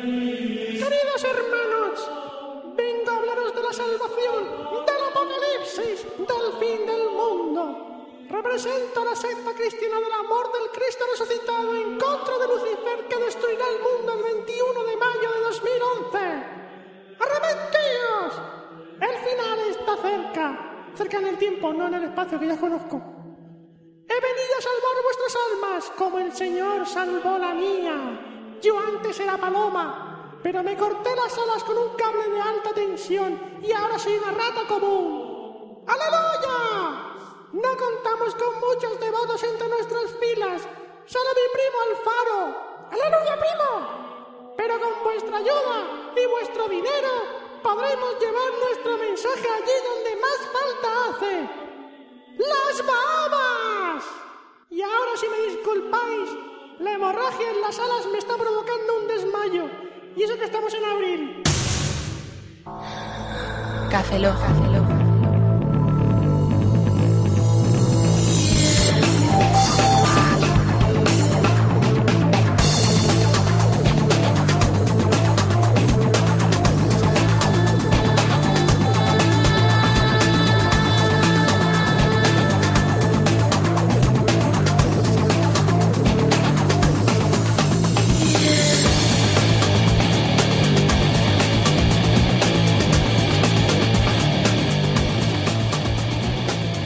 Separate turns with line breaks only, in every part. Queridos hermanos, vengo a hablaros de la salvación, del apocalipsis, del fin del mundo. Represento la secta cristiana del amor del Cristo resucitado en contra de Lucifer que destruirá el mundo el 21 de mayo de 2011. ¡Arrepentíos! El final está cerca. Cerca en el tiempo, no en el espacio que ya conozco. He venido a salvar vuestras almas como el Señor salvó la mía. Yo antes era paloma, pero me corté las alas con un cable de alta tensión y ahora soy una rata común. ¡Aleluya! No contamos con muchos devotos entre nuestras filas, solo mi primo Alfaro. ¡Aleluya, primo! Pero con vuestra ayuda y vuestro dinero podremos llevar nuestro mensaje allí donde más falta hace. ¡Las Bahamas! Y ahora si me disculpáis, la hemorragia en las alas me está provocando un desmayo. Y eso que estamos en abril.
Café Lock, Café Lock.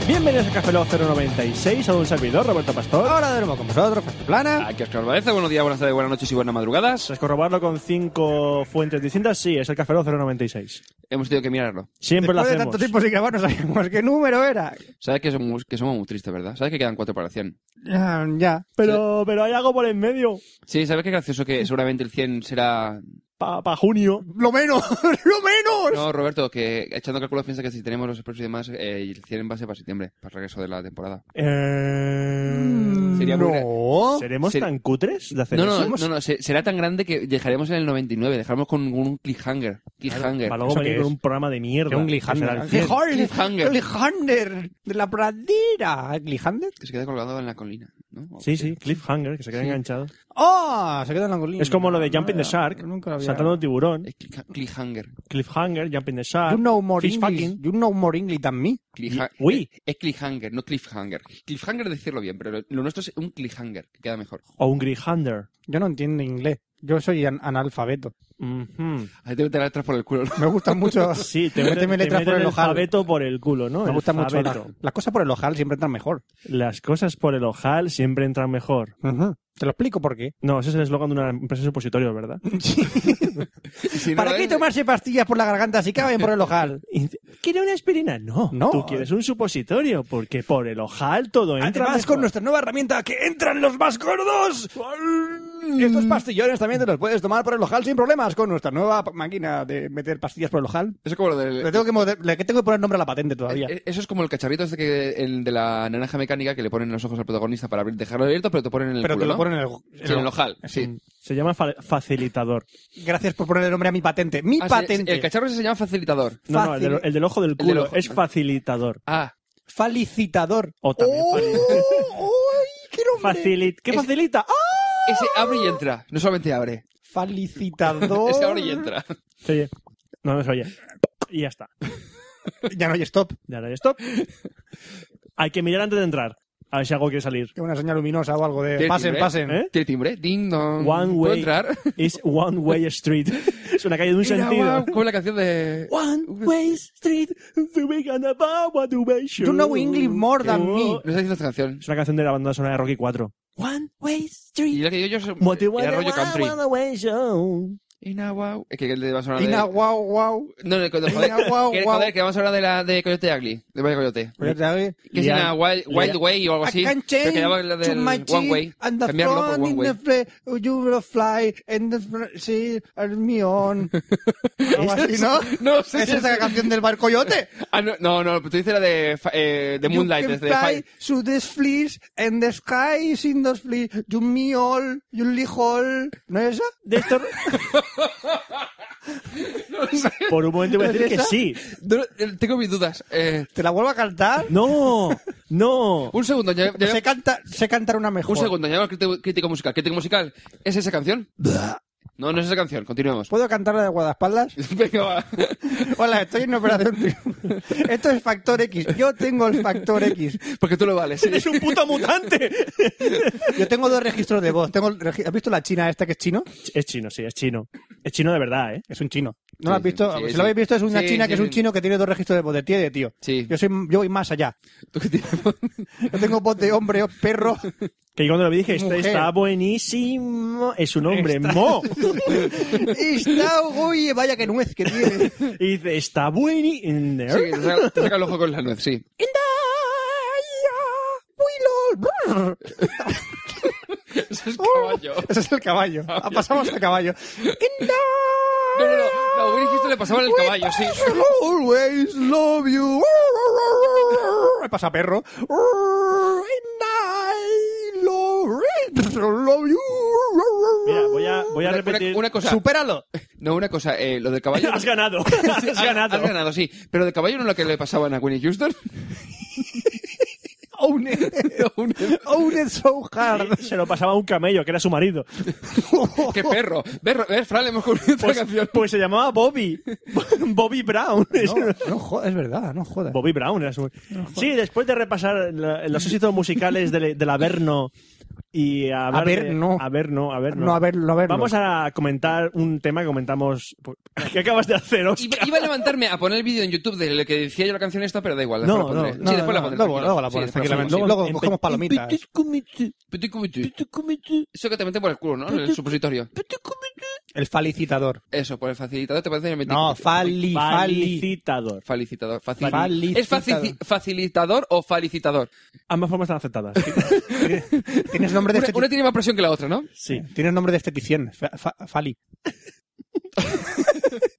Bienvenidos a Café Lock 096, a un servidor, Roberto Pastor.
Ahora duermo con vosotros, Francis Plana.
Aquí Oscar Valdez, buenos días, buenas tardes, buenas noches y buenas madrugadas.
Tras corroborarlo con cinco fuentes distintas, sí, es el Café Lock 096.
Hemos tenido que mirarlo.
Siempre
Después de
lo
tanto
hacemos.
tiempo sin grabar no sabíamos qué número era.
Sabes que somos, que somos muy tristes, ¿verdad? Sabes que quedan cuatro para 100.
Ah, ya.
Pero, pero hay algo por en medio.
Sí, ¿sabes qué gracioso que seguramente el 100 será...
Para junio.
¡Lo menos! ¡Lo menos!
No, Roberto, que echando cálculos piensa que si tenemos los expertos y demás, eh, el 100 va a ser para septiembre, para el regreso de la temporada.
Eh...
Mm.
Sería muy gra-
No.
¿Seremos
Ser-
tan cutres de hacer
No,
eso?
no, no, no, se- será tan grande que dejaremos en el 99, dejaremos con un cliffhanger. Cliffhanger.
Para luego
¿Eso
venir
qué
con
es?
un programa de mierda.
Es un Glihander.
Que será el cien.
Glihander.
Glihander.
Glihander. De la pradera. ¿Glihander?
Que se queda colgado en la colina, ¿no?
Sí, sí, cliffhanger, que se queda enganchado.
¡Oh! Se queda en la colina.
Es como lo de Jumping the
Nada,
Shark,
Nunca lo había.
saltando de tiburón,
Es clica- cliffhanger.
cliffhanger, Jumping the Shark,
You know more
fish
English.
fucking.
You know more English than me.
Cliffha-
Uy.
Es, es cliffhanger, no cliffhanger. Cliffhanger es decirlo bien, pero lo, lo nuestro es un cliffhanger, que queda mejor.
O un Grihander.
Yo no entiendo inglés. Yo soy an- analfabeto.
Ahí te meterás atrás por el culo. ¿no?
Me gusta mucho.
Sí, te,
Me
meten,
meten
te
letras por
meten
el
el
ojal.
alfabeto por el culo, ¿no?
Me
El
gusta mucho. la-
alfabeto.
las cosas por el ojal siempre entran mejor.
Las cosas por el ojal siempre entran mejor.
Ujú. Te lo explico por qué.
No, ese es el eslogan de una empresa de supositorios, ¿verdad?
Si no eh,
¿Para
lo
qué
es-
tomarse pastillas por la garganta si caben por el ojal?
Y dice, ¿Quiere una aspirina? No.
No.
Tú quieres un supositorio, porque por el ojal todo entra
Además,
mejor.
con nuestra nueva herramienta que entran los más gordos. Estos pastillones también te los puedes tomar por el ojal sin problemas con nuestra nueva máquina de meter pastillas por el ojal.
Eso es como lo del...
Le tengo que, moder- le que tengo que poner nombre a la patente todavía.
Eh, Eso es como el cacharrito este que, el de la naranja mecánica que le ponen en los ojos al protagonista para abrir, dejarlo abierto, pero te ponen en el
Pero
culo,
te lo
¿no?
ponen en el,
Sí, en el ojal, sí.
Mm, Se llama fa- facilitador.
Gracias por ponerle nombre a mi patente. Mi
Ah, sí,
patente.
El cacharro ese se llama facilitador.
No, no, el del,
Facil-
el del ojo del
del
culo
ojo.
es facilitador.
Ah,
Falicitador.
O también
¡Oh!
facil-
¡Ay, ¡Qué nombre!
Facilit- ¿Qué
Es-
facilita? ¡Ah!
ese abre y entra, no solamente abre.
Falicitador.
Ese abre y entra.
Se oye. No, no se oye. Y ya está.
Ya no hay stop.
Ya ahora stop. Hay que mirar antes de entrar. A ver si algo quiere salir.
Que una señal luminosa o algo de.
Tiene
Pasen,
timbre,
pasen.
¿Eh?
Tiene timbre. Ding dong.
One
¿Puedo
way
entrar?
is one way street. es una calle de un
Mira,
sentido.
guau, como la canción de...
One way street, the big and about what do we show. Oh.
You know English more than me.
No sé si esta canción.
Es una canción de la banda sonora de Rocky 4. One way
Y
street.
la que digo yo es...
What do we
Era rollo country.
show.
Y now, guau. Es que le va a sonar de...
Ina, wow, wow.
No, no, cuando- joder,
Ina, guau,
que-
guau.
joder, que vamos a hablar de la de Coyote Ugly, de Valle Coyote.
Pero Pues ya sabes,
Que es
Lian-
una Wild, wild
Lian-
Way o algo así.
I Ah, can
pero
change
que llama la
to
del
my
One
cheek
Way.
and the
Cambiarlo por
front
One
in
Way.
the fle- you will fly and the fr- see are me on. Algo así, ¿no?
No sé
Esa
si
es la
es-
canción del barco coyote.
Ah, no, no, no, tú dices la de, fa- eh, de Moonlight,
you
de
can
de
fly
Fire.
to the fleas and the sky is in the fleas. You me all, you li all. ¿No es esa?
De esto... Por un momento iba a decir que sí.
No, eh, Tengo mis dudas. Eh,
¿Te la vuelvo a cantar?
No, ¡No!
Un segundo, ya, ya-
Se canta, se cantar una mejor.
un segundo, ya crítico, crítico musical. Crítico musical, ¿es esa canción? No, no es esa canción, continuemos.
¿Puedo cantar la de guardaespaldas?
Venga, va.
Hola, estoy en operación. triunfo. Esto es factor X. Yo tengo el factor X.
Porque tú lo vales. sí.
¡Es un puto mutante!
Yo tengo dos registros de voz. Tengo el regi- ¿Has visto la china esta que es chino?
es chino, sí, es chino. Es chino de verdad, ¿eh?
Es un chino.
Sí,
¿No lo has visto?
sí,
si
sí.
lo habéis visto, es una
Sí,
china
sí,
que es un
sí.
chino que tiene dos registros de voz de tío y de tío.
Sí.
Yo, soy, yo voy más allá.
¿Tú qué tienes?
Yo tengo voz de hombre, o perro.
Que yo cuando lo vi dije, está,
Mujer.
está buenísimo. Es un hombre, mo.
Está, oye, vaya que nuez que tiene.
Y dice, está buenísimo.
Sí, te saca, te saca el ojo con la nuez, sí. Eso
Oh.
es caballo.
Ese es el caballo. Ah, Pasamos al caballo.
No, no, no. No, Will Houston le pasaba en el caballo, sí.
Always love you. Me pasa perro. And I love, love you.
Mira, voy a, voy a
Una-
repetir.
Una, una cosa.
Supéralo.
No, una cosa. eh, lo del caballo.
Has ganado. Has ganado.
Has ganado, sí. Pero de caballo no es lo que le pasaban a Winnie Houston.
Own it.
Own
Own it so hard.
Se lo pasaba a un camello, que era su marido.
¡Qué perro! ¿Ves, Ro- ves, Fran? Le hemos cumplido esta
Pues,
canción.
pues se llamaba Bobby. Bobby Brown.
No, no jodas, es verdad, no jodas.
Bobby Brown era su... Sí, después de repasar la- los éxitos musicales del, del Averno y hablar de-
Averno.
Averno, Averno.
No, a ver, no, a ver.
Vamos a comentar un tema que comentamos. ¿Qué acabas de hacer, Óscar?
Iba, iba a levantarme a poner el vídeo en YouTube de lo que decía yo la canción esta, pero da igual.
No,
después la pondré.
no,
sí, después la pondré.
Luego,
tranquilos.
luego la
Sí,
pones
después la
tranquilamente.
pongo, sí.
Luego
en
cogemos
pe-
palomitas.
Petit comité. Eso que te meten por el culo, ¿no? En el supositorio.
El falicitador.
Eso, por el facilitador te parece que me metí-
No, fali, fali.
Felicitador.
Felicitador. facil-
Falicitador.
¿Es facici- facilitador o felicitador?
Ambas formas están aceptadas.
Tienes nombre
Una, una
de esteticien.
tiene más presión que la otra, ¿no?
Sí.
Tienes Eh, nombre de esteticien. Fa- fa- Fali.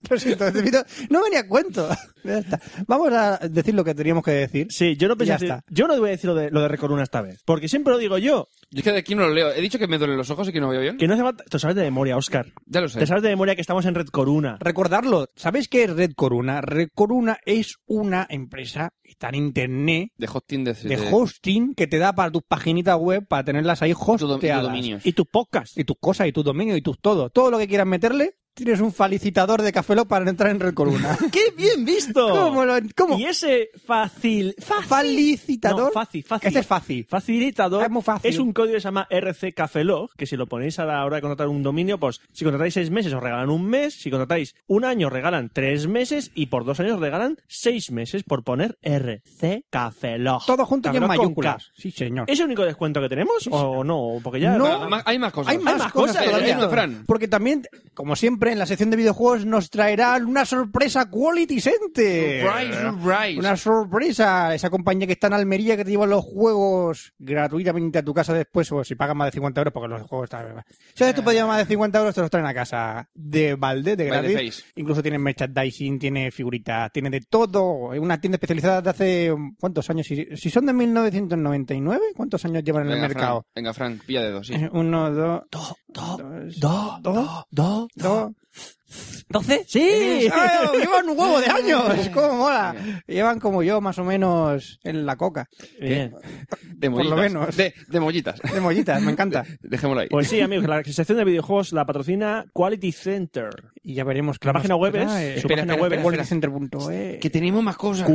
Lo siento, te pido- No venía a cuento. Ya está. Vamos a decir lo que teníamos que decir.
Sí, yo no pensé
Ya
decir-
está.
Yo no voy a decir lo de, lo de Recoruna esta vez. Porque siempre lo digo yo.
Yo es que de aquí no lo leo. He dicho que me duelen los ojos y que no veo bien.
Que no hace falta. Te lo sabes de memoria, Oscar.
Ya lo sé.
Te sabes de memoria que estamos en Red Coruna.
Recordarlo, ¿sabéis qué es Red Corona? Red Corona es una empresa que está en internet
De hosting de... de-
de hosting que te da para tus paginitas web, para tenerlas ahí
tu dom-
hosteadas.
tu dominio.
Y tus podcasts.
y tus cosas y tus dominios y tus todo. Todo lo que quieras meterle, tienes un felicitador de Café Lock para entrar en Red Corona.
¡Qué bien visto!
¿Cómo lo- cómo?
Y ese fácil. fácil
Felicitador.
No, fácil, fácil.
Este es fácil.
Facilitador
Ah, Es muy fácil.
un código que se llama RC Cafelog, que si lo ponéis a la hora de contratar un dominio, pues si contratáis seis meses os regalan un mes, si contratáis un año os regalan tres meses y por dos años os regalan seis meses por poner RC Cafelog.
Todo junto y en
Cafelog con
mayúsculas.
K.
Sí, señor.
¿Es el único descuento que tenemos o no? Porque ya
No.
Ah, ma- Hay más cosas.
Hay más,
más
cosas,
cosas,
todavía.
hay más, Fran.
Porque también, como siempre, en la sección de videojuegos nos traerá una sorpresa Quality Center.
Surprise, surprise.
Una sorpresa. Esa compañía que está en Almería que te lleva los juegos gratuitamente a tu casa después, o si pagas más de 50 euros, porque los juegos están. Si haces tú podías más de 50 euros, te los traen a casa de balde, de
By the
gratis.
face.
Incluso tienen merchandising, tiene figuritas, tiene de todo. Es una tienda especializada de hace. ¿Cuántos años? Si, si son de 1999, ¿cuántos años llevan en
Venga,
el mercado?
Fran, venga, Fran, pilla dedos, sí.
Eh, Uno, dos.
Do,
do,
do,
dos.
¿Doce? ¡Sí!
¡Ah, Llevan un huevo de años, cómo mola. Llevan como yo, más o menos, en la coca,
Bien.
De
por lo
mollitas.
menos.
De, de mollitas.
de mollitas, me encanta.
Dejémoslo ahí.
Pues sí, amigos, la sección de videojuegos la patrocina Quality Center.
Y ya veremos qué
La
más
página web
trae.
es- su
Espera,
página
espera,
web es-
espera, qualitycenter.es.
que tenemos más cosas.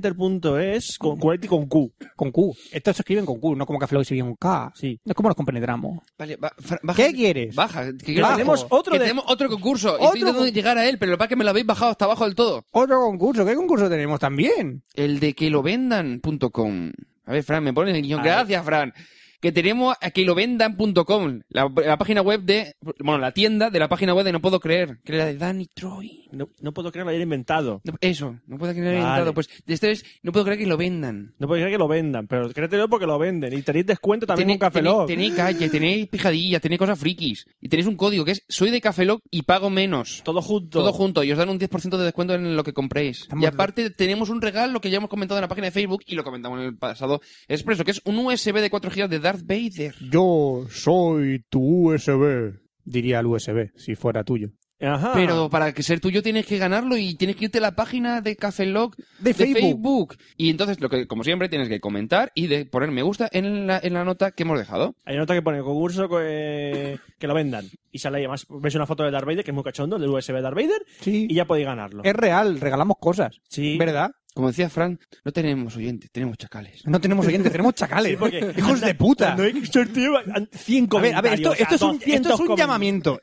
QualityCenter.es, con, quality con Q.
con Q. Estos se escriben con Q, no como Café Lock se escribe con K.
Sí.
No es como nos compenetramos.
Vale, ba- Fran, baja.
¿Qué quieres?
Baja. Que,
Que
bajo.
tenemos otro
Que
de-
tenemos otro concurso. Y
Otro
estoy intentando
con-
llegar a él, pero lo que pasa es que me lo habéis bajado hasta abajo del todo.
Otro concurso, ¿qué concurso tenemos también?
El de que lo vendan.com. A ver, Fran, me pones el guión.
A ver.
Gracias, Fran. Que tenemos a que lo vendan.com, la, la página web de. Bueno, la tienda de la página web de No Puedo Creer, que era de Danny Troy.
No, no puedo creer que lo hayan inventado.
No- eso, no puedo creer que lo hayan
Vale.
inventado. Pues de esta vez, no puedo creer que lo vendan.
No podéis creer que lo vendan, pero créetelo porque lo venden. Y tenéis descuento también
Tenéis-
con Café Lock.
Tenéis tenéis calle, tenéis pijadillas, tenéis cosas frikis. Y tenéis un código que es soy de Café Lock y pago menos.
Todo junto.
Todo junto, y os dan un 10% de descuento en lo que compréis.
Estamos
y aparte tenemos un regalo que ya hemos comentado en la página de Facebook y lo comentamos en el pasado expreso, que es un USB de 4 GB de Darth Vader.
Yo soy tu USB. Diría el USB, si fuera tuyo.
Ajá.
Pero para que ser tuyo tienes que ganarlo y tienes que irte a la página de Café Lock
De Facebook.
Y entonces, lo que, como siempre, tienes que comentar y de poner me gusta en la, en la nota que hemos dejado.
Hay nota que pone concurso co- eh, que lo vendan. Y sale ahí, además, ves una foto de Darth Vader, que es muy cachondo, del USB de Darth Vader,
Sí. Eh,
y ya podéis ganarlo.
Es real, regalamos cosas.
Sí.
¿Verdad?
Como decía Fran, no tenemos oyentes, tenemos chacales.
No tenemos oyentes, tenemos chacales.
Sí, porque-
Hijos de puta.
Cuando hay sorteo, han- 100
A ver, a ver, esto,
comentarios,
esto es un,
a
esto es
200
un
comen-
llamamiento.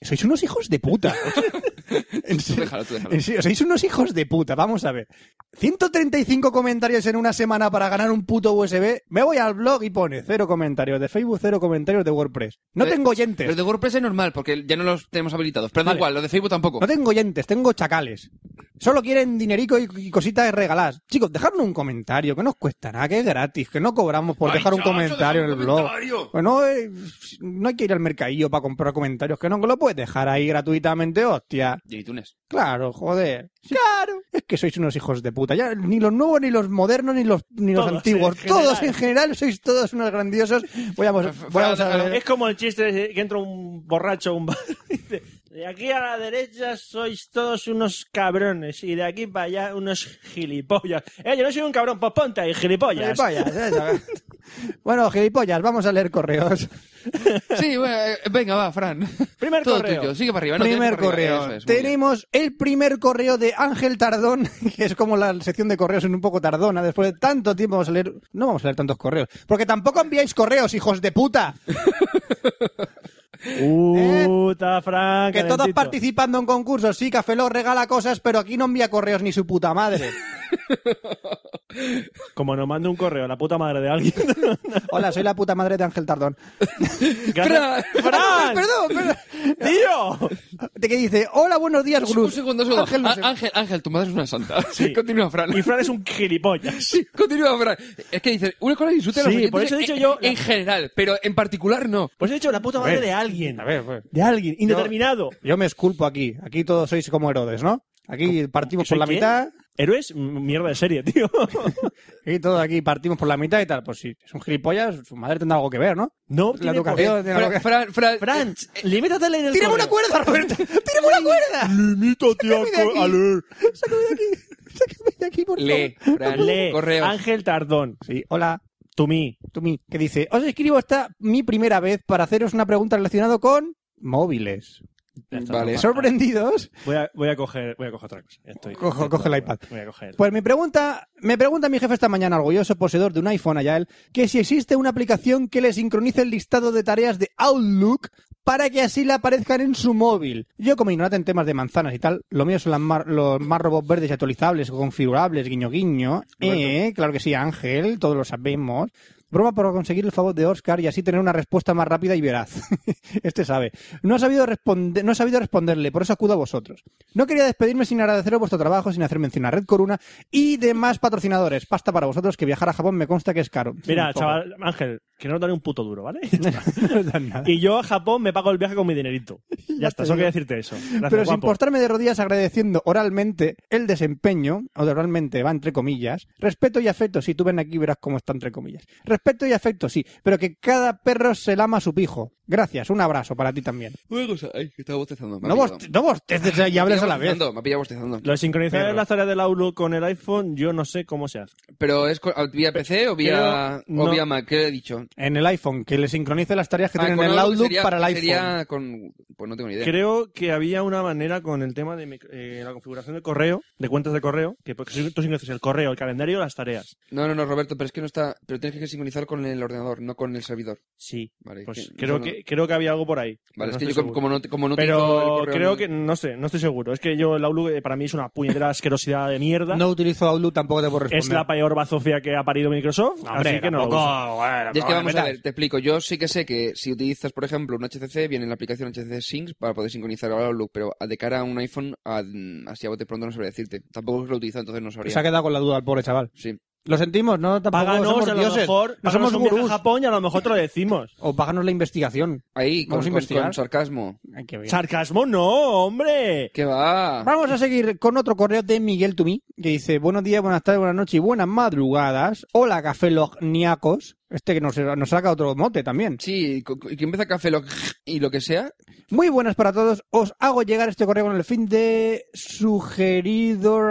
Sois unos hijos de puta. En
Tú
serio.
déjalo, tú déjalo.
En serio, sois unos hijos de puta. Vamos a ver. 135 comentarios en una semana para ganar un puto USB. Me voy al blog y pone cero comentarios de Facebook, cero comentarios de WordPress. No
Eh,
Pero-
tengo
Los
oyentes.
de WordPress es normal, porque ya no los tenemos habilitados. Pero da
Vale.
igual, los de Facebook tampoco.
No tengo oyentes, tengo chacales. Solo quieren dinerico y, y cositas de regalar. Chicos, dejadnos un comentario, que no os cuesta nada, que es gratis, que no cobramos por
Ay,
dejar un
chacho,
comentario en
deja
el
un
blog.
comentario.
Bueno, eh, no hay que ir al mercadillo para comprar comentarios, que no, que lo puedes dejar ahí gratuitamente, hostia.
De iTunes.
Claro, joder. Claro. Es que sois unos hijos de puta. Ya ni los nuevos, ni los modernos, ni los, ni los
Todos,
antiguos.
en
todos
general.
en general sois todos unos grandiosos. Voy a, voy a-
Fran, déjalo.
Es como el chiste de que entra un borracho a un bar y dice, de aquí a la derecha sois todos unos cabrones y de aquí para allá unos gilipollas. Eh, yo no soy un cabrón, pues ponte ahí, gilipollas.
Gilipollas, eso. bueno, gilipollas, vamos a leer correos.
Sí, bueno, eh, venga, va, Fran.
Primer
Todo
correo.
tuyo, sigue para arriba. no, tienes
primer
para arriba,
correo.
eso es, muy bien.
Tenemos el primer correo de Ángel Tardón, que es como la sección de correos es un poco tardona. Después de tanto tiempo vamos a leer... No vamos a leer tantos correos. Porque tampoco enviáis correos, hijos de puta.
Puta, Frank.
Eh, Que todos
calentito.
participando en concursos. Sí, Café Lock regala cosas, pero aquí no envía correos ni su puta madre.
Como nos manda un correo a la puta madre de alguien.
Hola, soy la puta madre de Ángel Tardón.
Gracias.
Ay,
¡Fran!
perdón, perdón.
¡Tío!
De que dice, hola, buenos días, Grus.
Un segundo, un segundo. Ah,
Ángel, no sé-
Á- Ángel, Ángel, tu madre es una santa.
Sí.
Continúa, Fran.
Y Fran es un gilipollas.
Sí, continúa, Fran. Es que dice, una cosa es insultar a los
Sí,
oyentes
por eso he dicho
en-
yo-
En general, pero en particular no.
Pues he dicho la puta madre
ver,
de alguien.
a ver, pues.
De alguien, indeterminado.
Yo me esculpo aquí. Aquí todos sois como Herodes, ¿no? Aquí partimos por
¿Soy
la
quién?
mitad.
Héroes, M- mierda de serie, tío.
Y todos aquí partimos por la mitad y tal. Pues si es un gilipollas, su madre tendrá algo que ver, ¿no?
No,
La
tiene
educación.
poder.
de la
Fran,
boca.
Fran, Fran,
Fran, limítate a leer el
¡Tírame
correo.
una cuerda, Roberto! ¡Tírame una cuerda!
Limítate
Sácame de aquí.
a leer.
¡Sácame de aquí! ¡Sácame de aquí, por favor!
Lee, Fran,
Lee,
correo.
Ángel Tardón,
Sí, hola.
to me.
Tumi, que dice, os escribo esta mi primera vez para haceros una pregunta relacionada con móviles.
Ya está,
Vale.
no,
¿Sorprendidos?
Voy a, voy a coger, voy a coger otra cosa. Ya Estoy,
Cojo-
estoy-
coge el iPad.
Voy a coger.
Pues mi pregunta, me pregunta mi jefe esta mañana, orgulloso poseedor de un iPhone allá él, que si existe una aplicación que le sincronice el listado de tareas de Outlook para que así le aparezcan en su móvil. Yo como ignorante en temas de manzanas y tal, lo mío son las mar- los más robots verdes y actualizables, configurables, guiño guiño. Eh, claro que sí, Ángel, todos lo sabemos. Broma por conseguir el favor de Oscar y así tener una respuesta más rápida y veraz. este sabe. No ha sabido responder, no he sabido responderle, por eso acudo a vosotros. No quería despedirme sin agradeceros vuestro trabajo, sin hacer mención a Red Corona y demás patrocinadores. Pasta para vosotros que viajar a Japón me consta que es caro.
Mira,
Un poco.
chaval, Ángel, que no nos daré un puto duro, ¿vale?
No os dan nada.
y yo a Japón me pago el viaje con mi dinerito. Ya está,
te
solo
digo.
quería decirte eso. Gracias,
Pero sin
guapo.
postrarme de rodillas agradeciendo oralmente el desempeño, o de oralmente va entre comillas, respeto y afecto, sí, tú ven aquí y verás cómo está entre comillas. Respeto y afecto, sí, pero que cada perro se lama a su pijo. Gracias, un abrazo para ti también.
Una cosa, ay, que estaba bostezando.
No, boste- no bosteces
eh,
y hables a la vez.
Me ha pillado bostezando.
Lo de sincronizar
Pero-
las tareas del Outlook con el iPhone, yo no sé cómo se hace.
Pero es co- ah, vía PC o vía,
Creo-
o
no.
vía Mac, ¿qué he dicho?
En el iPhone, que le sincronice las tareas que
Ah,
tienen
con
en el
algo que
Outlook
sería-
para el iPhone.
Sería con... Pues no tengo ni idea.
Creo que había una manera con el tema de mi- eh, la configuración de correo, de cuentas de correo, que pues, si tú sincronizas el correo, el calendario, las tareas.
No, no, no, Roberto, pero es que no está... Pero tienes que sincronizar con el ordenador, no con el servidor.
Sí.
Vale,
Pues
que-
creo
no,
que creo que había algo por ahí.
no.
pero
Vale, es que
no
yo
estoy
como-
seguro.
como no, te- como no tengo el
Pero
correo,
creo
no-
que no sé, no estoy seguro. Es que yo el Outlook eh, para mí es una puñetera asquerosidad de mierda.
No utilizo Outlook, tampoco te puedo responder. Ah,
es la peor bazofia que ha parido Microsoft, así que no lo uso.
Y es que vamos a ver, te explico. Yo sí que sé que si utilizas, por ejemplo, un HCC, viene en la aplicación HCC Sync para poder sincronizar el Outlook, pero de cara a un iPhone, a- así a bote pronto no sabría decirte. Tampoco lo utilizo, entonces no sabría.
Se ha quedado con la duda el pobre chaval.
Sí.
Lo sentimos, no tampoco
Páganos,
somos
a lo
dioses.
mejor,
no
páganos
somos
un viaje
gurús.
a Japón y a lo mejor te lo decimos.
O páganos la investigación.
Ahí, con,
Vamos a
con-
investigar.
con sarcasmo.
Ay, qué bien.
Sarcasmo no, hombre.
¿Qué va?
Vamos a seguir con otro correo de Miguel Tumí, que dice, buenos días, buenas tardes, buenas noches y buenas madrugadas. Hola, Café Logniacos. Este que nos, nos saca otro mote también.
Sí, co- co- que empieza Café Lock y lo que sea.
Muy buenas para todos. Os hago llegar este correo con el fin de sugeridor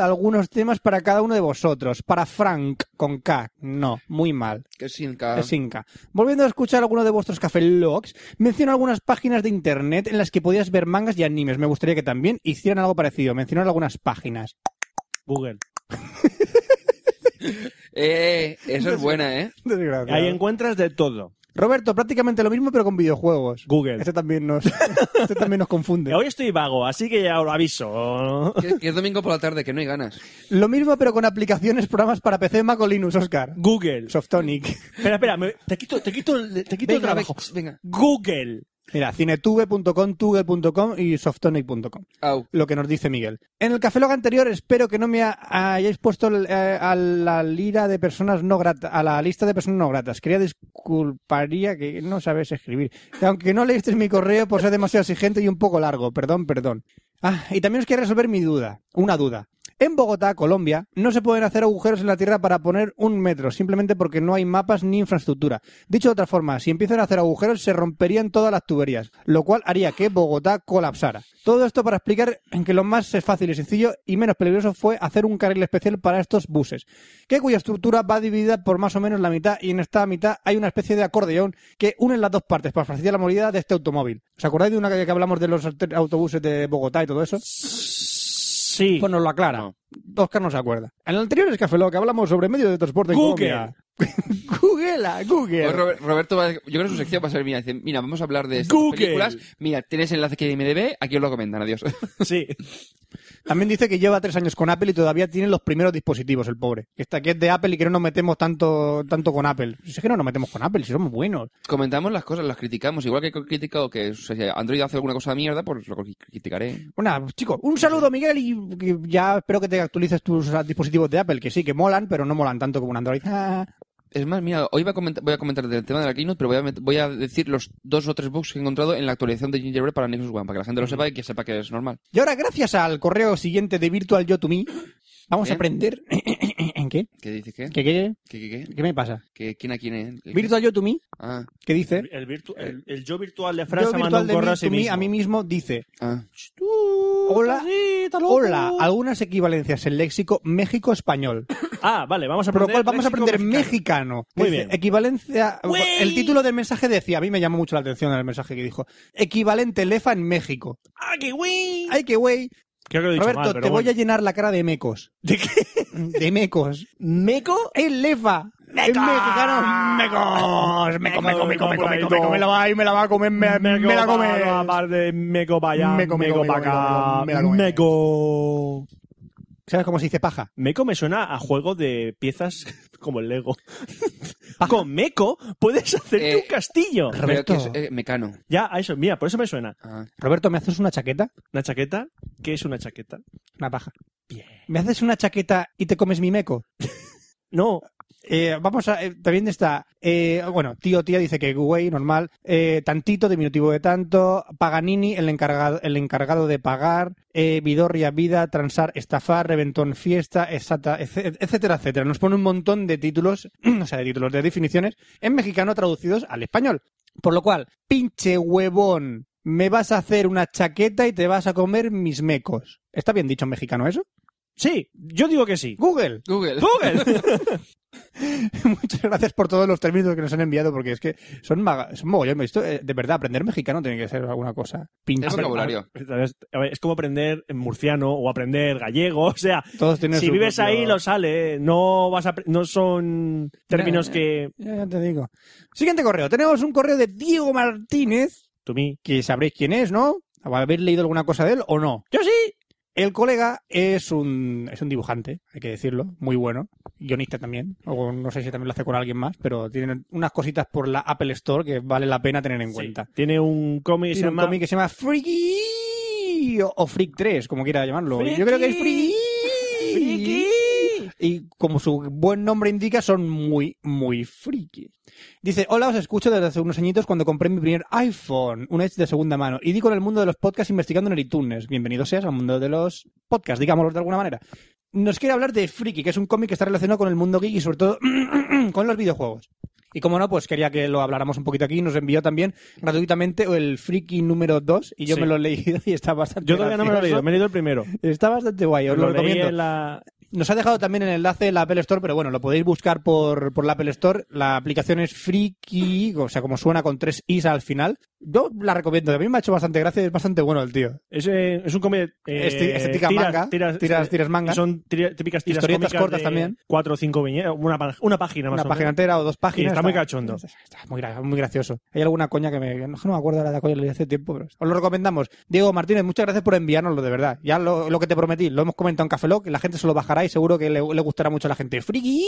algunos temas para cada uno de vosotros. Para Frank, con K. No, muy mal.
Que sin ca...
Es Inca. Volviendo a escuchar alguno de vuestros Café Logs, menciono algunas páginas de internet en las que podías ver mangas y animes. Me gustaría que también hicieran algo parecido. Mencionar algunas páginas.
Google.
Eh, eso es buena, ¿eh?
Desgraciado.
Ahí encuentras de todo.
Roberto, prácticamente lo mismo, pero con videojuegos.
Google.
Este también nos, este también nos confunde.
Hoy estoy vago, así que ya lo aviso.
Que, que es domingo por la tarde, que no hay ganas.
Lo mismo, pero con aplicaciones, programas para PC, Mac o Linux, Oscar.
Google.
Softonic.
Espera, espera, me- te quito, te quito, el- te quito el
Venga,
trabajo.
venga.
Google.
Mira, cinetube.com, tugue.com y softonic.com.
Au.
Lo que nos dice Miguel. En el Café Log anterior, espero que no me ha- hayáis puesto el, eh, a la lira de personas no gratas, a la lista de personas no gratas. Quería disculparía que no sabes escribir. Que aunque no leísteis mi correo por ser demasiado exigente y un poco largo. Perdón, perdón. Ah, y también os quiero resolver mi duda. Una duda. En Bogotá, Colombia, no se pueden hacer agujeros en la tierra para poner un metro, simplemente porque no hay mapas ni infraestructura. Dicho de otra forma, si empiezan a hacer agujeros se romperían todas las tuberías, lo cual haría que Bogotá colapsara. Todo esto para explicar que lo más fácil y sencillo y menos peligroso fue hacer un carril especial para estos buses, que cuya estructura va dividida por más o menos la mitad y en esta mitad hay una especie de acordeón que une las dos partes para facilitar la movilidad de este automóvil. ¿Os acordáis de una que que hablamos de los alte- autobuses de Bogotá y todo eso?
Sí.
Pues nos lo aclara. Oscar no se acuerda. En el anterior es Café Lock, hablamos sobre medios de transporte en
Google.
Colombia. Google. ah, Google.
Pues Robert- Roberto, va, yo creo que su sección va a ser mía. Dice, mira, vamos a hablar de estas
Google.
películas. Mira, tienes enlace que me debe, aquí os lo comentan, adiós.
Sí.
También dice que lleva tres años con Apple y todavía tiene los primeros dispositivos, el pobre. Que Esta que es de Apple y que no nos metemos tanto, tanto con Apple. Si es que no nos metemos con Apple, si somos buenos.
Comentamos las cosas, las criticamos. Igual que he criticado que o sea, Android hace alguna cosa de mierda, pues lo cri- criticaré.
Bueno, chicos, un saludo, Miguel, y que ya espero que te actualices tus ah, dispositivos de Apple, que sí, que molan, pero no molan tanto como un Android. Ah.
Es más, mira, hoy va a comentar, voy a comentar del tema de la Keynote, pero voy a, met- voy a decir los dos o tres bugs que he encontrado en la actualización de Gingerbread para Nexus One, para que la gente lo sepa y que sepa que es normal.
Y ahora, gracias al correo siguiente de Virtual Yo to Me, vamos a
¿Eh?
Bien.
aprender. ¿En qué?
¿Qué dices? ¿Qué?
¿Qué, qué?
¿Qué? ¿Qué? qué?
¿Qué me pasa?
¿Qué- ¿Quién a quién es? ¿Qué- qué?
Virtual Yo to Me,
Ah,
que dice.
El, virtu- el- el yo virtual de
Yo
Franza manda un
de mí,
correo a sí
to me,
mismo.
a mí mismo dice
ah.
Hola.
Casita, loco.
hola algunas equivalencias en léxico México español
Ah, vale, vamos a
por lo
aprender.
cual vamos a
léxico
aprender
mexicano.
mexicano,
Muy
Dice,
bien.
equivalencia
Güey.
el título del mensaje decía a mí me llamó mucho la atención el mensaje que dijo equivalente lefa en México
¡Ah, qué güey!
ay qué güey
Creo que lo he dicho
Roberto
mal,
te
pero
voy
bueno.
a llenar la cara de mecos
¿De qué?
de mecos
¿Meco?
el lefa ¡Es mexicano! ¡Mecos! ¡Meco, meco, meco, meco, meco, meco! ¡Me la va a ir, me la va a comer, me, me la comes!
de meco para allá, meco,
Meco, meco, meco,
para acá,
meco, meco, me la
meco.
¿Sabes cómo se dice paja?
Meco me suena a juego de piezas como el Lego. Con Meco puedes hacerte
Eh,
un castillo.
Pero que es
Roberto.
eh, mecano.
Ya, a eso, mira, por eso me suena.
Ah.
Roberto, ¿me haces una chaqueta?
¿Una chaqueta? ¿Qué es una chaqueta?
Una paja.
Bien.
¿Me haces una chaqueta y te comes mi meco?
No,
Eh, vamos a. eh, también está. eh, bueno, tío, tía dice que güey, normal. Eh, tantito, diminutivo de tanto. Paganini, el encargado, el encargado de pagar. Eh, Vidorria, vida, transar, estafar, reventón, fiesta, exacta, etc- etcétera, etcétera. Nos pone un montón de títulos, o sea, de títulos, de definiciones, en mexicano traducidos al español. Por lo cual, pinche huevón, me vas a hacer una chaqueta y te vas a comer mis mecos. ¿Está bien dicho en mexicano eso?
sí, yo digo que sí.
Google.
Google.
Google.
Muchas gracias por todos los términos que nos han enviado, porque es que son, maga- son mogollón. Esto, eh, de verdad, aprender mexicano tiene que ser alguna cosa.
Es
Pinche.
vocabulario.
A ver, es como aprender en murciano o aprender gallego, o sea,
Todos tienen
si
su
vives
propio-
ahí lo sale, ¿eh? no vas a, pre- no son términos
Ya,
que
Ya, ya te digo. Siguiente correo. Tenemos un correo de Diego Martínez,
to me.
que sabréis quién es, ¿no? ¿Habéis leído alguna cosa de él o no?
Yo sí.
El colega es un, es un dibujante, hay que decirlo, muy bueno, guionista también, o no sé si también lo hace con alguien más, pero tiene unas cositas por la Apple Store que vale la pena tener en
Sí.
cuenta.
Tiene un cómic que se
Tiene un
llama
cómic que se llama Freaky o, o Freak 3, como quiera llamarlo. Yo creo que es Freaky. Y como su buen nombre indica, son muy, muy friki. Dice, hola, os escucho desde hace unos añitos cuando compré mi primer iPhone, un Edge de segunda mano, y di con el mundo de los podcasts investigando en el iTunes. Bienvenido seas al mundo de los podcasts, digámoslo de alguna manera. Nos quiere hablar de Freaky, que es un cómic que está relacionado con el mundo geek y sobre todo con los videojuegos. Y como no, pues quería que lo habláramos un poquito aquí. Nos envió también gratuitamente el friki número 2 y yo
Sí.
me lo he leído y está bastante
Yo todavía no me lo he
gracioso.
leído, me he leído el primero.
Está bastante guay, os lo,
Lo leí
recomiendo.
en la-
Nos ha dejado también el enlace en la Apple Store, pero bueno, lo podéis buscar por, por la Apple Store. La aplicación es Friki, o sea, como suena con tres is al final. Yo la recomiendo, a mí me ha hecho bastante gracia, es bastante bueno el tío.
Es, eh, es un cómic. eh,
Este- estética
tiras,
manga,
Tiras, eh,
tiras- tiras manga.
Son tira- típicas tiras
Historietas
cómicas
cortas
de
también.
Cuatro o cinco viñetas. Una, pa- una página más
Una
o
página
menos.
entera o dos páginas.
Y está muy cachondo.
Está muy, gra- muy gracioso. Hay alguna coña que me, no, no me acuerdo ahora de la coña que le di hace tiempo, pero os lo recomendamos. Diego Martínez, muchas gracias por enviárnoslo, de verdad. Ya lo, lo que te prometí, lo hemos comentado en Café Lock, la gente se lo bajará y seguro que le, le gustará mucho a la gente. ¡Friki!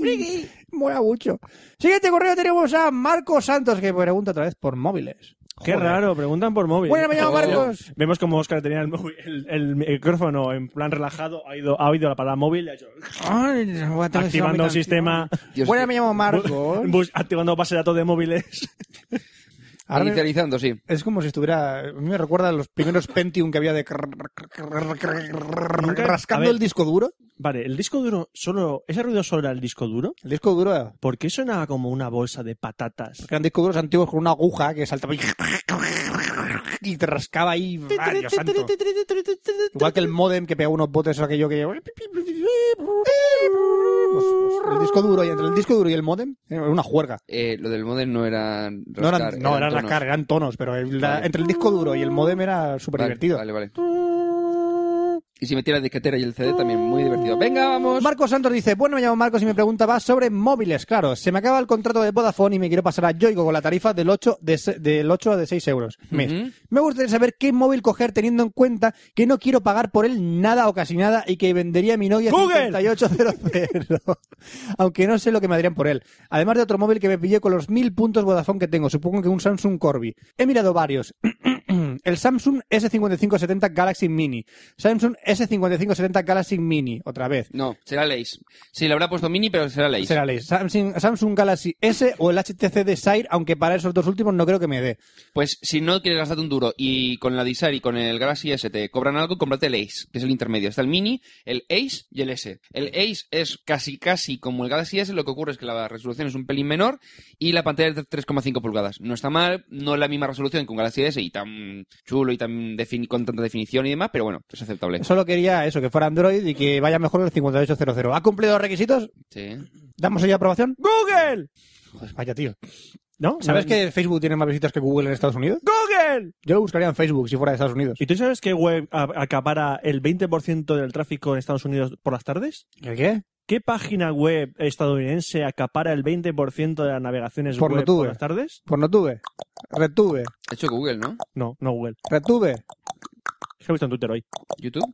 ¡Friki! Mola mucho. Siguiente correo tenemos a Marcos Santos, que pregunta otra vez por móviles.
Qué
Joder.
raro, preguntan por móvil.
Bueno, me llamo
Joder.
Marcos.
Vemos como Oscar tenía el, móvil- el- el micrófono en plan relajado, ha, ido, ha oído la palabra móvil y ha hecho-
Ay, voy a tener que
activando
llamar mi
el sistema,
Dios,
Bueno,
que-
me llamo Marcos.
bu- bus- activando base de datos de móviles.
Ahora me-
Inicializando, sí.
Es como si estuviera. A mí me recuerda a los primeros Pentium que había de. crrr, crrr, crrr,
Nunca- a
rascando
ver.
el disco duro.
Vale, el disco duro solo. ¿Ese ruido solo era el disco duro?
El disco duro era-
¿Por qué sonaba como una bolsa de patatas?
que eran discos duros antiguos con una aguja que saltaba y, y te rascaba ahí. ¡Ay, Dios santo! Igual que el modem que pega unos botes o aquello que. Pues, pues, el disco duro y entre el disco duro y el modem era una juerga.
Eh, lo del modem no era
No
rascar,
eran, no, era
tonos.
rascar, eran tonos, pero el- la-
Vale.
entre el disco duro y el modem era súper
Vale,
divertido.
Vale, vale. Y si metiera la disquetera y el CD también, muy divertido. Venga, vamos.
Marcos Santos dice, bueno, me llamo Marcos y mi pregunta va sobre móviles, claro. Se me acaba el contrato de Vodafone y me quiero pasar a Yoigo con la tarifa del 8, de, se- del 8 a de 6 euros mes.
Ujú.
Me gustaría saber qué móvil coger teniendo en cuenta que no quiero pagar por él nada o casi nada y que vendería mi Nokia
Google.
5800. Aunque no sé lo que me darían por él. Además de otro móvil que me pillé con los 1000 puntos Vodafone que tengo, supongo que un Samsung Corby. He mirado varios. El Samsung S5570 Galaxy Mini. Samsung S5570 Galaxy Mini, otra vez.
No, será Lace. Sí, le habrá puesto mini, pero será Lace.
Será ley. Samsung, Samsung Galaxy S o el HTC Desire, aunque para esos dos últimos no creo que me dé.
Pues si no quieres gastarte un duro y con la Desire y con el Galaxy S te cobran algo, cómprate el Ace, que es el intermedio. Está el Mini, el Ace y el S. El Ace es casi casi como el Galaxy S, lo que ocurre es que la resolución es un pelín menor y la pantalla es de 3,5 pulgadas. No está mal, no es la misma resolución que un Galaxy S y tan chulo y tan defini- con tanta definición y demás, pero bueno, es aceptable.
Solo quería eso, que fuera Android y que vaya mejor el 5800. ¿Ha cumplido los requisitos?
Sí.
¿Damos ello aprobación?
¡Google!
Pues vaya, tío.
¿No?
¿Sabes que Facebook tiene más visitas que Google en Estados Unidos?
¡Google!
Yo lo buscaría en Facebook si fuera de Estados Unidos.
¿Y tú sabes qué web a- acapara el 20% del tráfico en Estados Unidos por las tardes?
¿El qué?
¿Qué página web estadounidense acapara el 20% de las navegaciones
Porno
web
tuve.
por las tardes?
Pues no tuve. Retuve.
Hecho Google, ¿no?
No, no Google.
Retuve.
Es que he visto en Twitter hoy.
YouTube.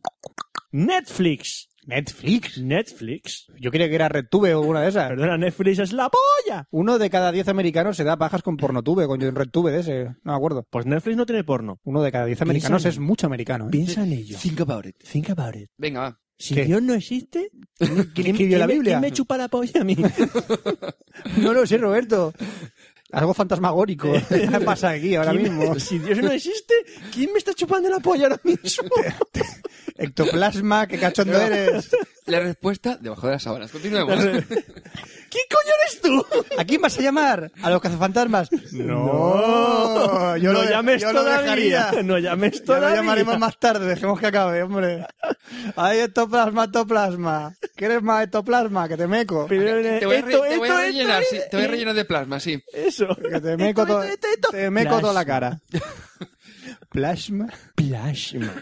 Netflix.
Netflix.
Netflix.
Yo quería que era Retuve o una de esas.
Perdona, Netflix es la polla.
Uno de cada diez americanos se da pajas con pornotube, con Retuve de ese. No me acuerdo.
Pues Netflix no tiene porno.
Uno de cada diez americanos es mucho americano. ¿eh?
Piensa en ello. Think about it. Think about it.
Venga, va.
Si
¿Qué?
Dios no existe, ¿quién,
escribió la
me-
Biblia?
quién me chupa la polla a mí?
No lo sé, Roberto. Algo fantasmagórico pasa aquí ahora
¿Quién-
mismo.
Si Dios no existe, ¿quién me está chupando la polla ahora mismo?
Ectoplasma, qué cachondo eres.
La respuesta debajo de las sábanas. Continuemos.
¿Quién coño eres tú?
¿A quién vas a llamar? ¿A los cazafantasmas? No, yo
no
lo de-
llames
yo lo
todavía.
dejaría.
no llames
Ya lo
todavía.
llamaremos más tarde, dejemos que acabe, hombre. Ay, ectoplasma, ectoplasma. ¿Quieres más ectoplasma? Que te meco.
Primero en el-
Te voy a, re-
esto,
te voy a
esto,
rellenar,
esto,
sí, te voy a rellenar de plasma, sí.
Eso.
Que te meco,
Esto,
todo-
esto, esto,
te meco toda
Plasma.
la cara. Plasma.
Plasma.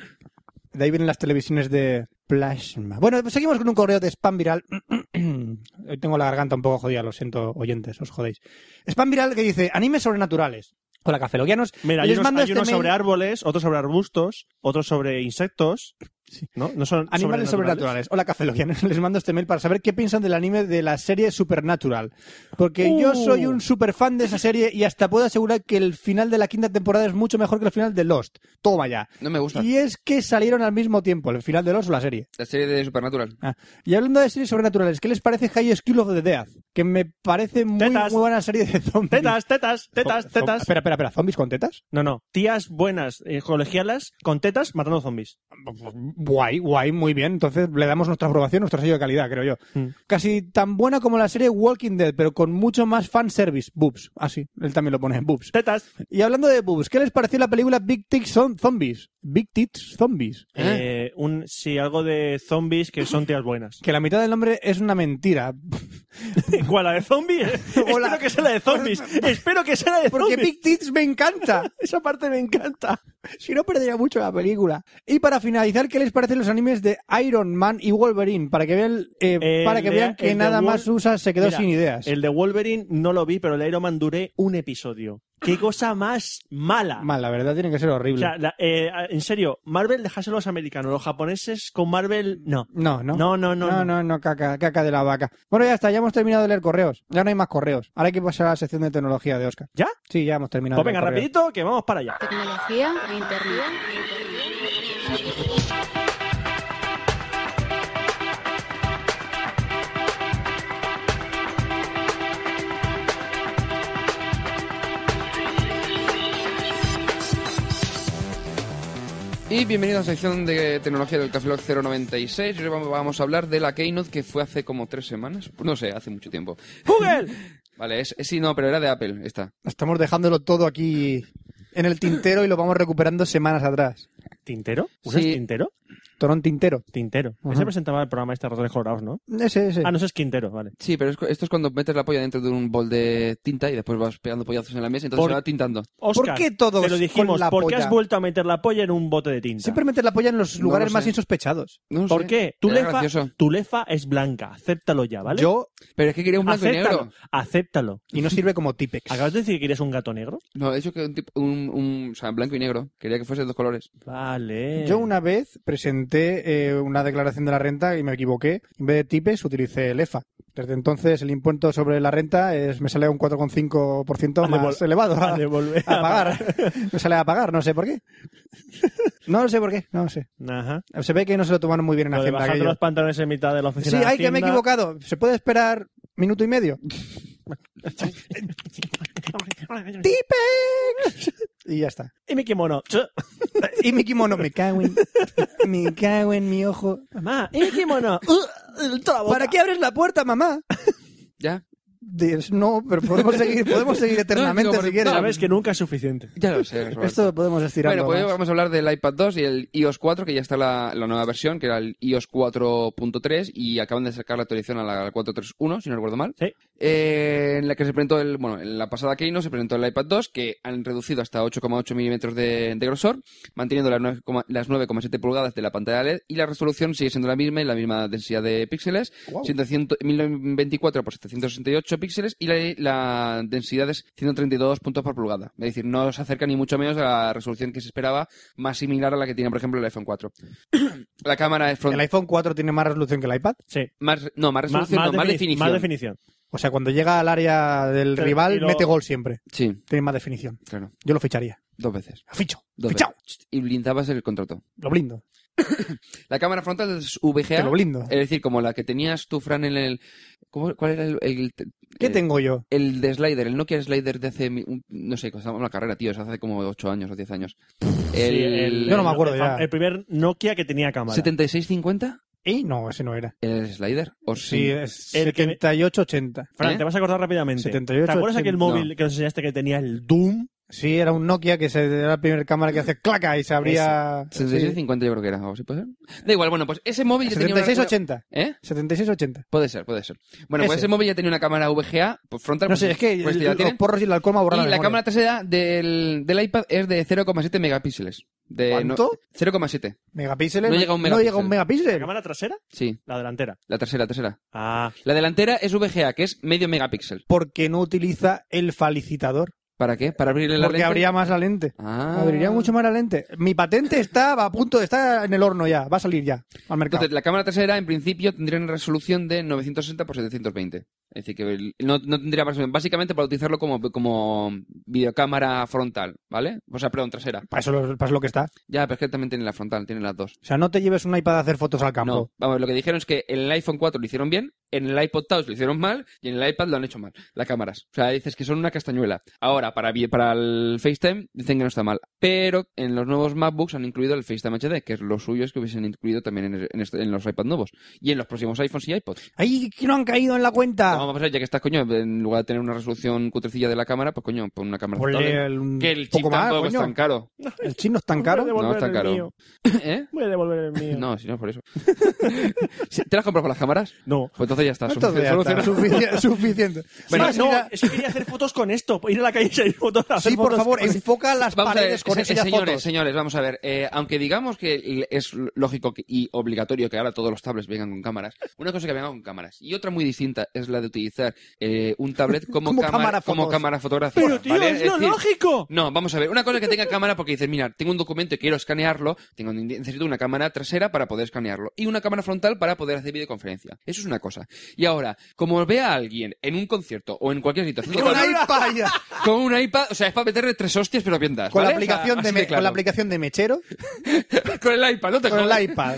De ahí vienen las televisiones de plasma. Bueno, pues seguimos con un correo de spam viral. Hoy tengo la garganta un poco jodida, lo siento, oyentes, os jodéis. Spam viral que dice, animes sobrenaturales. Hola, cafeloguianos.
Mira, hay
Les
unos,
mando
hay
este
unos
mail-
sobre árboles, otros sobre arbustos, otros sobre insectos. ¿No? No son
Animales sobrenaturales. Hola, cafeloguianos. Les mando este mail para saber qué piensan del anime de la serie Supernatural. Porque yo
Uh.
soy un super fan de esa serie y hasta puedo asegurar que el final de la quinta temporada es mucho mejor que el final de Lost. Toma ya.
No me gusta.
Y es que salieron al mismo tiempo, el final de Lost o la serie.
La serie de Supernatural.
Ah, Y hablando de series sobrenaturales, ¿qué les parece High School of the Dead? Que me parece muy, muy
Tetas.
buena serie de zombies.
Tetas, tetas, tetas,
Zo-
tetas.
Espera, espera, espera. ¿Zombies con tetas?
No, no. Tías buenas, eh, colegialas, con tetas, matando zombies.
Guay, guay, muy bien. Entonces le damos nuestra aprobación, nuestro sello de calidad, creo yo.
Mm.
Casi tan buena como la serie Walking Dead, pero con mucho más fanservice. Boobs. Así, él también lo pone, boobs.
Tetas.
Y hablando de boobs, ¿qué les pareció la película Big Tits Zom- Zombies? Big Tits Zombies.
Eh, un, sí, algo de zombies que son tías buenas.
Que la mitad del nombre es una mentira.
¿Cuál? ¿La de zombies?
Hola.
Espero que sea la de zombies. Espero que sea la de
Porque
zombies.
Big Tits me encanta.
Esa parte me encanta.
Si no, perdería mucho la película. Y para finalizar, ¿qué les parecen los animes de Iron Man y Wolverine? Para que vean, eh,
El
para que
de-
vean que
el de
nada
Wol-
más USA se quedó
Mira,
sin ideas.
El de Wolverine no lo vi, pero el de Iron Man duré un episodio. Qué cosa más mala.
Mal, la verdad, tiene que ser
O
horrible.
sea, la- eh, en serio, Marvel dejáselo a los americanos. Los japoneses con Marvel, no.
no, no.
No, no, no,
No,
no.
no, no, caca, caca de la vaca. Bueno, ya está, ya hemos terminado de leer correos. Ya no hay más correos. Ahora hay que pasar a la sección de tecnología de Oscar.
¿Ya?
Sí, ya hemos terminado.
Pues
de
venga,
leer correos.
rapidito, que vamos para allá.
Tecnología e internet.
Y bienvenidos a la sección de tecnología del Café Lock 096. Hoy vamos- vamos a hablar de la Keynote que fue hace como tres semanas. No sé, hace mucho tiempo.
¡Google!
Vale, es, es- sí, no, pero era de Apple, esta.
Estamos dejándolo todo aquí en el tintero y lo vamos recuperando semanas atrás.
¿Tintero? ¿Usas
Sí.
tintero?
Torón Tintero.
Tintero.
Ajá.
Ese presentaba el programa este de Ratones Colorados, ¿no?
Ese, ese.
Ah, no, eso es Quintero, vale.
Sí, pero es cu- esto es cuando metes la polla dentro de un bol de tinta y después vas pegando pollazos en la mesa y entonces
Por-
se va tintando.
Oscar,
qué todos
Te lo
con
dijimos,
la
¿por qué
polla?
has vuelto a meter la polla en un bote de tinta?
Siempre metes la polla en los
No
lugares
lo
más
sé.
insospechados.
No
¿Por
sé.
qué? Tu
Era
lefa,
gracioso.
tu lefa es blanca, acéptalo ya, ¿vale?
Yo,
Pero es que quería un blanco y
acéptalo,
negro.
acéptalo.
y no sirve como Tipex.
¿Acabas de decir que quieres un gato negro?
No, he dicho que un, tipo- un, un- o sea, blanco y negro. Quería que fuese de dos colores.
Vale.
Yo una vez presenté eh, una declaración de la renta y me equivoqué. En vez de TIPEX utilicé el EFA. Desde entonces el impuesto sobre la renta es, me sale a un 4,5%
A
más
devol-
elevado a,
A devolver
a
Ah,
pagar. me sale a pagar, no sé por qué. No lo sé por qué, no lo sé.
Ajá.
Se ve que no se lo tomaron muy bien en
Lo de
Hacienda.
bajando
aquello.
los pantalones en mitad de la oficina de
Sí, ay, que me he
Hacienda.
equivocado. ¿Se puede esperar minuto y medio? ¡Tipex! y ya está.
Y mi kimono. Ch.
Y Mickey Mono, me cago en... Me cago en mi ojo.
Mamá, y mi kimono.
Uh. ¿Para qué abres la puerta, mamá?
¿Ya?
Dices, no, pero podemos seguir, podemos seguir eternamente
No, digo,
si
por-
quieres.
Sabes que nunca es suficiente.
Ya lo sé, Roberto.
Esto lo podemos estirar.
Bueno, pues vamos a hablar del iPad 2 y el iOS 4, que ya está la, la nueva versión, que era el iOS 4.3, y acaban de sacar la actualización a la 4.3.1, si no recuerdo mal.
Sí.
Eh, en la que se presentó el, bueno, en la pasada Keynote se presentó el iPad 2, que han reducido hasta 8,8 milímetros de, de grosor, manteniendo las 9, coma- las 9,7 pulgadas de la pantalla LED, y la resolución sigue siendo la misma y la misma densidad de píxeles, 700 1024 por 768 píxeles, y la, la densidad es 132 puntos por pulgada. Es decir, no se acerca ni mucho menos a la resolución que se esperaba, más similar a la que tiene, por ejemplo, el iPhone 4. la cámara es front...
El iPhone 4 tiene más resolución que el iPad.
Sí.
Más, no, más
Más,
resolución, no, más
defini-
definición.
más definición.
O sea, cuando llega al área del
Pero-
rival,
y lo-
mete gol siempre.
Sí,
Tiene más definición.
claro,
Yo lo ficharía.
dos veces.
Lo ficho.
Dos
Fichao.
veces. Y blindabas el contrato.
Lo blindo.
La cámara frontal es
Te
VGA.
lo blindo.
Es decir, como la que tenías tú, Fran, en el. ¿cómo- ¿Cuál era el. el-
¿Qué
el-
tengo yo?
El de Slider, el Nokia Slider de hace. mi- un- No sé, cuando estábamos en la carrera, tío, eso hace como 8 años o 10 años. El,
Sí, el-
Yo no me acuerdo
el-
ya.
El primer Nokia que tenía cámara.
7650?
Y no, ese no era.
¿El Slider? ¿O sí?
Sí, eh, es
El que-
7880.
Fran,
¿Eh?
te vas a acordar rápidamente.
78,
¿Te acuerdas
80?
aquel móvil que nos enseñaste que tenía el Doom?
Sí, era un Nokia que se, era la primera cámara que hace claca y se abría... Sí.
7650 yo creo que era, o sí puede ser. Da igual, bueno, pues ese móvil ya tenía. una-
7680.
¿Eh?
7680.
Puede ser, puede ser. Bueno, pues
Ese.
ese móvil ya tenía una cámara VGA pues, frontal.
No
pues,
sé, es que
pues, ya
los
tiene.
porros y el alcohol me borran
Y la
memoria.
cámara trasera del, del iPad es de 0,7 megapíxeles. De
¿Cuánto?
no- 0,7.
¿Megapíxeles?
No llega a un
No llega a un
¿La
megapíxel.
cámara trasera?
Sí,
La delantera.
la trasera, trasera.
Ah,
La delantera es VGA, que es medio megapíxel.
Porque no utiliza el felicitador.
¿Para qué? ¿Para abrirle la
Porque
lente?
abría más la lente.
Ah.
Abriría mucho más la lente. Mi patente está a punto, está en el horno ya. Va a salir ya al mercado.
Entonces, la cámara trasera, en principio, tendría una resolución de 960 x 720. Es decir, que el- no, no tendría más Básicamente para utilizarlo como, como videocámara frontal, ¿vale? O sea, perdón, trasera.
para, eso, lo- para eso lo que está.
Ya, pero es que también tiene la frontal, tiene las dos.
O sea, no te lleves un iPad a hacer fotos al campo.
No, vamos, lo que dijeron es que en el iPhone 4 lo hicieron bien, en el iPod Touch lo hicieron mal y en el iPad lo han hecho mal, las cámaras. O sea, dices que son una castañuela. Ahora, ahora para, vi- para el FaceTime dicen que no está mal. Pero en los nuevos MacBooks han incluido el FaceTime HD, que es lo suyo es que hubiesen incluido también en, en este- en los iPad nuevos. Y en los próximos iPhones y iPods.
¡Ay, que no han caído en la cuenta!
Vamos a ver, ya que estás, coño, en lugar de tener una resolución cutrecilla de la cámara, pues coño, pon una cámara
Ponle
estable.
el- un
Que el chip
poco más,
tampoco es
coño.
tan caro.
El chip no es tan
Voy a
caro.
No,
devolver
está
el
caro.
mío.
¿Eh?
Voy a devolver el mío.
No, si no es por eso. Si ¿Te las compras para las cámaras?
No.
Pues entonces ya está.
Entonces ya
soluciona-
está, sufici- suficiente.
Bueno,
Más,
no,
mira-
es que quería hacer fotos con esto. Ir a la calle y salir fotos. hacer
sí, por
fotos
favor,
con-
enfoca las
Vamos a ver,
paredes con
se-
eso ya
señores,
fotos.
señores, vamos a ver. eh, aunque digamos que es lógico que- y obligatorio que ahora todos los tablets vengan con cámaras, una cosa es que vengan con cámaras y otra muy distinta es la de utilizar eh, un tablet como,
Como cámara
cámara, como
fotos.
cámara fotográfica.
Pero tío,
¿vale?
es lo
decir,
lógico.
No, vamos a ver. Una cosa es que tenga cámara porque dices, mira, tengo un documento y quiero escanearlo. Tengo, necesito una cámara trasera para poder escanearlo. Y una cámara frontal para poder hacer videoconferencia. Eso es una cosa. Y ahora, como vea a alguien en un concierto o en cualquier situación
Con iPad ya.
con un iPad, o sea, es para meterle tres hostias, pero bien das,
Con, la
¿vale?
aplicación
O sea,
de
así de
me-
claro.
con la aplicación de mechero,
Con el iPad, no te
con el
jodas.
iPad,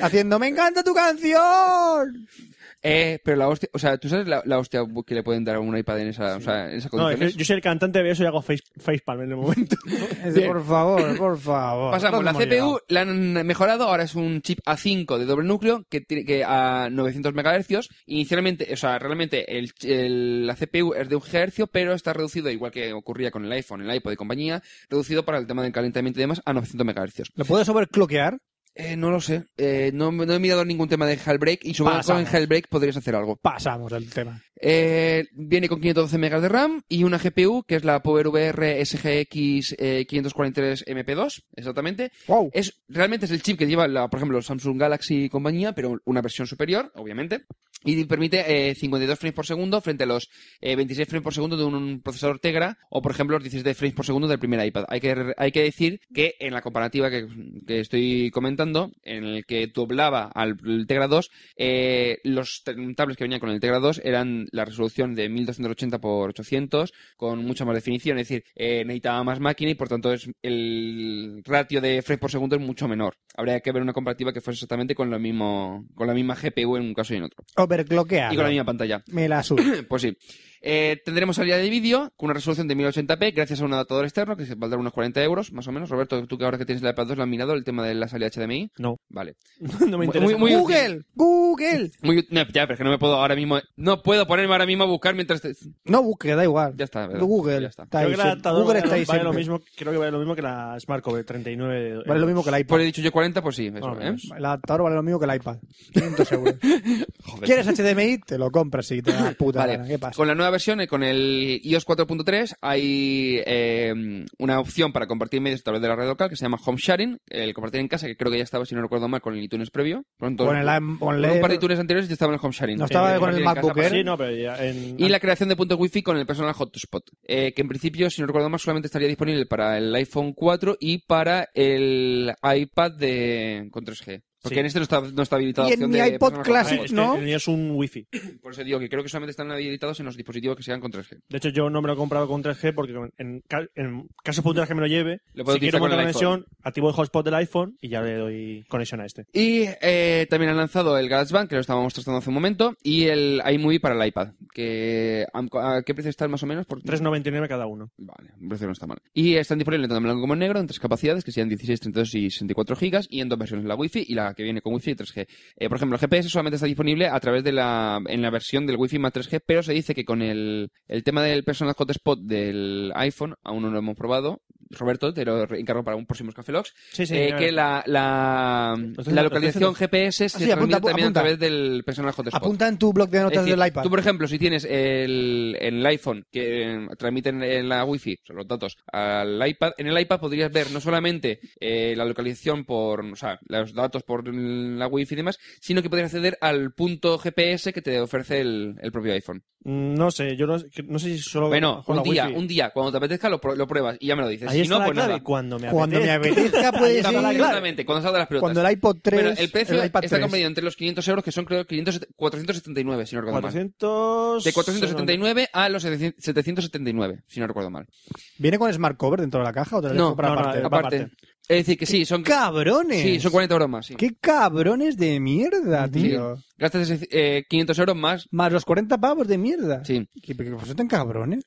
haciendo ¡Me encanta tu canción!
Eh, pero la hostia, o sea, ¿tú sabes la, la hostia que le pueden dar a un iPad en esa, o sea, en esas
No, es que
condiciones?
yo soy el cantante, veo eso y hago face, facepalm en el momento.
Es de, por favor, por favor.
Pasamos,
¿Dónde
la
hemos
CPU
llegado?
la han mejorado, ahora es un chip A5 de doble núcleo que tiene que a 900 MHz. Inicialmente, o sea, realmente el, ch- el- la CPU es de un GHz, pero está reducido, igual que ocurría con el iPhone, el iPod y compañía, reducido para el tema del calentamiento y demás a 900 MHz.
¿Lo puedo sobrecloquear?
Eh, no lo sé, eh, no, no he mirado ningún tema de Jailbreak y supongo que con
Pasamos.
Jailbreak podrías hacer algo.
Pasamos del tema.
Eh, viene con 512 MB de RAM y una GPU que es la PowerVR SGX eh, 543 MP2, exactamente.
¡Wow!
Es, realmente es el chip que lleva, la, por ejemplo, Samsung Galaxy y compañía, pero una versión superior, obviamente. Y permite eh, 52 frames por segundo frente a los eh, 26 frames por segundo de un, procesador Tegra o, por ejemplo, los 17 frames por segundo del primer iPad. Hay que, hay que decir que en la comparativa que, que estoy comentando, en el que doblaba al el Tegra 2, eh, los te- tablets que venían con el Tegra 2 eran la resolución de 1280 x 800 con mucha más definición, es decir, eh, necesitaba más máquina y por tanto es el ratio de frames por segundo es mucho menor. Habría que ver una comparativa que fuese exactamente con lo mismo, con la misma GPU en un caso y en otro,
Overcloquear.
y con la misma pantalla.
Me la subo.
Pues sí. Eh, tendremos salida de vídeo con una resolución de 1080p gracias a un adaptador externo que se valdrá unos 40 euros, más o menos. Roberto, tú que ahora que tienes la iPad 2, ¿lo has mirado el tema de la salida HDMI?
No.
Vale.
No me interesa.
Muy- muy-
Google, Google.
Muy, ut- no, ya, pero es que no me puedo ahora mismo... No puedo ponerme ahora mismo a buscar mientras... te-
No busque, da igual.
Ya está, ¿verdad?
Google.
Ya está.
Creo
ahí
que la
siempre.
adaptador
Google
vale-
está ahí
vale lo
siempre.
mismo, creo que vale lo mismo que la Smart Cover 39.
Vale lo mismo que el iPad.
Pues he dicho yo 40, pues sí. eso,
Ah,
¿eh?
pues.
El adaptador vale lo mismo que el iPad. 500 euros.
Joder.
¿Quieres HDMI? Te lo compras y te da la puta
Vale.
gana. ¿Qué pasa?
Con la nueva versión, eh, con el iOS 4.3, hay eh, una opción para compartir medios a través de la red local que se llama Home Sharing, el compartir en casa, que creo que ya estaba, si no recuerdo mal, con el iTunes previo. Pronto,
Con el-
con
con
un
el-
par de iTunes anteriores ya estaba en el Home Sharing.
No estaba
Eh,
con el
compartir en casa
MacBook
para-
Air.
Ah, Sí, no, pero ya. En,
Y la creación de puntos wifi con el personal hotspot, eh, que en principio, si no recuerdo mal, solamente estaría disponible para el iPhone 4 y para el iPad de con 3G. Porque
Sí.
en este no está, no está habilitado.
Y en
opción
mi
de
iPod
personal hotspot.
Ah,
Classic,
es que
¿no?
el mío es un wifi.
Por eso digo que creo que solamente están habilitados en los dispositivos que sean con 3G.
De hecho, yo no me lo he comprado con 3G porque en, ca- en caso puntual que me lo lleve,
Lo puedo
si quiero
utilizar con
montar
el
conexión, activo el hotspot del iPhone y ya le doy conexión a este.
Y eh, también han lanzado el GarageBand, que lo estábamos tratando hace un momento, y el iMovie para el iPad, que ¿a a qué precio están más o menos? Por
3.99 cada uno.
Vale, un precio no está mal. Y están disponibles tanto en blanco como en negro, en tres capacidades, que sean 16, 32 y 64 gigas, y en dos versiones, la Wi-Fi y la que viene con Wi-Fi y 3G. Eh, por ejemplo, el GPS solamente está disponible a través de la, en la versión del Wi-Fi más 3G, pero se dice que con el, el tema del personal hotspot del iPhone, aún no lo hemos probado, Roberto, te lo re- encargo para un próximo Café Logs,
Sí, sí.
eh,
claro.
que la, la,
estoy-
la
lo estoy
localización
haciendo.
GPS se
Ah, sí, apunta,
transmite
apu-
también
apunta.
a través del personal hotspot.
Apunta en tu blog de
Es
notas
decir,
del iPad.
Tú, por ejemplo, si tienes el, en el iPhone que eh, transmiten en la Wi-Fi o sea, los datos al iPad, en el iPad podrías ver no solamente eh, la localización por, o sea, los datos por la Wi-Fi y demás, sino que podrías acceder al punto GPS que te ofrece el, el propio iPhone.
Mm, No sé, yo no, que- no sé si solo.
Bueno,
con la
un día,
wifi.
un día, cuando te apetezca lo, pro- lo pruebas y ya me lo dices.
Ahí
si
está
no,
la
pues
clave.
nada.
Cuando me
Cuando me
apetezca.
apetezca, puedes
Ahí está la
ir.
clave.
Exactamente, cuando salga de las pelotas.
Cuando el iPod 3,
bueno, el precio
el iPad
está
3.
comprendido entre los 500 euros, que son creo 500, 479, si no recuerdo mal.
400...
De 479 a los 700 779, si no recuerdo mal.
¿Viene con Smart Cover dentro de la caja o te lo
No,
dejo para
no, no,
aparte?
eh,
Aparte,
aparte.
Es decir, que sí, son,
¡Cabrones!
sí, son 40 euros más. sí.
¡Qué cabrones de mierda,
Sí.
tío!
Gastas ese- eh, 500 euros más.
Más los 40 pavos de mierda.
Sí. Eh,
¿Qué, qué- por eso tan cabrones?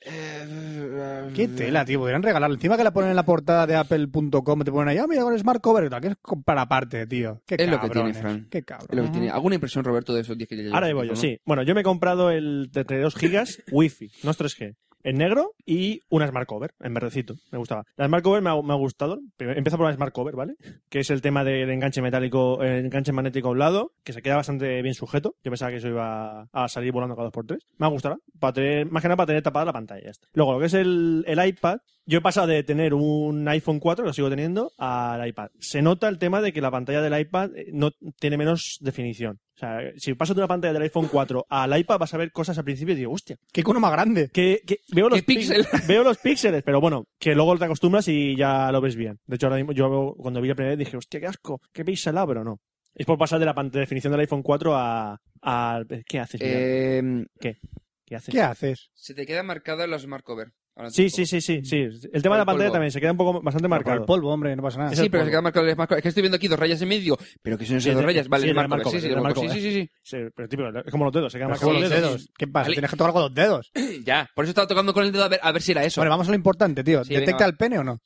Qué tela, tío. Podrían regalar. Encima que la ponen en la portada de Apple.com, te ponen ahí, ah, mira, con Smart Cover y tal, que es co- para aparte, tío. Qué
Es lo que tiene,
cabrones,
Fran.
Qué
Lo
cabrón.
que tiene. ¿Alguna impresión, Roberto, de esos 10 que ya llevas
Ahora ahí voy yo,
¿no?
sí. Bueno, yo me he comprado el de 32 gigas wifi, no es 3G, en negro y una Smart Cover, en verdecito. Me gustaba. La Smart Cover me ha, me ha gustado. Primero, Empieza por la Smart Cover, ¿vale? Que es el tema del enganche metálico, el enganche magnético a un lado, que se queda bastante bien sujeto. Yo pensaba que eso iba a salir volando cada 2x3. Me ha gustado. Para tener, más que nada para tener tapada la pantalla. ya está. Luego, lo que es el, el iPad, yo he pasado de tener un iPhone 4, que lo sigo teniendo, al iPad. Se nota el tema de que la pantalla del iPad eh, no tiene menos definición. O sea, si pasas de una pantalla del iPhone 4 al iPad, vas a ver cosas al principio y digo, hostia,
Qué cono más grande.
que, que- veo,
¿Qué
los pix-
píxel?
veo los píxeles, pero bueno, que luego te acostumbras y ya lo ves bien. De hecho, ahora mismo, yo cuando vi la primera vez dije, hostia, qué asco, qué pixelado, pero no. Es por pasar de la pan- de definición del iPhone 4 a... al- ¿Qué haces? Miguel?
Eh,
¿Qué haces?
¿Qué haces?
se te queda marcada la Smart Cover. Ahora
Sí,
te-
sí, sí, sí, sí. El tema de la
Por
pantalla
el polvo.
también se queda un poco bastante
Por
marcado.
el polvo, hombre, no pasa nada.
Es
Sí,
el
pero se
polvo.
queda marcado la Smart Cover. Es que estoy viendo aquí dos rayas y medio. digo, Pero que son
Sí,
esas dos
de-
rayas. Vale,
sí,
el
de
Smart Cover. Sí, sí,
de
del
Smart
Smart Cover. Sí,
Cover.
sí, sí.
Sí, pero típico, es como los dedos, se queda
Pero
marcado
con
los
los
dedos.
dedos. ¿Qué pasa?
Vale.
Tienes que tocar con los dedos.
sí. Ya. Por eso estaba tocando con el dedo a ver, a ver si era eso.
Vale, vamos a lo importante, tío.
Sí, venga,
¿Detecta
va.
el pene o no?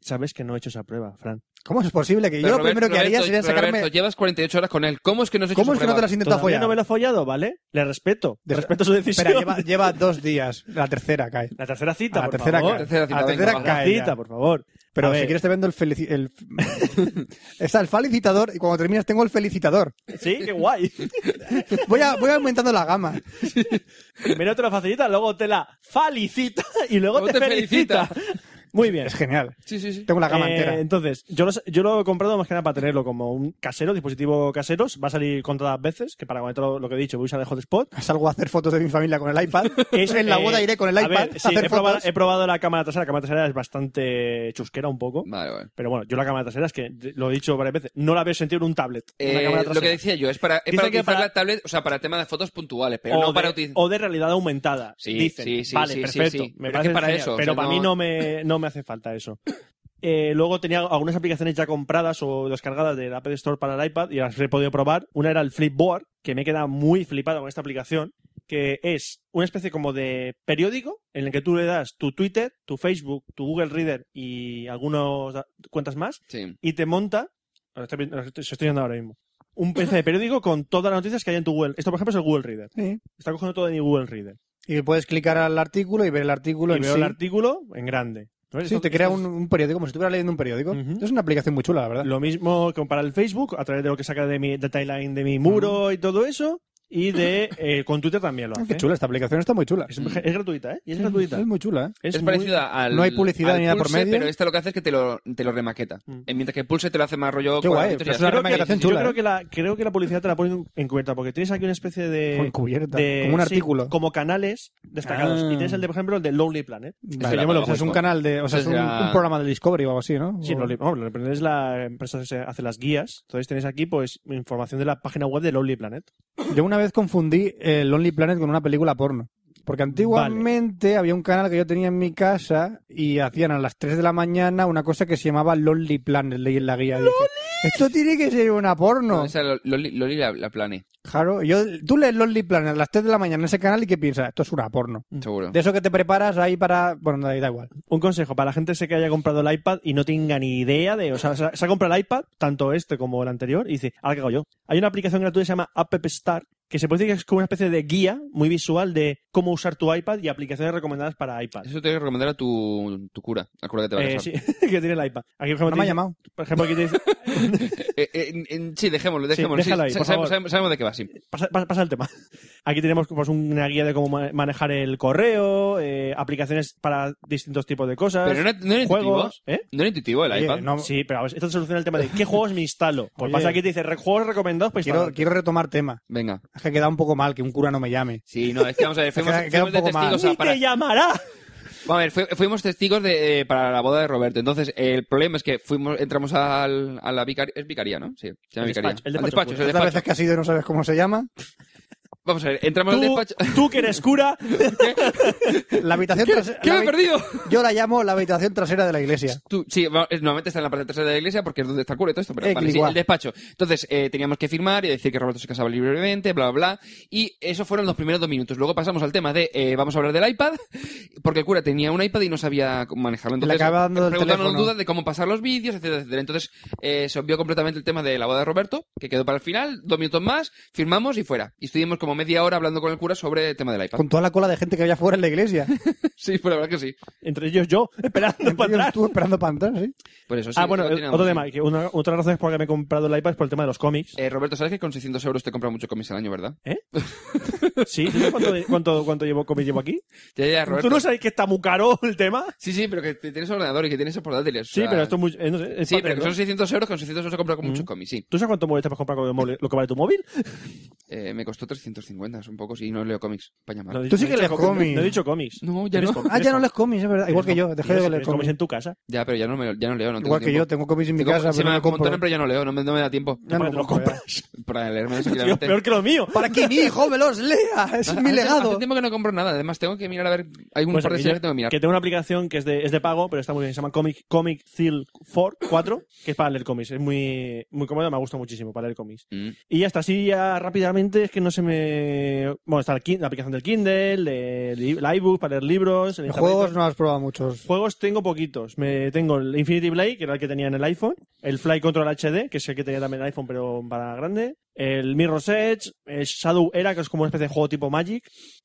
Sabes que no he hecho esa prueba, Fran.
¿Cómo es posible que
Pero
yo lo
Robert-
primero que haría
Roberto,
sería
pero
sacarme...
Roberto, llevas 48 horas con él. ¿Cómo es que no has hecho esa
¿Cómo es que no te
prueba?
las has intentado
Todavía
follar?
no me lo he follado, ¿vale? Le respeto.
De-
Respeto su decisión.
Espera, lleva, lleva dos días. La tercera cae.
La tercera cita,
A la
por
tercera
favor.
cae.
La tercera cita,
A la
venga,
tercera
va.
La
cae ya.
cita, por favor. A
Pero si
ver,
quieres te vendo el felici... El... Está el felicitador y cuando terminas tengo el felicitador.
Sí, qué guay.
Voy, a- voy aumentando la gama.
Primero te lo facilita, luego te la felicita y luego,
Luego
te,
te
felicita. Muy bien.
Es genial.
Sí, sí, sí.
Tengo la gama
Eh,
entera.
entonces, yo, los- yo lo he comprado más que nada para tenerlo como un casero, dispositivo casero. Va a salir contadas veces, que para conectarlo lo que he dicho, voy a usar el hotspot.
Salgo a hacer fotos de mi familia con el iPad.
Es,
en la
eh,
boda iré con el
a
iPad a,
ver, sí,
hacer
he, probado,
fotos.
he probado la cámara trasera. La cámara trasera es bastante chusquera un poco.
Vale, vale.
Pero bueno, yo la cámara trasera es que, de- lo he dicho varias veces, no la veo sentir en un tablet. una
Eh,
cámara
lo que
trasera.
decía yo, es para, es
Dicen
para
que
utilizar
para-
la tablet, o sea, para tema de fotos puntuales, pero
o,
no
de,
para utilizar.
o de realidad aumentada.
Sí,
dicen.
sí, sí,
vale,
sí, sí,
perfecto.
sí.
Me
Pero es
parece
que para
genial,
eso,
Pero
o sea,
para
no-
mí no me, no me hace falta eso. Eh, luego tenía algunas aplicaciones ya compradas o descargadas del App Store para el iPad y las he podido probar. Una era el Flipboard, que me queda muy flipado con esta aplicación, que es una especie como de periódico en el que tú le das tu Twitter, tu Facebook, tu Google Reader y algunas cuentas más
Sí.
y te monta, lo estoy, viendo- lo estoy- se estoy viendo ahora mismo, un PC de periódico con todas las noticias que hay en tu Google. Esto, por ejemplo, es el Google Reader.
Sí.
Está cogiendo todo de mi Google Reader.
Y puedes clicar al artículo y ver el artículo
Y
en
veo
sí.
el artículo en grande. ¿No ves?
Sí,
Esto-
te crea
esto
un,
es
un periódico, como si estuvieras leyendo un periódico.
Ujú.
Es una aplicación muy chula, la verdad.
Lo mismo que para el Facebook, a través de lo que saca de mi de timeline de mi muro y todo eso. Y de eh, con Twitter también lo
Ah,
hace.
Qué chula, esta aplicación está muy chula.
Es, es gratuita, ¿eh? Y es
Es-
gratuita.
Es muy chula, ¿eh?
Es,
muy-
parecida al.
no hay publicidad
al
ni nada por
Pulse,
medio.
Pero esta lo que hace es que te lo, te lo remaqueta.
Mm.
Eh, Mientras que Pulse te lo hace más rollo.
Qué guay,
cuadraditos y
pero es
así.
una
Creo que-
remaquetación
yo
chula,
creo
¿eh?
que la creo que la publicidad te la ponen en cuenta porque tienes aquí una especie
Con
de
cubierta,
Eh, de-
como un
sí,
artículo.
como canales destacados
Ah.
y tienes el de por ejemplo el de Lonely Planet
Vale,
será
yo me
para
lo- o sea, es
abajo.
un canal de. O sea, es
Eso
un,
será-
un programa de Discovery o algo así, ¿no?
Sí,
O-
Lonely, vamos, Lonely Planet es la empresa que se hace las guías. Entonces tenéis aquí pues información de la página web de Lonely Planet.
Yo una vez confundí el Lonely Planet con una película porno. Porque antiguamente había un canal que yo tenía en mi casa y hacían a las 3 de la mañana una cosa que se llamaba Lonely Planet. Leí en la guía. y Dije, Esto tiene que ser una porno.
No,
Pues, eh,
esa lo- Loli, Loli la, la plane,
Claro, yo, tú lees Lonely Planet a las 3 de la mañana en ese canal y ¿qué piensas? Esto es una porno.
seguro.
De eso que te preparas ahí para... Bueno, da, da igual.
Un consejo para la gente sé que haya comprado el iPad y no tenga ni idea de, o sea, se ha- se ha comprado el iPad tanto este como el anterior y dice, "Ahora qué hago yo." Hay una aplicación gratuita que se llama App Star que se puede decir que es como una especie de guía muy visual de cómo usar tu iPad y aplicaciones recomendadas para iPad.
Eso te voy a recomendar a tu, tu cura, al cura que te va a
Eh, sí,
casar.
que tiene el iPad. Aquí, por ejemplo,
No
te
me ha
dice-
llamado.
Por ejemplo, aquí te dice,
Eh, eh, en- en- sí, dejémoslo, dejémoslo.
déjalo ahí,
sa-
por favor.
sabemos, sabemos- sabemos de qué va, sí.
pasa, pasa- pasa el tema. Aquí tenemos pues, una guía de cómo ma- manejar el correo, eh, aplicaciones para distintos tipos de cosas,
Pero no, era- no era intuitivo.
juegos, ¿eh?
No era intuitivo el
Oye,
iPad.
no,
Sí, pero a ver, esto te soluciona el tema de qué juegos me instalo. Pues
Oye.
pasa aquí y te dice re- juegos recomendados, pues
quiero, quiero retomar tema.
Venga.
Es que queda un poco mal que un cura no me llame.
Sí, no, es que vamos a ver, fuimos,
Queda- queda
fuimos
un
de
poco mal.
testigos. o sea,
¡Ni
para-
te llamará!
Vamos a ver, fue- fuimos testigos de, eh, para la boda de Roberto. Entonces, el problema es que fuimos, entramos al, a la vicaría, es vicaría, ¿no? Sí, se llama
El despacho, el
vicaría. Al
despacho,
despacho,
pues.
el
Las
despacho.
veces que has ido y no sabes cómo se llama.
Vamos a ver, entramos al
Tú,
Pues despacho.
tú que eres cura,
La habitación trasera.
¿Qué
la
me he
habi-
perdido?
Yo la llamo la habitación trasera de la iglesia.
Tú- sí, va- es- normalmente está en la parte trasera de la iglesia porque es donde está el cura y todo esto, pero
Eh,
vale, sí,
igual.
el despacho. Entonces, eh, teníamos que firmar y decir que Roberto se casaba libremente, bla, bla, bla. Y eso fueron los primeros dos minutos. Luego pasamos al tema de, eh, vamos a hablar del iPad, porque el cura tenía un iPad y no sabía cómo manejarlo. Entonces,
acaba dando el
preguntaron
teléfono.
dudas de cómo pasar los vídeos, etcétera, etcétera. Entonces, eh, se obvió completamente el tema de la boda de Roberto, que quedó para el final, dos minutos más, firmamos y fuera. Y estuvimos como media hora hablando con el cura sobre el tema del iPad.
Con toda la cola de gente que había fuera en la iglesia.
Sí, pues la verdad que sí.
entre ellos yo, esperando para
Yo
atrás.
estuve esperando para entrar, sí.
Por eso sí.
Ah, bueno,
no tiene
eh, otro
nada más.
tema. que una- otra razón es por la que me he comprado el iPad es por el tema de los cómics.
Eh, Roberto, ¿sabes que con 600 euros te compra mucho cómics al año, verdad?
¿Eh? Sí, ¿tú sabes cuánto, cuánto, cuánto llevo cómics llevo aquí?
Ya, ya, Roberto.
¿Tú no sabes que está muy caro el tema?
Sí, sí, pero que te- tienes ordenador y que tienes portátiles. o
Sí,
sea,
pero esto es muy. eh, no Mm. sé, es
Sí,
parte
pero que
de-
son 600 euros, con 600 euros he comprado con muchos cómics, sí.
¿Tú sabes cuánto móvil te puedes comprar con el móvil- lo que vale tu móvil?
Eh, me costó 350, es un poco, sí, no leo cómics. Paña mal.
No he
Ah, Tú
dicho-
sí
no he
que lees
dicho cómics,
cómics.
No he dicho cómics.
No, ya
Tienes
no.
cómics,
Ah, ya
tienes
no
cómics.
les comis, es verdad. Igual que yo, dejé de
Tienes-
leer
tienes cómics
comis.
en tu casa.
Ya, pero ya no, me, ya no leo, no
Igual que yo, tengo comis en mi casa,
Se
pero
me
no me compro.
amontonan, pero ya no leo, no me, no me da tiempo
Para
Ya no
que te ¿eh? lo
lo compro, ya.
compras.
para leerme
Tío,
tranquilamente.
peor que lo mío.
Para que mi hijo me los lea. Es mi
Hace- Hace
legado.
tiempo que no compro nada, además tengo que mirar a ver, hay un
Pues
par de
aquí
series
yo-
que tengo que mirar.
que tengo una aplicación que es de, es de pago, pero está muy bien. Se llama Comic, Comic Thill 4, 4, que es para leer cómics. Es muy, muy cómodo, me gusta muchísimo para leer cómics.
Mm.
Y ya está, así ya rápidamente es que no se me... Bueno, está el Kin- la aplicación del Kindle, el i- la iBook para leer libros, el internet.
Juegos no has probado muchos.
Juegos tengo poquitos. Me, tengo el Infinity Blade, que era el que tenía en el iPhone, el Fly Control HD, que es el que tenía también en el iPhone, pero para grande, el Mirror's Edge, el Shadow Era, que es como una especie de juego tipo Magic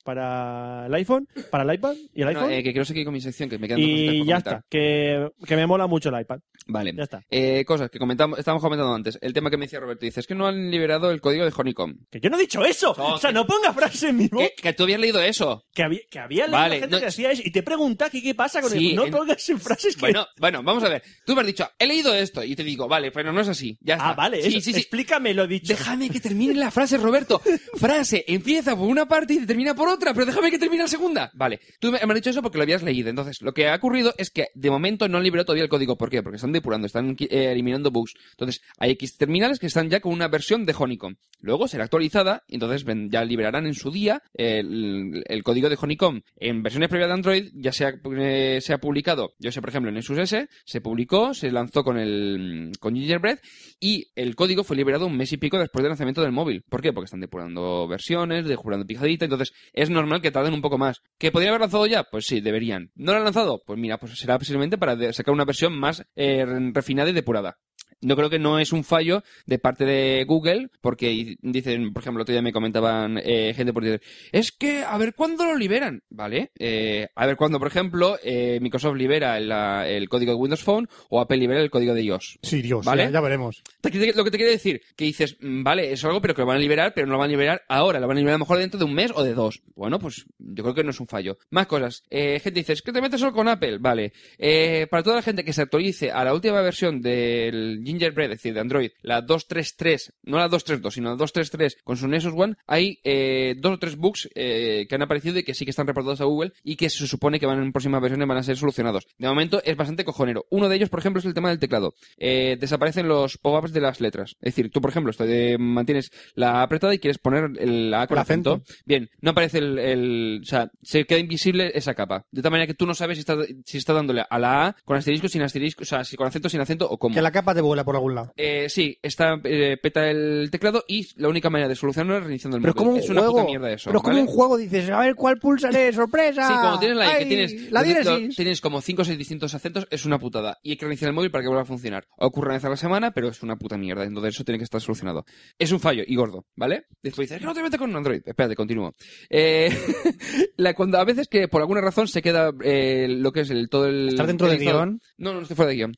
para el iPhone, para el iPad y el
Bueno,
iPhone.
eh, que quiero seguir con mi sección, que me quedan dos cositas
y
por
ya
comentar.
está, que, que me mola mucho el iPad.
Vale.
Ya está.
Eh, cosas que comentamos, estábamos comentando antes. El tema que me decía Roberto, dices que no han liberado el código de Honeycomb.
Que yo no he dicho eso.
No,
o sea, no pongas frase en mi boca.
¿Qué? Que tú habías leído eso.
Que había, que había leído
Vale,
gente
no-
que hacía eso y te pregunta que qué pasa con
Sí,
el... No
en-
pongas en frases que...
Bueno, bueno, vamos a ver. Tú me has dicho, he leído esto. Y te digo, vale, pero no es así. Ya está.
ah, vale,
Sí,
eso.
sí, sí.
explícame lo dicho.
Déjame que termine la frase, Roberto. Frase empieza por una parte y termina por otra, pero déjame que termine la segunda. Vale, tú me, me has dicho eso porque lo habías leído. Entonces, lo que ha ocurrido es que de momento no han liberado todavía el código. ¿Por qué? Porque están depurando, están qui- eh, eliminando bugs. Entonces, hay X terminales que están ya con una versión de Honeycomb. Luego será actualizada y entonces ven- ya liberarán en su día el, el código de Honeycomb. En versiones previas de Android ya se ha, eh, se ha publicado. Yo sé, por ejemplo, en SUSS se publicó, se lanzó con el con Gingerbread y el código fue liberado un mes y pico después del lanzamiento del móvil. ¿Por qué? Porque están depurando versiones, depurando pijadita, entonces es normal que tarden un poco más. ¿Que podrían haber lanzado ya? Pues sí, deberían. ¿No lo han lanzado? Pues mira, pues será posiblemente para de- sacar una versión más eh, refinada y depurada. Yo creo que no es un fallo de parte de Google, porque i- dicen, por ejemplo, el otro día me comentaban eh, gente por Twitter, es que a ver cuándo lo liberan, ¿vale? Eh, a ver cuándo, por ejemplo, eh, Microsoft libera el, ah, el código de Windows Phone o Apple libera el código de iOS.
Sí, Dios,
Vale.
ya, ya veremos.
Te- te- Lo que te quiero decir, que dices, mm, vale, es algo, pero que lo van a liberar, pero no lo van a liberar ahora, lo van a liberar a lo mejor dentro de un mes o de dos. Bueno, pues yo creo que no es un fallo. Más cosas. Eh, gente dice, es que te metes solo con Apple, vale. Eh, para toda la gente que se actualice a la última versión del Gingerbread, es decir, de Android, la 2.3.3, no la 2.3.2, sino la 2.3.3 con su Nexus One, hay eh, dos o tres bugs eh, que han aparecido y que sí que están reportados a Google y que se supone que van en próximas versiones van a ser solucionados. De momento es bastante cojonero. Uno de ellos, por ejemplo, es el tema del teclado. Eh, desaparecen los pop-ups de las letras. Es decir, tú, por ejemplo, esto de- mantienes la apretada y quieres poner el, la A con
El
acento.
acento.
Bien, no aparece el, el- O sea, se queda invisible esa capa. De tal manera que tú no sabes si está, si está dándole a la A con asterisco, sin asterisco, o sea, si con acento, sin acento o cómo.
Que la capa te vuela por algún lado.
Eh, sí, está eh, peta el teclado y la única manera de solucionarlo es reiniciando el
Pero es
móvil.
como un
es una
juego.
puta mierda eso.
pero es como
¿vale?
un juego, dices, a ver cuál pulsaré, sorpresa.
Sí, cuando tienes la I, que
Ay,
tienes, lo-
La
lo-
diéresis.
tienes como 5 o 6 distintos acentos, es una putada. Y hay que reiniciar el móvil para que vuelva a funcionar. Ocurre una vez a la semana, pero es una puta mierda. Entonces eso tiene que estar solucionado. Es un fallo y gordo, ¿vale? Después dices, "Es que no te metes con un Android. Espérate, continúo. Eh, la- cuando a veces que por alguna razón se queda eh, lo que es el todo el.
¿Estás dentro
el
de
listado-
guión?
No, no estoy fuera de guión.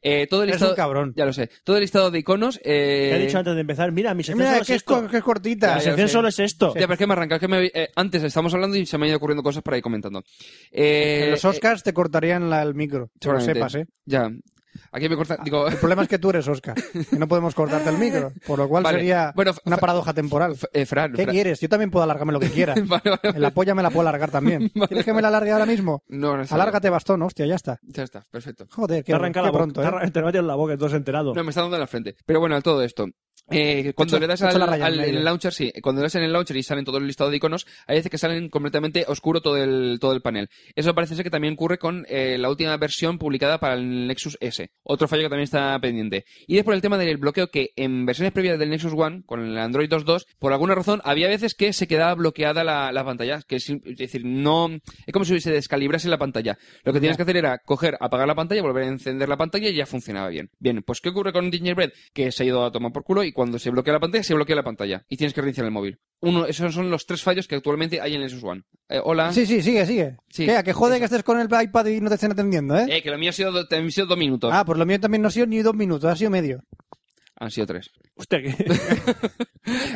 Eh, todo el
Eres
listado.
un cabrón.
Ya lo sé. Todo el listado de iconos. Eh,
Te he dicho antes de empezar, mira, mi sección
Mira,
solo es
que es,
esto.
co- que es cortita.
Mi
Ya, ya lo
sección
sé.
solo es esto.
Ya, pero es que me arranca, es que me- eh, antes estamos hablando y se me han ido ocurriendo cosas para ir comentando. Eh,
en los
eh,
Oscars te cortarían la- el micro. Que lo
seguramente.
sepas, ¿eh?
Ya. Aquí me corta. Digo,
El problema es que tú eres Oscar. Y no podemos cortarte el micro. Por lo cual
Vale.
sería
Bueno, f-
una
f-
paradoja temporal.
F- eh, Fran.
¿Qué
Fran.
quieres? Yo también puedo alargarme lo que quiera.
Vale, vale.
El apoya me la puedo alargar también. ¿Quieres que me la alargue ahora mismo?
No, no es necesario.
Alárgate bastón, hostia, ya está.
Ya está, perfecto.
Joder,
Te
qué,
arranca
qué
la boca.
pronto,
te
¿eh?
arran- Te lo metes en la boca, tú has enterado.
No, me está dando en la frente. Pero bueno, todo esto. Eh, cuando
Hecho-
le das
hecho
al,
la raya en
al-
medio.
el launcher, sí, cuando le das en el launcher y salen todo el listado de iconos, hay veces que salen completamente oscuro todo el, todo el panel. Eso parece ser que también ocurre con eh, la última versión publicada para el Nexus S. Otro fallo que también está pendiente. Y después el tema del bloqueo que en versiones previas del Nexus One, con el Android 2.2, por alguna razón había veces que se quedaba bloqueada la, la pantalla. Que es, es decir, no, es como si se descalibrase la pantalla. Lo que tienes que hacer era coger, apagar la pantalla, volver a encender la pantalla y ya funcionaba bien. Bien, pues ¿qué ocurre con Gingerbread? Que se ha ido a tomar por culo y cuando se bloquea la pantalla, se bloquea la pantalla. Y tienes que reiniciar el móvil. Uno, esos son los tres fallos que actualmente hay en el Nexus One. Eh, hola.
Sí, sí, sigue, sigue.
Sí,
¿Qué? ¿A que jode
eso.
que estés con el iPad y no te estén atendiendo, eh?
Eh, que lo mío ha sido, do- han sido dos minutos.
Ah, pues lo mío también no ha sido ni dos minutos, ha sido medio.
Han sido tres.
Hostia, que...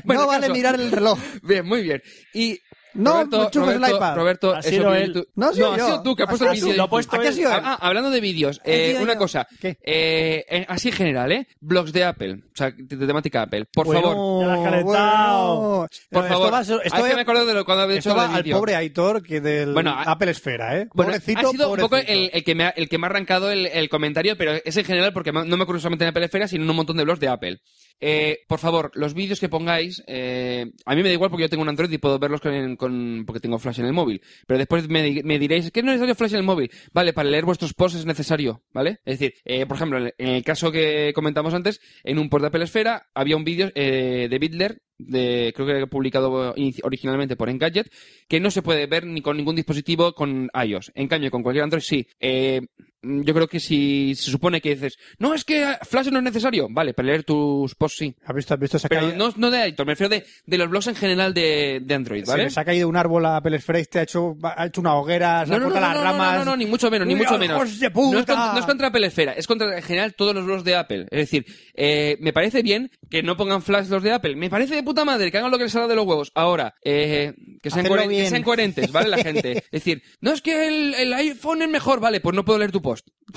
Bueno,
no vale
caso.
mirar el reloj.
Bien, muy bien. Y.
No
Roberto,
enchufes el
Roberto,
iPad.
Roberto,
Ha
eso
sido
viene
él.
tú-
No, ha sido
no,
yo.
ha sido tú que has
Ha
puesto el
sido
vídeo.
él.
de
Lo ha puesto
YouTube.
Aquí ha
él.
sido él.
Ah, ah, hablando de vídeos,
He
eh,
sido
una
yo.
cosa.
¿Qué?
Eh, en- así en general, ¿eh? Blogs de Apple, o sea, de, de temática Apple. Por
Bueno,
favor,
ya la has calentado.
bueno.
por
Esto
favor.
va a ser- esto
Hay que
es-
me acuerdo de lo cuando había
esto
hecho
va
el
al
vídeo.
pobre Aitor que del
Bueno, a-
Apple Esfera, ¿eh?
Bueno,
pobrecito,
ha sido un poco
pobrecito.
el, el que me ha, el que me ha arrancado el, el comentario, pero es en general porque ma- no me ocurre solamente en Apple Esfera, sino en un montón de blogs de Apple. Eh, por favor, los vídeos que pongáis, eh, a mí me da igual porque yo tengo un Android y puedo verlos con, con- porque tengo flash en el móvil. Pero después me, di- me diréis que no es necesario flash en el móvil. Vale, para leer vuestros posts es necesario, ¿vale? Es decir, eh, por ejemplo, en el- en el caso que comentamos antes, en un post de Apple Esfera había un vídeo eh, de Bitler, de, creo que publicado inici- originalmente por Engadget, que no se puede ver ni con ningún dispositivo con iOS. En cambio, con cualquier Android sí. Eh, yo creo que si se supone que dices, no, es que ah, Flash no es necesario. Vale, para leer tus posts sí.
¿Has visto, has visto? Se ha
Pero
caído-
no, no de Editor, me refiero de, de los blogs en general de, de Android,
Se
¿vale?
les ha caído un árbol a Apple Esfera y te ha hecho, ha hecho una hoguera, se
No,
ha
no, no, no,
cortado las
no, no,
ramas.
no, no, ni mucho menos, ni
¡Mira,
mucho menos.
hijos de
No es,
puta!
contra, no es contra Apple Esfera, es contra en general todos los blogs de Apple. Es decir, eh, me parece bien que no pongan flash los de Apple. Me parece de puta madre que hagan lo que les salga de los huevos. Ahora, eh, que, sean
Hacedlo
coheren- que
bien.
sean coherentes, ¿vale? La gente. Es decir, no es que el, el iPhone es mejor, vale, pues no puedo leer tu post.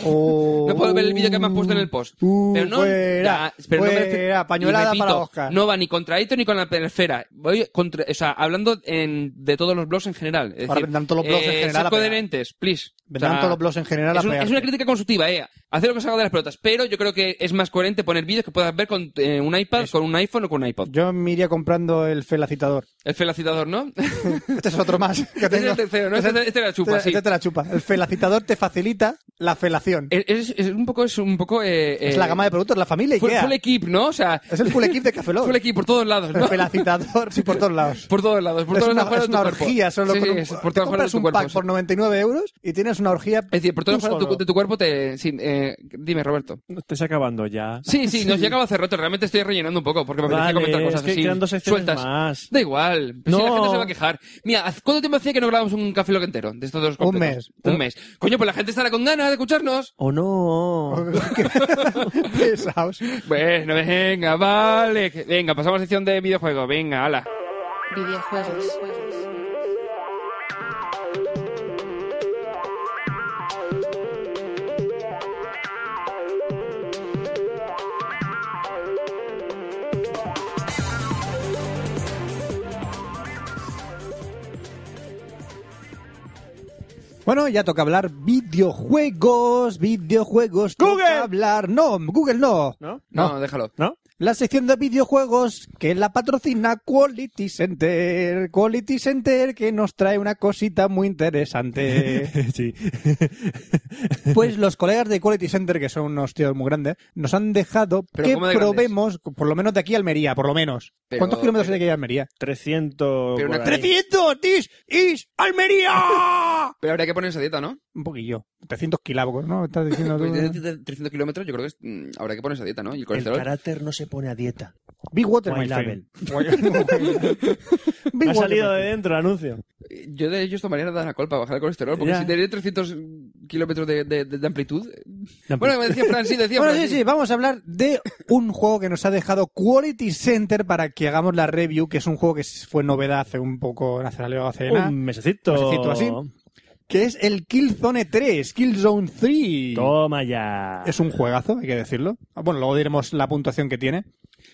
Oh.
No puedo ver el vídeo que me han puesto en el post.
Uh,
pero no,
fuera,
ya, pero no me
fuera,
refiero-
pañolada
y repito,
para Oscar.
No va ni contra Ito ni con la perifera. Voy contra, o sea, hablando en- de todos los blogs en general. Es
Ahora
decir,
vendrán todos los blogs en
eh,
general a
Ser
pegar.
coherentes, please. O
Vendrán
sea,
todos los blogs en general a
es, un-
pegar.
es una crítica constructiva, eh. Hacer lo que salga de las pelotas. Pero yo creo que es más coherente poner vídeos que puedas ver con eh, un iPad, con un iPhone o con un iPod.
Yo me iría comprando el felacitador.
El felacitador, ¿no?
Este es otro más.
Este
que
es el
tengo.
tercero, ¿no? Este- este la chupa, sí.
este-
Eh,
este te la chupa. El felacitador te facilita la felación.
es, es- es un poco, es un poco, eh,
es
eh,
la gama de productos, la familia
Full,
IKEA.
full equip, ¿no? O sea,
es el full equip de Café Lock.
full equip por todos lados,
El
¿no?
felacitador, sí, por todos lados.
Por todos lados, por
es
todos
una,
lados fuera
es
de
una
tu cuerpo.
orgía solo
Sí,
con
sí,
un-
es por
te
todas fuera de
compras
tu
un
cuerpo.
pack
sí.
por 99 euros y tienes una orgía
Es decir, por todas
tú
fuera de tu,
solo.
de tu cuerpo te... Sí, eh, dime, Roberto.
No te está acabando ya.
Sí, sí, nos llegaba hace rato. Realmente estoy rellenando un poco porque me apetecía
Vale,
comentar cosas
es que
así.
quedan dos secciones
sueltas.
más.
Da igual. pero Si la
No.
gente se va a quejar. Mira, ¿haz- ¿cuánto tiempo hacía que no grabamos un café Lock entero? De estos dos completos?
mes.
Un mes. Coño, pues la gente estará con ganas de escucharnos.
¿O no?
Pesaos.
Bueno, venga, vale. Venga, pasamos a la sección de videojuegos. Venga, ala.
Videojuegos.
Bueno, ya toca hablar videojuegos, videojuegos.
Google.
Toca hablar. No, Google no.
¿No?
No, déjalo.
¿No?
La sección de videojuegos que la patrocina Quality Center. Quality Center que nos trae una cosita muy interesante.
sí.
Pues los colegas de Quality Center, que son unos tíos muy grandes, nos han dejado
Pero
que
¿cómo de grandes?
probemos, por lo menos de aquí a Almería, por lo menos.
Pero- eh.
¿Cuántos kilómetros hay de aquí a Almería?
300...
Pero
por
una-
ahí.
300 tis is Almería.
Pero habría que ponerse a dieta, ¿no?
Un poquillo, 300 kilávagos, ¿no? Estás diciendo tú.
Pues,
¿no?
300 kilómetros, yo creo que es- mm, habrá que ponerse a dieta, ¿no? Y el
El
colesterol.
carácter no se pone a dieta.
Big Water, my
White
pues,
friend.
Label.
Big
Ha
Water,
salido
my
de
friend.
dentro el anuncio.
Yo de ellos tomaría la col para bajar el colesterol, porque
Ya.
si tenía 300 kilómetros de, de- de- de amplitud... eh,
amplitud.
Bueno, me decía Fran, sí, decía
Bueno,
Fran,
sí, sí, vamos a hablar de un juego que nos ha dejado Quality Center para que hagamos la review, que es un juego que fue novedad hace un poco, hace salió hace nada,
Un mesecito.
mesecito así. que es el Killzone 3, Killzone 3.
Toma ya.
Es un juegazo, hay que decirlo. Ah, Bueno, luego diremos la puntuación que tiene.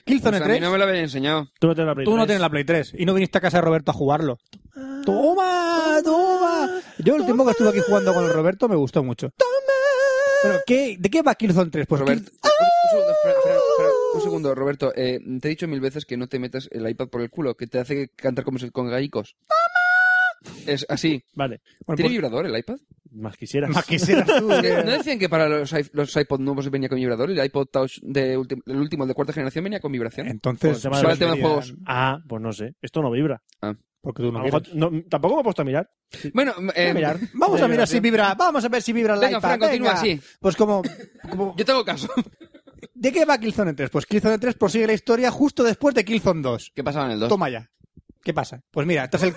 Killzone
Pues a mí
3,
no me lo habían enseñado.
Tú no tienes la Play
tú no
3.
tienes la Play 3 y no viniste a casa de Roberto a jugarlo.
Ah.
¡Toma! ¡Toma! Yo el tiempo que estuve aquí jugando con el Roberto me gustó mucho. ¡Toma! ¿qué, ¿De qué va Killzone 3? Pues
Robert,
Kill-
un, un segundo, Fran, Fran, Fran, un segundo, segundo, Roberto. Eh, te he dicho mil veces que no te metas el iPad por el culo, que te hace cantar como si- con gaicos. Es así.
Vale.
¿Tiene vibrador el iPad?
Más quisieras.
pues, Más quisieras tú. eh.
Es que,
que-
¿No decían que para los, i- los iPod nuevos venía con vibrador? ¿El iPod Touch, de ulti- el último, el de cuarta generación, venía con vibración?
Entonces,
Por el tema de
pues,
los
tema de
serían-
juegos.
Ah, pues no sé. Esto no vibra.
Porque tú
A
no
lo mejor-
quieres.
no, tampoco me he puesto a mirar.
Bueno, eh,
a mirar.
Vamos a mirar si
Vibración.
vibra, vamos a ver si vibra el
Venga,
iPad.
Fran, continúa
venga.
así.
Pues como, como-
yo tengo caso.
¿De qué va Killzone 3? Pues Killzone 3 prosigue la historia justo después de Killzone 2.
¿Qué pasaba en el 2?
Toma ya. ¿Qué pasa? Pues mira, tras el,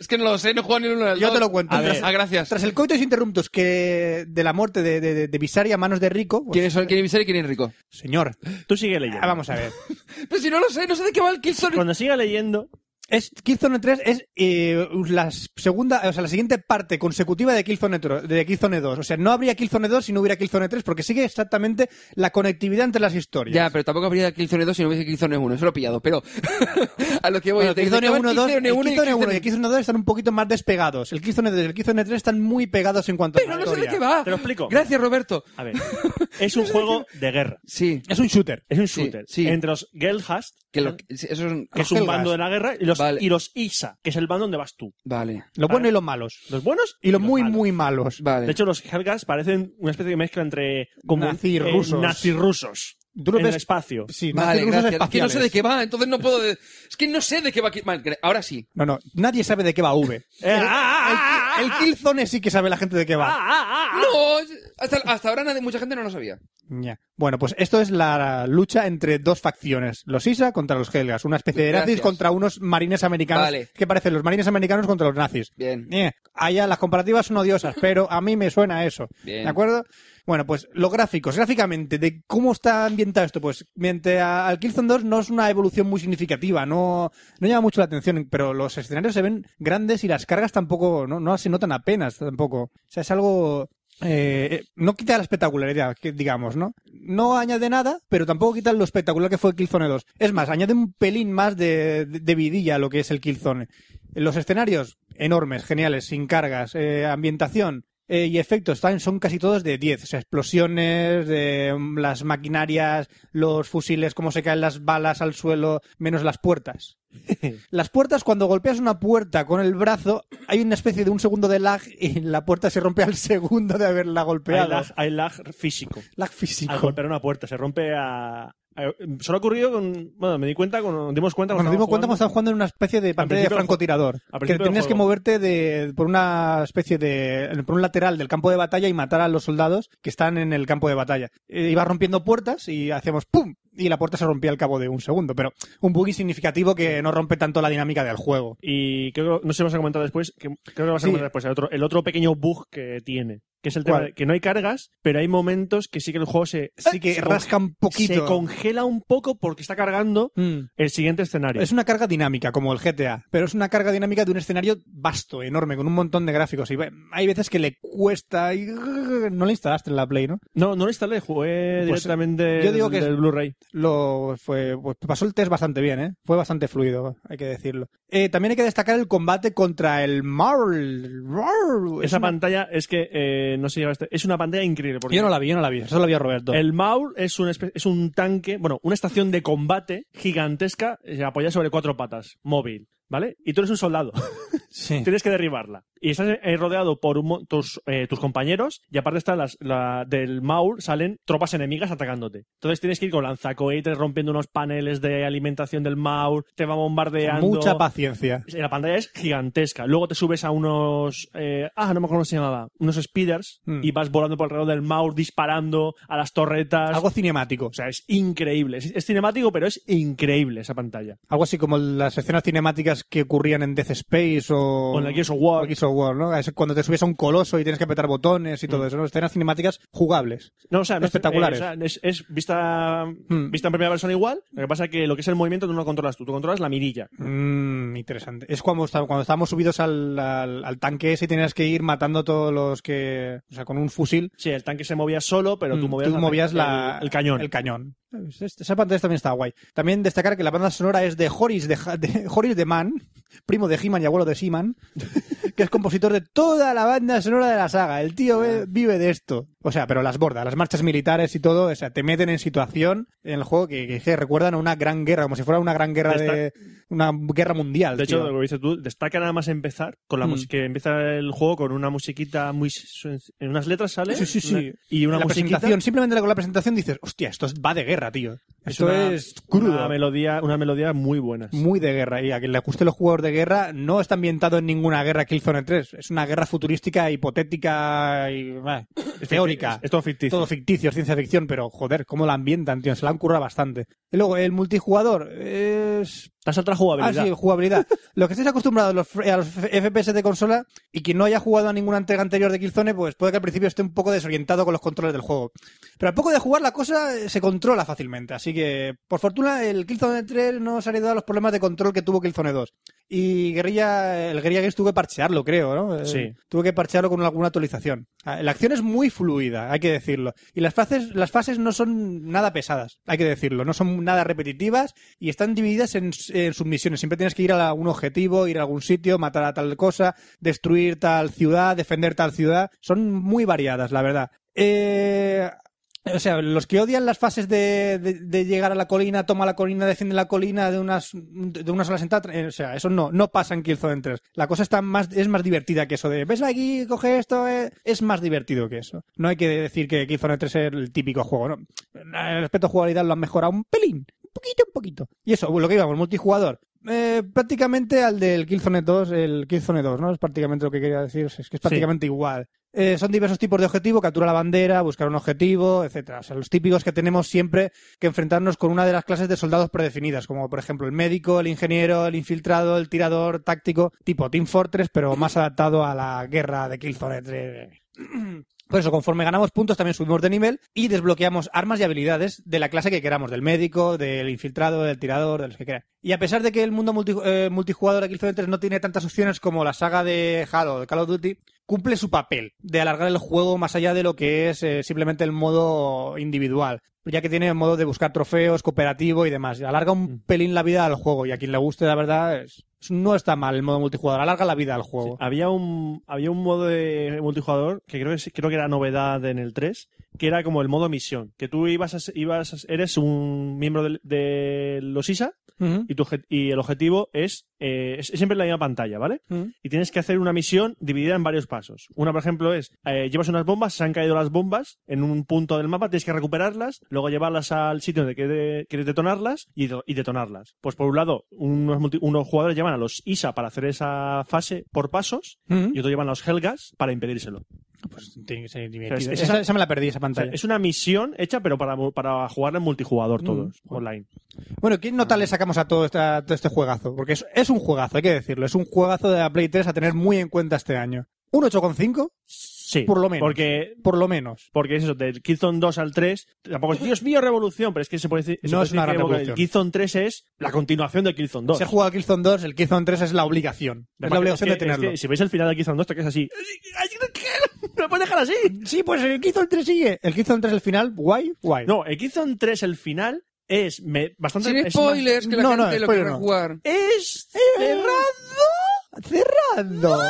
Es que no lo sé, no juego ni el uno ni el
Yo
dos.
te lo cuento.
A
A
ver.
ver.
Ah, gracias.
tras el coitus interruptus que de la muerte de, de, de- de Visaria a manos de Rico, pues,
¿Quién es, quién es miseria y quién es rico?
señor,
Tú sigue leyendo.
ah, vamos a ver.
Pero Pues si no lo sé, no sé de qué va el Killzone.
Cuando siga leyendo,
Es, Killzone 3 es eh, la segunda, o sea, la siguiente parte consecutiva de Killzone, 3 de Killzone 2. O sea, no habría Killzone 2 si no hubiera Killzone 3 porque sigue exactamente la conectividad entre las historias.
Ya, pero tampoco habría Killzone 2 si no hubiese Killzone 1. Eso lo he pillado, pero... a lo que voy...
Bueno,
te-
el Killzone
te-
1, 2, el
Killzone 1 y
Killzone 1 y el
Killzone-
Killzone 2 están un poquito más despegados. El Killzone 2 y el Killzone 3 están muy pegados en cuanto a
Pero
la
no sé de
historia.
qué va.
Te lo explico.
Gracias, Roberto.
a ver. Es un juego de guerra.
Sí.
Es un shooter.
Es un
Sí,
shooter.
sí.
Entre los Gelhast,
Que lo- eso es un...
que es un
Helgas.
bando de la guerra, y los,
Vale.
y los Isa, que es el bando donde vas tú.
Vale,
Los
Vale.
buenos y los malos.
Los buenos
Y los muy,
malos.
muy malos.
vale.
De hecho, los Helgas parecen una especie de mezcla entre como
Nazirrusos.
nazirrusos
Tú lo
en el
ves-
espacio.
Sí,
Vale,
nazis rusos
gracias. Es que no
espaciales.
sé de qué va, entonces no puedo... de- Es que no sé de qué va... Kill- Vale, ahora sí.
No, no, nadie sabe de qué va V.
Eh, ah, ah, ah,
El Killzone sí que sabe la gente de qué va.
ah, ah, ah, ah.
No, hasta, hasta ahora nadie, mucha gente no lo sabía.
Ya. Bueno, pues esto es la lucha entre dos facciones. Los Isa contra los Helgas. Una especie de nazis
Gracias.
contra unos marines americanos.
Vale.
Que parecen los marines americanos contra los nazis.
Bien.
Eh, allá las comparativas son odiosas, pero a mí me suena a eso.
Bien.
¿De acuerdo? Bueno, pues los gráficos, gráficamente, de cómo está ambientado esto, pues mientras a- al Killzone 2 no es una evolución muy significativa, no, no llama mucho la atención, pero los escenarios se ven grandes y las cargas tampoco, no, no se notan apenas tampoco. O sea, es algo... eh, eh, no quita la espectacularidad, que digamos, ¿no? No añade nada, pero tampoco quita lo espectacular que fue Killzone 2. Es más, añade un pelín más de, de, de vidilla a lo que es el Killzone. Los escenarios, enormes, geniales, sin cargas, eh, ambientación, eh, y efectos tan- son casi todos de 10. O sea, explosiones, de mm, las maquinarias, los fusiles, cómo se caen las balas al suelo, menos las puertas. las puertas, cuando golpeas una puerta con el brazo, hay una especie de un segundo de lag y la puerta se rompe al segundo de haberla golpeado.
Hay lag, hay lag físico.
Lag
Al
físico.
golpear una puerta, se rompe a. a- Solo ha ocurrido con. Bueno, me di cuenta, cuando nos dimos cuenta.
Nos dimos cuenta cuando
estábamos
estabas jugando en una especie de pantalla de
principio del
francotirador.
juego. Al
Que
principio del
tenías que
juego.
moverte de, por una especie de. por un lateral del campo de batalla y matar a los soldados que están en el campo de batalla. Eh, ibas rompiendo puertas y hacíamos ¡pum! Y la puerta se rompía al cabo de un segundo. Pero un bug significativo que no rompe tanto la dinámica del juego.
Y creo que, no sé si vas a comentar después, que creo que vas a
Sí.
comentar después el otro, el otro pequeño bug que tiene, que es el tema
¿Cuál?
de que no hay cargas, pero hay momentos que sí que el juego se,
Así que
Ah, se
rasca un
conge-
poquito.
se congela un poco porque está cargando
Mm.
el siguiente escenario.
Es una carga dinámica, como el GTA, pero es una carga dinámica de un escenario vasto, enorme, con un montón de gráficos. Y bueno, hay veces que le cuesta y no le instalaste en la Play, ¿no?
No, no lo instalé, jugué
Pues,
directamente
yo digo que
del,
es-
del Blu-ray.
lo fue pues pasó el test bastante bien, ¿eh? Fue bastante fluido, hay que decirlo. Eh, también hay que destacar el combate contra el Marl. Rrr, es
Esa
una-
pantalla es que, eh, no sé si llegaste- es una pantalla increíble. Porque
Yo no la vi, yo no la vi. Eso lo vi a Roberto.
El Maul es un, espe- es un tanque, bueno, una estación de combate gigantesca eh, apoyada sobre cuatro patas, móvil, ¿vale? Y tú eres un soldado.
Sí.
Tienes que derribarla. Y estás eh, rodeado por un mon- tus, eh, tus compañeros y aparte están las la- del Maul, salen tropas enemigas atacándote. Entonces tienes que ir con lanzacohetes, rompiendo unos paneles de alimentación del Maul, te va bombardeando.
Mucha paciencia.
La pantalla es gigantesca. Luego te subes a unos... eh, ah, no me acuerdo cómo se llamaba. Unos speeders
Hmm.
y vas volando por alrededor del Maul, disparando a las torretas.
Algo cinemático.
O sea, es increíble. Es, es cinemático, pero es increíble esa pantalla.
Algo así como las escenas cinemáticas que ocurrían en Death Space o...
O en el Gears of War.
o Gears of War, ¿no? Es cuando te subes a un coloso y tienes que apretar botones y
Mm.
todo eso, ¿no? Escenas cinemáticas jugables.
No, o sea, no es-
Espectaculares.
eh, o sea, es, es vista,
Hmm.
vista en primera persona igual. Lo que pasa es que lo que es el movimiento tú no lo controlas tú, tú controlas la mirilla.
Mmm, interesante. Es cuando, está- cuando estábamos subidos al, al, al tanque ese y tenías que ir matando a todos los que... O sea, con un fusil.
Sí, el tanque se movía solo, pero tú
Mm,
movías, la-
la-
el, el cañón.
El cañón. Este, Esa pantalla también está guay. También destacar que la banda sonora es de Horis de, Ja- de, Horis de Man, primo de He-Man y abuelo de He-Man, que es compositor de toda la banda sonora de la saga. El tío eh, vive de esto. O sea, pero las bordas, las marchas militares y todo, o sea, te meten en situación en el juego que, que se recuerdan a una gran guerra, como si fuera una gran guerra
Destac-
de una guerra mundial.
De hecho,
tío.
lo que dices tú, destaca nada más empezar con la
Mm.
música. Que empieza el juego con una musiquita muy. sen- En unas letras sale.
Sí, sí, sí.
una- y una
la
musiquita.
presentación, simplemente con la presentación dices, hostia, esto es- va de guerra, tío. Esto
una-
es crudo.
Una melodía, una melodía muy buena.
Muy de guerra. Y a quien le guste los juegos de guerra, no está ambientado en ninguna guerra Killzone 3. Es una guerra futurística, hipotética y bah, teórica.
Es todo ficticio.
Todo ficticio, es ciencia ficción, pero joder, cómo la ambientan, tío. Se la han currado bastante. Y luego, el multijugador es...
Estás a otra jugabilidad.
Ah, sí, jugabilidad. Los que estéis acostumbrados a los, fr- a los FPS de consola y quien no haya jugado a ninguna entrega anterior de Killzone, pues puede que al principio esté un poco desorientado con los controles del juego. Pero al poco de jugar la cosa eh, se controla fácilmente. Así que, por fortuna, el Killzone 3 no se ha heredado los problemas de control que tuvo Killzone 2. Y Guerrilla, el Guerrilla Games tuvo que parchearlo, creo, ¿no? Eh,
Sí.
Tuve que parchearlo con alguna actualización. Ah, La acción es muy fluida, hay que decirlo. Y las fases, las fases no son nada pesadas, hay que decirlo. No son nada repetitivas y están divididas en, en submisiones. Siempre tienes que ir a la- un objetivo, ir a algún sitio, matar a tal cosa, destruir tal ciudad, defender tal ciudad. Son muy variadas, la verdad. Eh, o sea, los que odian las fases de, de- de llegar a la colina, toma la colina, defiende la colina de, unas, de una sola sentada, eh, o sea, eso no, no pasa en Killzone 3. La cosa está más, es más divertida que eso de, ves aquí, coge esto, eh", es más divertido que eso. No hay que decir que Killzone 3 es el típico juego, ¿no? En el aspecto de jugabilidad lo han mejorado un pelín, un poquito, un poquito. Y eso, lo que íbamos, multijugador. Eh, prácticamente al del Killzone 2, el Killzone 2, ¿no? Es prácticamente lo que quería decir, es que es prácticamente igual. Eh, son diversos tipos de objetivo, captura la bandera, buscar un objetivo, etcétera. O sea, los típicos que tenemos siempre que enfrentarnos con una de las clases de soldados predefinidas, como por ejemplo el médico, el ingeniero, el infiltrado, el tirador táctico, tipo Team Fortress, pero más adaptado a la guerra de Killzone eh, 3. Por eso, conforme ganamos puntos, también subimos de nivel y desbloqueamos armas y habilidades de la clase que queramos, del médico, del infiltrado, del tirador, de los que quieran. Y a pesar de que el mundo multi- eh, multijugador de Killzone 3 no tiene tantas opciones como la saga de Halo, de Call of Duty, cumple su papel de alargar el juego más allá de lo que es eh, simplemente el modo individual, ya que tiene el modo de buscar trofeos, cooperativo y demás. Alarga un pelín la vida al juego y a quien le guste, la verdad, es- no está mal el modo multijugador, alarga la vida al
Sí,
juego.
Había un, había un modo de multijugador que creo que, es- creo que era novedad en el 3, que era como el modo misión, que tú ibas a, ser- ibas a ser- eres un miembro del- de, los ISA
Ujú,
y, tu, obje- y el objetivo es, eh, es, es siempre la misma pantalla, ¿vale?
ujú.
Y tienes que hacer una misión dividida en varios pasos. Una, por ejemplo, es eh, llevas unas bombas, se han caído las bombas en un punto del mapa, tienes que recuperarlas, luego llevarlas al sitio donde quede- quieres detonarlas y, de- y detonarlas. Pues por un lado, unos, multi- unos jugadores llaman a los ISA para hacer esa fase por pasos
Ujú.
y otro llevan a los Helgas para impedírselo.
Pues tiene que ser
divertido.
esa, esa me la perdí, esa
O sea,
pantalla.
es una misión hecha, pero para, mu- para jugarla en multijugador
Mm,
todos,
joder.
online.
Bueno, ¿qué nota le sacamos a todo, esta- a todo este juegazo? Porque es, es un juegazo, hay que decirlo. Es un juegazo de la Play 3 a tener muy en cuenta este año. Un 8,5,
Sí.
Por lo menos.
Porque,
por lo menos.
porque es eso, del Killzone 2 al 3, tampoco es, Dios mío, revolución, pero es que se puede decir, se
No
puede
es
decir
una gran
que
revolución.
el Killzone 3 es la continuación del Killzone 2.
Si has jugado al Killzone 2, el Killzone 3 es la obligación. es
Además,
la obligación
que-
de tenerlo.
es que si veis el final del Killzone 2, esto que es así. ¡No lo puedes dejar así!
Sí, pues el Killzone 3 sigue. El Killzone 3 el final, guay, guay.
No, el Killzone 3, el final, es me- bastante...
Sin
es más-
spoilers, que la
No, no,
gente lo
spoiler
quiera
no.
jugar.
Es
cerrado. Cerrado.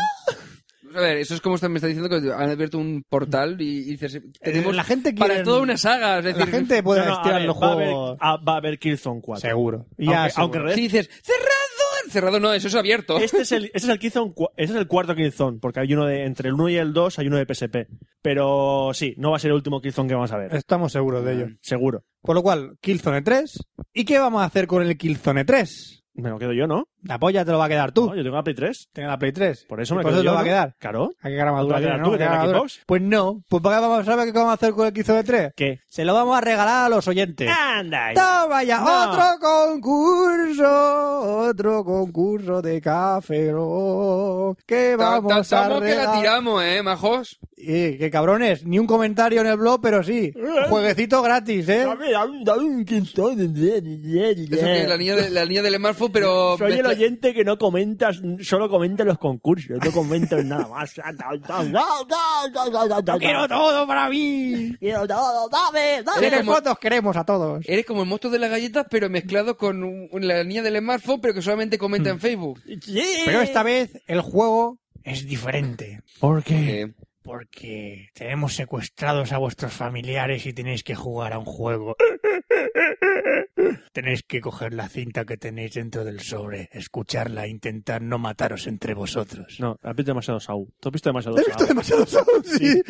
Pues A ver, eso es como está- me está diciendo que han abierto un portal y, y dices, tenemos
Eh, la gente quiere-
para toda una saga. Es decir,
La gente puede
No, no, a
estirar
ver,
los
va a haber-
juegos.
ah, va a haber Killzone 4.
Seguro. Ya,
Aunque-
seguro.
aunque
Si dices, cerrado, cerrado no, eso es abierto.
Este es el, este es el Killzone cua- este es el cuarto Killzone, porque hay uno de, entre el 1 y el 2 hay uno de PSP. Pero sí, no va a ser el último Killzone que vamos a ver,
Estamos seguros de ello.
Ah. seguro.
Por lo cual, Killzone 3. ¿Y qué vamos a hacer con el Killzone 3?
Me lo quedo yo, ¿no?
La polla te lo va a quedar tú.
No, yo tengo la Play 3,
Tiene la Play 3.
por eso
Uh. Y
me
por
quedo
eso te
yo,
va a
¿no?
quedar.
Claro.
¿A qué cara más dura
¿Te la
tiene,
tú
no?
que tienes
¿Qué
la
cara más
Xbox?
dura? Pues no. Pues ¿para qué vamos a saber qué vamos a hacer con el Killzone 3?
¿Qué?
Se lo vamos a regalar a los oyentes.
¡Anda! ya.
¡Toma ya!
Ah, No.
¡Otro concurso! ¡Otro concurso de café! Lock, ¿Qué
Ta- ta-
vamos a
Estamos que la
regalar?
tiramos, eh, majos.
Eh, ¡Qué cabrones! Ni un comentario en el blog, pero
Eh.
sí. Jueguecito gratis, ¿eh?
Dame- dame- dame un Killzone.
Eso que la niña, de, la niña del smartphone, pero
Soy el oyente que no comenta, solo comenta los concursos, no comenta en nada más.
¡Quiero todo para mí!
Quiero todo, dame, dame.
Tiene
como-
fotos, queremos a todos.
Eres como el monstruo de las galletas, pero mezclado con un- la niña del smartphone, pero que solamente comenta
Mm.
en Facebook.
Sí.
Pero esta vez el juego es diferente. ¿Por qué?
Eh,
Porque tenemos secuestrados a vuestros familiares y tenéis que jugar a un juego. tenéis que coger la cinta que tenéis dentro del sobre, escucharla e intentar no mataros entre vosotros.
No, has visto demasiado Saúl. Tú has visto demasiado
He visto
Saúl.
demasiado Saw, sí.
Sí.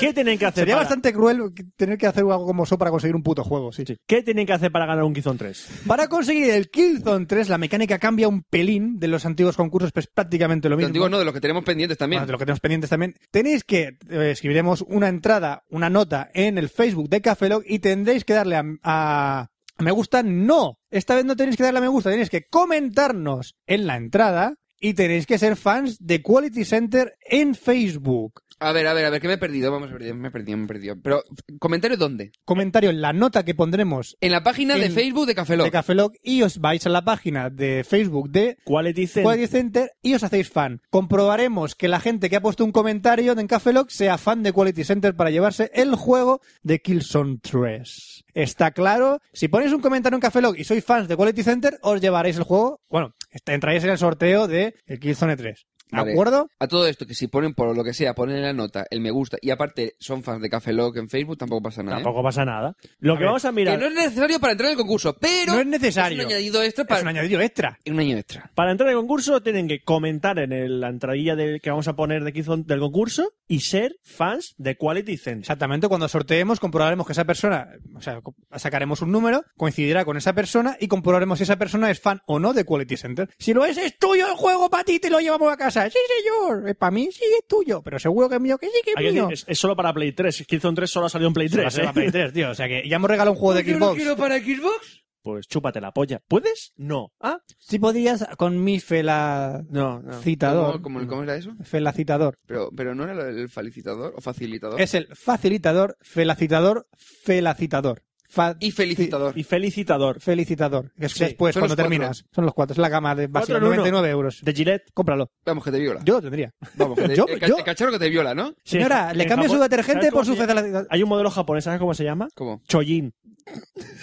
¿Qué tienen que hacer?
Sería
para-
bastante cruel tener que hacer algo como eso para conseguir un puto juego, sí.
Sí. ¿Qué tienen que hacer para ganar un Kizon 3?
Para conseguir el Killzone 3, la mecánica cambia un pelín de los antiguos concursos, pero es prácticamente lo mismo.
te digo, no, de los que tenemos pendientes también.
Bueno, de lo que tenemos pendientes también. Tenéis que eh, escribiremos una entrada, una nota en el Facebook de Cafelog y tendréis que darle a, a me gusta. No, esta vez no tenéis que darle a me gusta, tenéis que comentarnos en la entrada y tenéis que ser fans de Quality Center en Facebook.
A ver, a ver, a ver, que me he perdido. Vamos a ver, me he perdido, me he perdido. Pero, ¿comentario dónde?
Comentario en la nota que pondremos
En la página de
En-
Facebook de Café Lock.
de Cafelog y os vais a la página de Facebook de
Quality Center.
Quality Center y os hacéis fan. Comprobaremos que la gente que ha puesto un comentario en Café Lock sea fan de Quality Center para llevarse el juego de Killzone 3. ¿Está claro? Si ponéis un comentario en Café Lock y sois fans de Quality Center, os llevaréis el juego. Bueno, est- entraréis en el sorteo de el Killzone 3. ¿De
Vale.
acuerdo?
A todo esto, que si ponen por lo que sea, ponen en la nota, el me gusta, y aparte son fans de Café Lock en Facebook, tampoco pasa nada. ¿eh?
Tampoco pasa nada. Lo que
ver,
vamos a
Que
mirar.
no es necesario para entrar en el concurso, pero.
No es necesario.
Es un añadido extra para.
Es un añadido extra.
un año extra.
Para entrar al concurso tienen que comentar en el- la entradilla del, que vamos a poner de Killzone del concurso y ser fans de Quality Center.
Exactamente, cuando sorteemos comprobaremos que esa persona, o sea, co- sacaremos un número, coincidirá con esa persona y comprobaremos si esa persona es fan o no de Quality Center. Si lo es, es tuyo el juego para ti, te lo llevamos a casa. Sí, señor, es para mí, sí, es tuyo, pero seguro que es mío, que sí, que es
Hay que
mío.
decir, es, es solo para Play 3. Killzone 3 solo ha salido en Play 3.
Se va
¿eh?
a Play 3, tío, o sea que ya hemos regalado un juego de
Yo no
Xbox.
quiero para Xbox?
Pues chúpate la polla. ¿Puedes? No. ¿Ah?
Si podías con mi fela...
No, no.
citador.
¿Cómo, Ah. cómo, cómo era eso?
Felacitador.
Pero, pero no era lo del felicitador o facilitador.
Es el facilitador, felacitador, felacitador. Fa-
Y felicitador.
Y felicitador.
Felicitador, que es
Sí,
después
son
cuando
los cuatro.
terminas. Son los cuatro, es la gama de
Cuatro en
básicamente
uno.
99 euros.
De Gillette.
Cómpralo.
Vamos, que te viola.
Yo lo tendría.
Vamos, que te-
yo-
el, ca-
yo-
el cachorro que te viola, ¿no?
Sí,
Señora,
en
le
Ja-
cambio
en
su
Japón-
detergente
¿sabes
por
cómo
su
se llama?
fecalidad.
Hay un modelo japonés, ¿sabes cómo se llama?
¿Cómo?
Choyin.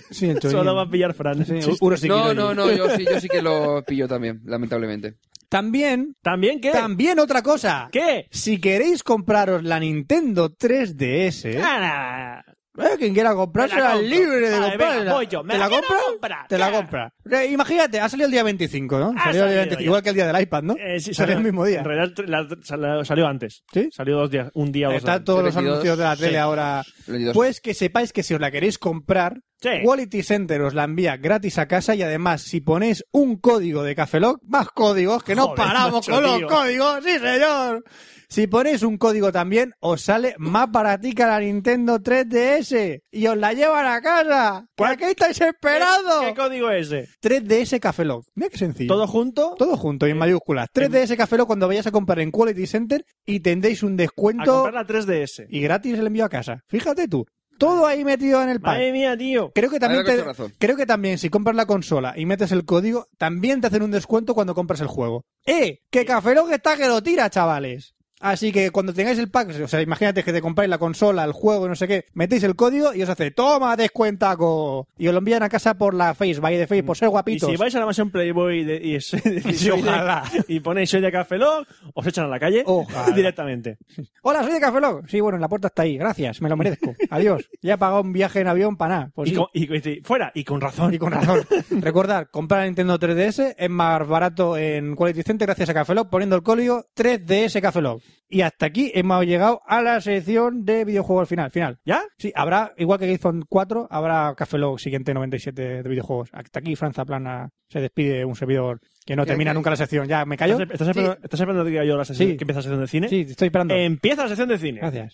Sí, el chollín.
Solo va a pillar Fran.
Sí, u- uno sí que
No,
lo-
no, no, yo sí, yo sí que lo pillo también, lamentablemente.
También,
¿También qué?
también otra cosa.
¿Qué?
Si queréis compraros la Nintendo 3DS,
Ah, Nada.
eh, quien quiera comprarla,
compro.
libre de
Vale,
comprarla.
venga, voy yo. Me
¿Te
la
la
quiero
compra?
comprar.
Te la
Ya.
compra. Eh, imagínate, ha salido el día 25, ¿no?
Ha
Salió el día
salido
25,
ya.
igual que el día del iPad, ¿no?
Eh, sí,
salió el
salió-
mismo día.
En realidad la- salió, salió antes.
¿Sí?
Salió dos días, un día o dos.
Están
antes.
todos los
22,
anuncios de la tele
sí.
ahora.
22.
Pues que sepáis que si os la queréis comprar,
Sí.
Quality Center os la envía gratis a casa y además si ponéis un código de Cafeloc, más códigos, que no
Joder,
paramos
macho,
con los
tío.
códigos, sí señor. Si ponéis un código también, os sale más baratica la Nintendo 3DS y os la llevan a casa. ¿Por
¿Cuál?
qué estáis esperando?
¿Qué, qué código es ese?
3DS Cafeloc. Mira qué sencillo.
¿Todo junto?
Todo junto y en mayúsculas. 3DS Cafeloc cuando vayáis a comprar en Quality Center y tendréis un
A
descuento
comprar la 3DS.
y gratis el envío a casa. Fíjate tú, todo ahí metido en el pack.
Madre mía, tío.
Creo que
A
también
ver,
te-
cachorrazo.
creo que también si compras la consola y metes el código, también te hacen un descuento cuando compras el juego. ¡Eh! ¡Que Cafeloc está que lo tira, chavales! Así que cuando tengáis el pack, o sea, imagínate que te compráis la consola, el juego, no sé qué, metéis el código y os hace ¡Toma, descuentaco! Y os lo envían a casa por la Face, by de Face, por ser
Y
guapitos.
si vais a la mansión Playboy de- y, soy de- y
Sí,
soy de-
ojalá.
y ponéis soy de Café Lock, os echan a la calle
Ojalá.
directamente.
Hola, soy de Cafeloc. Sí, bueno, la puerta está ahí. Gracias, me lo merezco. Adiós. Ya he pagado un viaje en avión para nada. Pues
y,
sí.
con- y- y dice, fuera, y con razón.
Y con razón. Recordar, comprar Nintendo 3DS es más barato en Quality Center gracias a Cafelog poniendo el código 3DS Cafelog. Y hasta aquí hemos llegado a la sección de videojuegos al final. Final.
¿Ya?
Sí, habrá, igual que Gizon 4, habrá Cafelog siguiente 97 de videojuegos. Hasta aquí Franza Plana se despide un servidor que no
¿Qué,
termina
qué?
nunca la sección. Ya, ¿me callo?
¿Estás, estás esperando, estás esperando que diga yo la sesión,
Sí.
que empieza la sesión de cine?
Sí, estoy esperando.
Empieza la sesión de cine.
Gracias.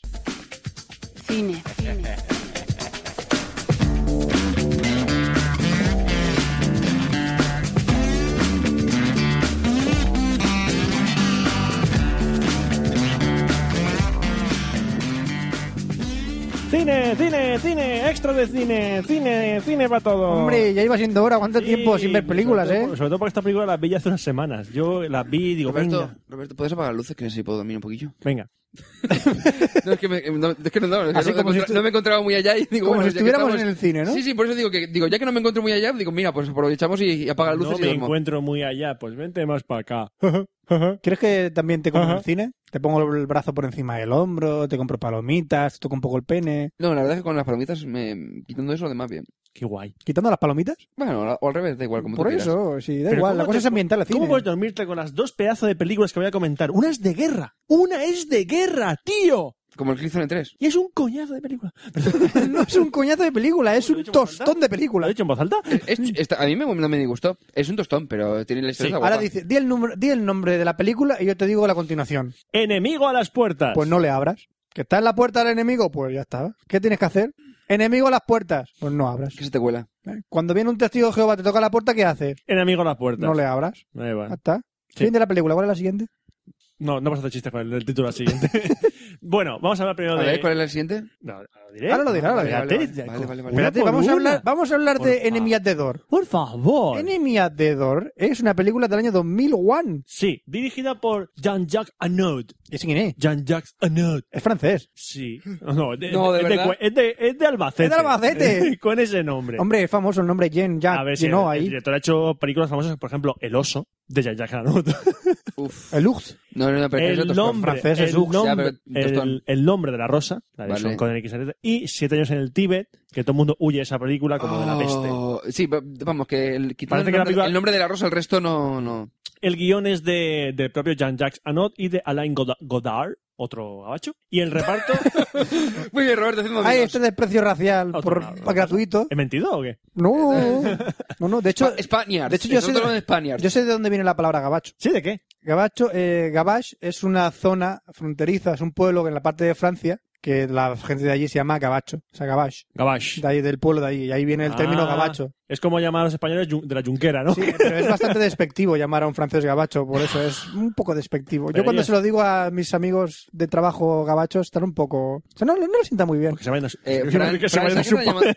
Cine.
Cine, cine, Cine, cine, extra de cine, cine, cine para todo.
Hombre, ya iba siendo hora. ¿Cuánto
Sí,
tiempo sin ver películas,
sobre
eh?
todo- Sobre todo porque esta película la vi ya hace unas semanas. Yo la vi y digo,
Roberto,
venga,
Roberto, ¿puedes apagar luces? Que no sé si puedo dormir un poquillo.
venga.
No, es que, me, no, es que no, no, es que
Así
no me
como si
encontra-
estu-
no me encontraba muy allá y digo,
Como
bueno,
si
ya que
estuviéramos
estamos-
en el cine, ¿no?
Sí, sí, por eso digo que digo, ya que no me encuentro muy allá, digo, mira, pues aprovechamos y, y apaga las luces
no
y
me
duermo.
encuentro muy allá, pues vente más para acá.
¿Quieres que también te compre
Ajá.
el cine? Te pongo el brazo por encima del hombro, te compro palomitas, te toco un poco el pene.
No, la verdad es que con las palomitas, me, quitando eso, lo demás bien.
Qué guay.
¿Quitando las palomitas?
Bueno, la- o al revés, da igual, como
Por
tú quieras.
eso, sí, da
Pero
igual.
¿cómo
La cosa
te-
es ambiental al
¿Cómo
cine.
puedes dormirte con las dos pedazos de películas que voy a comentar? Una es de guerra. Una es de guerra, tío.
Como el Killzone 3.
Y es un coñazo de película.
no es un coñazo de película, es
¿Lo he
un
dicho en voz
tostón de
¿Lo he
película.
dicho en voz alta?
Es- esta- a mí me, no me disgustó. Es un tostón, pero tiene la historia.
Sí,
esa
Ahora
guapa.
dice, di el, número, di el nombre de la película y yo te digo la continuación.
Enemigo a las puertas.
Pues no le abras. ¿Que está en la puerta del enemigo? Pues ya está. ¿Qué tienes que hacer? Enemigo a las puertas. Pues no abras.
Que se te cuela.
¿Eh? Cuando viene un testigo de Jehová, te toca la puerta, ¿qué haces?
Enemigo a las puertas.
No le Ah. abras.
Ahí va.
Ya está.
Sí.
Fin de la película. ¿Cuál es la siguiente?
No, no vas a hacer chistes con el, el título al siguiente. bueno, vamos a hablar primero
A
de.
ver, ¿cuál es el siguiente?
No, ahora lo diré.
Ahora lo diré, ahora lo diré.
Espérate,
Vale, vale, vale, vale.
una
Espérate,
por
vamos a,
una.
hablar, vamos a hablar
Por
de
favor.
Enemy at the Door.
Por favor.
Enemy at the Door es una película del año 2001.
Sí, dirigida por Jean-Jacques Annaud.
¿Ese quién es?
Jean-Jacques Annaud.
Es francés.
Sí. No, de,
No, de
es
verdad.
Cue- es, de, es de Albacete.
Es de Albacete.
Con ese nombre.
Hombre, es famoso el nombre Jen, Jack,
a ver si
no,
el, el
ahí.
director ha hecho películas famosas, por ejemplo, El oso, de Jean-Jacques Annaud.
Uf.
El Lux.
No, no, no, pero es
El
otro tostón.
nombre,
francés es
el,
Ux.
Ya,
nombre,
pero tostón.
el, el nombre de la rosa, la de
Vale.
Sean Connery, que sale- y Siete años en el Tíbet, que todo el mundo huye de esa película como de la peste.
Oh, Sí, va- vamos, que el, quitando
Parece
el,
que la
nombre,
película-
el nombre de la rosa, el resto no. no.
El guión es de, del propio Jean-Jacques Anot y de Alain Goda- Godard, otro gabacho. Y el reparto...
Muy bien, Roberto, haciendo
Ahí
menos.
este desprecio racial
Otro
por,
lado.
gratuito.
¿He mentido o qué?
No, no, no. De hecho,
Spa- Spaniards.
de hecho yo,
Es
sé
otro de
de,
Spaniards.
yo sé de dónde viene la palabra gabacho.
¿Sí? ¿De qué?
Gabacho, eh, Gabache es una zona fronteriza, es un pueblo que en la parte de Francia que la gente de allí se llama Gabacho, o sea, Gabache,
Gabacho.
de ahí del pueblo de allí, y ahí viene el término
Ah.
Gabacho.
Es como llamar a los españoles yun- de la yunquera, ¿no?
Sí, pero es bastante despectivo llamar a un francés Gabacho, por eso es un poco despectivo.
Pero
Yo cuando
ellos-
se lo digo a mis amigos de trabajo Gabacho están un poco, o sea, no, no lo sienta muy bien.
Que se vayan a su-
Eh,
que se
Fran,
vayan a
Fran,
su-
¿sabes que están, llamando-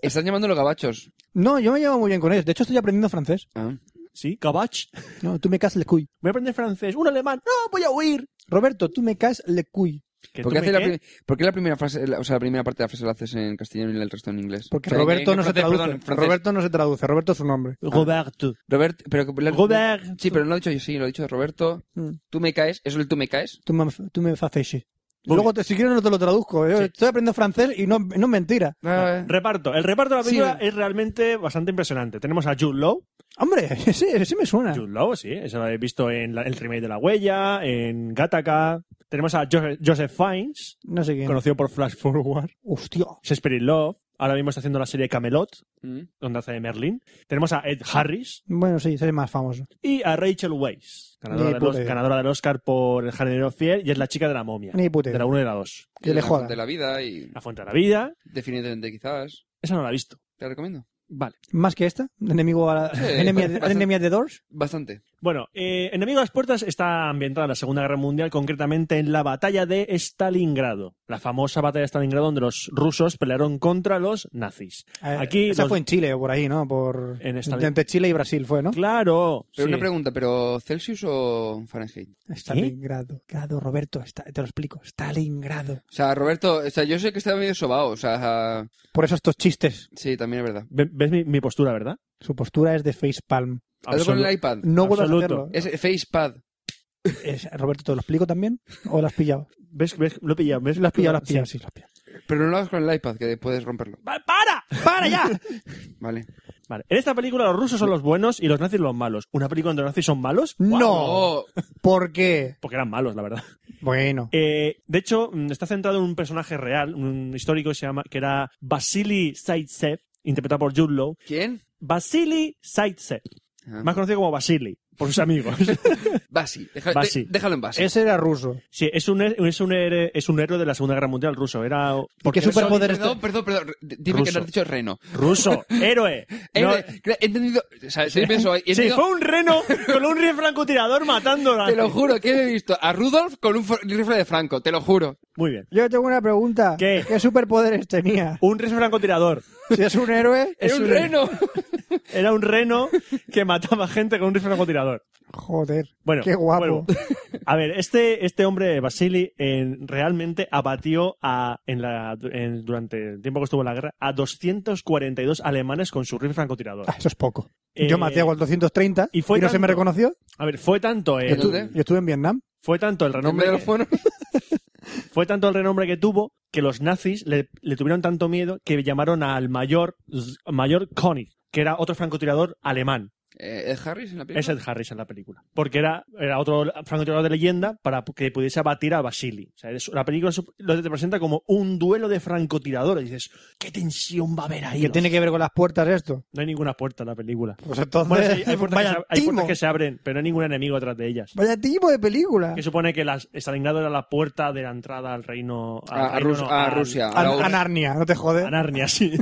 están llamándolo gabachos.
No, yo me llevo muy bien con ellos. De hecho estoy aprendiendo francés.
Ah.
Sí, Gabach.
No, tú me cas le cuy.
Voy a aprender francés. Un alemán. No, voy a huir.
Roberto, tú me cas le cuy.
¿Que
¿Por
tú me
qué, hace la
qué?
pri- por qué la primera frase, la- o sea, la primera parte de la frase la haces en castellano y el resto en inglés? O
Porque
sea, en-
Roberto
en
no se
francés,
traduce.
perdón, en francés.
Roberto no se traduce. Roberto es un nombre.
Roberto.
Robert, pero que-
Robert.
Sí, pero no lo he dicho yo, sí, lo he dicho Roberto.
Mm.
Tú me caes, eso es el tú me caes.
Tú me, tú me haces sí.
Muy
Luego, te- si quieres, no te lo traduzco. Yo
Sí.
Estoy aprendiendo francés y no, no es mentira.
Ah,
Reparto. El reparto de la
Sí.
película es realmente bastante impresionante. Tenemos a Jude Law.
Hombre, ese, ese me
Ah.
suena.
Jude Law, sí. Eso lo habéis visto en la- el remake de La Huella, en Gattaca. Tenemos a Joseph, Joseph Fiennes,
No sé quién.
conocido por Flash Forward.
Hostia.
Shakespeare in Love. Ahora mismo está haciendo la serie Camelot,
mm.
donde hace de Merlin. Tenemos a Ed Harris
Bueno, sí, ese es más famoso.
y a Rachel Weisz, ganadora,
Ni
del
puta
Os-
idea.
ganadora del Oscar por El jardinero fiel y es la chica de la momia.
Ni puta
de
idea.
la 1 y la 2.
Que
Y
le
la
joda.
fuente de la vida y
La Fuente de la Vida.
definitivamente quizás.
Esa no la he visto.
Te la recomiendo.
Vale.
Más que esta. Enemigo a la...
Sí,
Enemy
pues,
at-
bastante.
Enemy at the Doors.
Bastante.
Bueno, eh, Enemigo a las Puertas está ambientada en la Segunda Guerra Mundial, concretamente en la batalla de Stalingrado. La famosa batalla de Stalingrado donde los rusos pelearon contra los nazis.
Eh,
Aquí
Esa
los-
fue en Chile o por ahí, ¿no? Por...
En esta-
Entre Chile y Brasil fue, ¿no?
Claro.
Pero
sí.
una pregunta, ¿pero Celsius o Fahrenheit?
Stalingrado. Grado, Roberto. está- Te lo explico. Stalingrado.
O sea, Roberto, o sea, yo sé que está medio sobao, o sea,
Por eso estos chistes.
sí, también es verdad.
Ve- ¿Ves mi, mi postura, verdad?
Su postura es de facepalm.
Hazlo con
Absolu-
el iPad.
No vuelvas a
Absoluto.
hacerlo.
Es Facepad.
Es- Roberto, ¿te lo explico también? ¿O lo has pillado?
¿Ves, ves- lo he pillado. ¿Ves?
Lo has pillado, lo has
Sí.
pillado. Sí, lo has pillado.
Pero no lo hagas con el iPad, que puedes romperlo.
¡Va- ¡Para! ¡Para ya!
Vale.
Vale. En esta película los rusos son los buenos y los nazis los malos. ¿Una película donde los nazis son malos?
No.
¡Guau!
Oh,
¿Por qué?
Porque eran malos, la verdad.
Bueno.
Eh, de hecho, mm, está centrado en un personaje real, un histórico que se llama, que era Vasily Saitsev, interpretado por Jude Law.
¿Quién?
Vasily Saitsev,
Ah.
más conocido como Vasily. por sus amigos.
Basi. Deja- de-
Basi.
déjalo en base.
Ese era ruso.
sí, es un, he- es, un héroe, es un héroe de la Segunda Guerra Mundial ruso. Era.
qué superpoderes
Perdón, perdón, perdón. Dime que
este. Ruso.
no has dicho reno.
Ruso, héroe. No-
Héroe. He entendido. O sea, sí, pienso, he
Sí,
entendido-
fue un reno con un rifle francotirador matando a-
Te lo juro que he visto a Rudolf con un fo- rifle de Franco, te lo juro.
Muy bien.
Yo tengo una pregunta.
¿Qué?
superpoderes tenía?
Un rifle francotirador.
Si es un héroe.
¡Es
Es
un
un-
reno!
Era un reno que mataba gente con un rifle francotirador.
Joder.
Bueno,
qué guapo.
vuelvo. A ver, este, este hombre, Vasily, en- realmente abatió a, en la, en- durante el tiempo que estuvo en la guerra a 242 alemanes con su rifle francotirador.
Ah, Eso es poco.
Eh,
yo maté a 230 y,
y fue
no se
tanto.
me reconoció.
A ver, fue tanto
Yo
el,
tú-
estuve, yo estuve en Vietnam.
fue tanto el
En vez
renombre
de
que-
los buenos.
fue tanto el renombre que tuvo que los nazis le, le tuvieron tanto miedo que llamaron al mayor Z- mayor König, que era otro francotirador alemán.
Eh, ¿Ed Harris en la película?
Es Ed Harris en la película. Porque era, era otro francotirador de leyenda para que pudiese abatir a Basili. O sea, es- la película es- lo te presenta como un duelo de francotiradores. dices, ¿qué tensión va a haber ahí?
¿Qué tiene que ver con las puertas esto?
No hay ninguna puerta en la película.
Pues entonces.
Bueno, sí, hay, hay puertas que
vaya,
se, hay
timo,
puertas que se abren, pero no hay ningún enemigo detrás de ellas.
vaya timo de película.
Que supone que las, Stalingrado era la puerta de la entrada al reino... al
Ah, A, a
reino
Rus-
ah, no,
a
al-
Rusia.
A,
a la
a
URSS.
Narnia, no te jodes.
A Narnia, sí.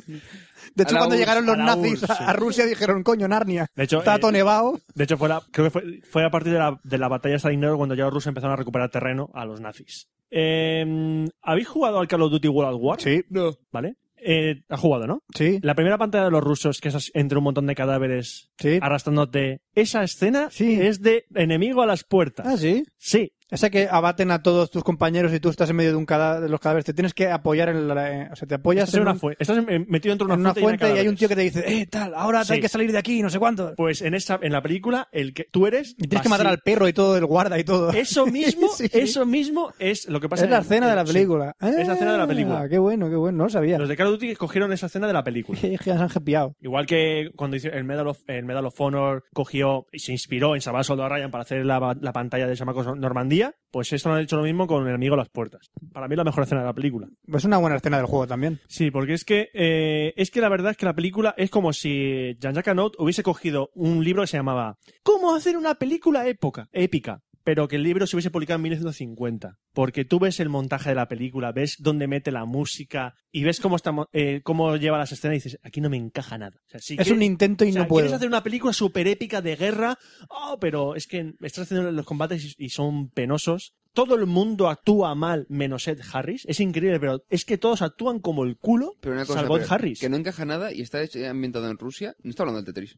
De hecho,
a la
cuando
URSS,
llegaron los
a la
nazis
URSS, sí.
a, a Rusia, dijeron, coño, Narnia.
De hecho,
está
eh,
todo nevado.
De hecho, fue la- creo que fue, fue a partir de la, de la batalla de Stalingrado cuando ya los rusos empezaron a recuperar terreno a los nazis. Eh, ¿Habéis jugado al Call of Duty World at War?
Sí,
No.
¿Vale? Eh, ¿Has jugado, no?
sí,
La primera pantalla de los rusos, que es entre un montón de cadáveres
sí.
arrastrándote. Esa escena
Sí.
es de enemigo a las puertas.
Ah, sí.
Sí,
Esa que abaten a todos tus compañeros y tú estás en medio de un cada- de los cadáveres, te tienes que apoyar en la... eh, O sea, te apoyas
estás, en una
un-
fue- estás en- metido dentro de
en una fuente y hay un
cadáveres.
tío que te dice, eh, tal, ahora
Sí.
hay que salir de aquí, no sé cuánto.
Pues en, esa, en la película, el que tú eres.
Y tienes que matar
Vasily.
al perro y todo, el guarda y todo.
Eso mismo,
Sí, sí.
eso mismo es lo que pasa
es la
en-
escena de la
sí.
película.
Es la escena de la
Ah,
película.
Qué bueno, qué bueno, no lo sabía.
Los de Call of Duty cogieron esa escena de la película.
Que ya se han jepeado.
Igual que cuando hizo el Medal of, el Medal of Honor cogió y se inspiró en Salvar Soldado Ryan para hacer la, la pantalla de Chamacos Normandía, pues esto lo han hecho lo mismo con El Amigo a las Puertas. Para mí es la mejor escena de la película.
Es una buena escena del juego también.
Sí, porque es que, eh, es que la verdad es que la película es como si Jean-Jacques Annaud hubiese cogido un libro que se llamaba ¿Cómo hacer una película época, épica? Pero que el libro se hubiese publicado en 1950. Porque tú ves el montaje de la película, ves dónde mete la música y ves cómo, está, mo- eh, cómo lleva las escenas y dices, aquí no me encaja nada. O sea, sí
es
que-
un intento y
o sea,
no puedo.
Quieres hacer una película súper épica de guerra, oh, pero es que estás haciendo los combates y y son penosos. Todo el mundo actúa mal menos Ed Harris. Es increíble, pero es que todos actúan como el culo,
Pero una cosa,
salvo Ed
pero
Harris.
que no encaja nada y está hecho- eh, ambientado en Rusia. No está hablando del Tetris.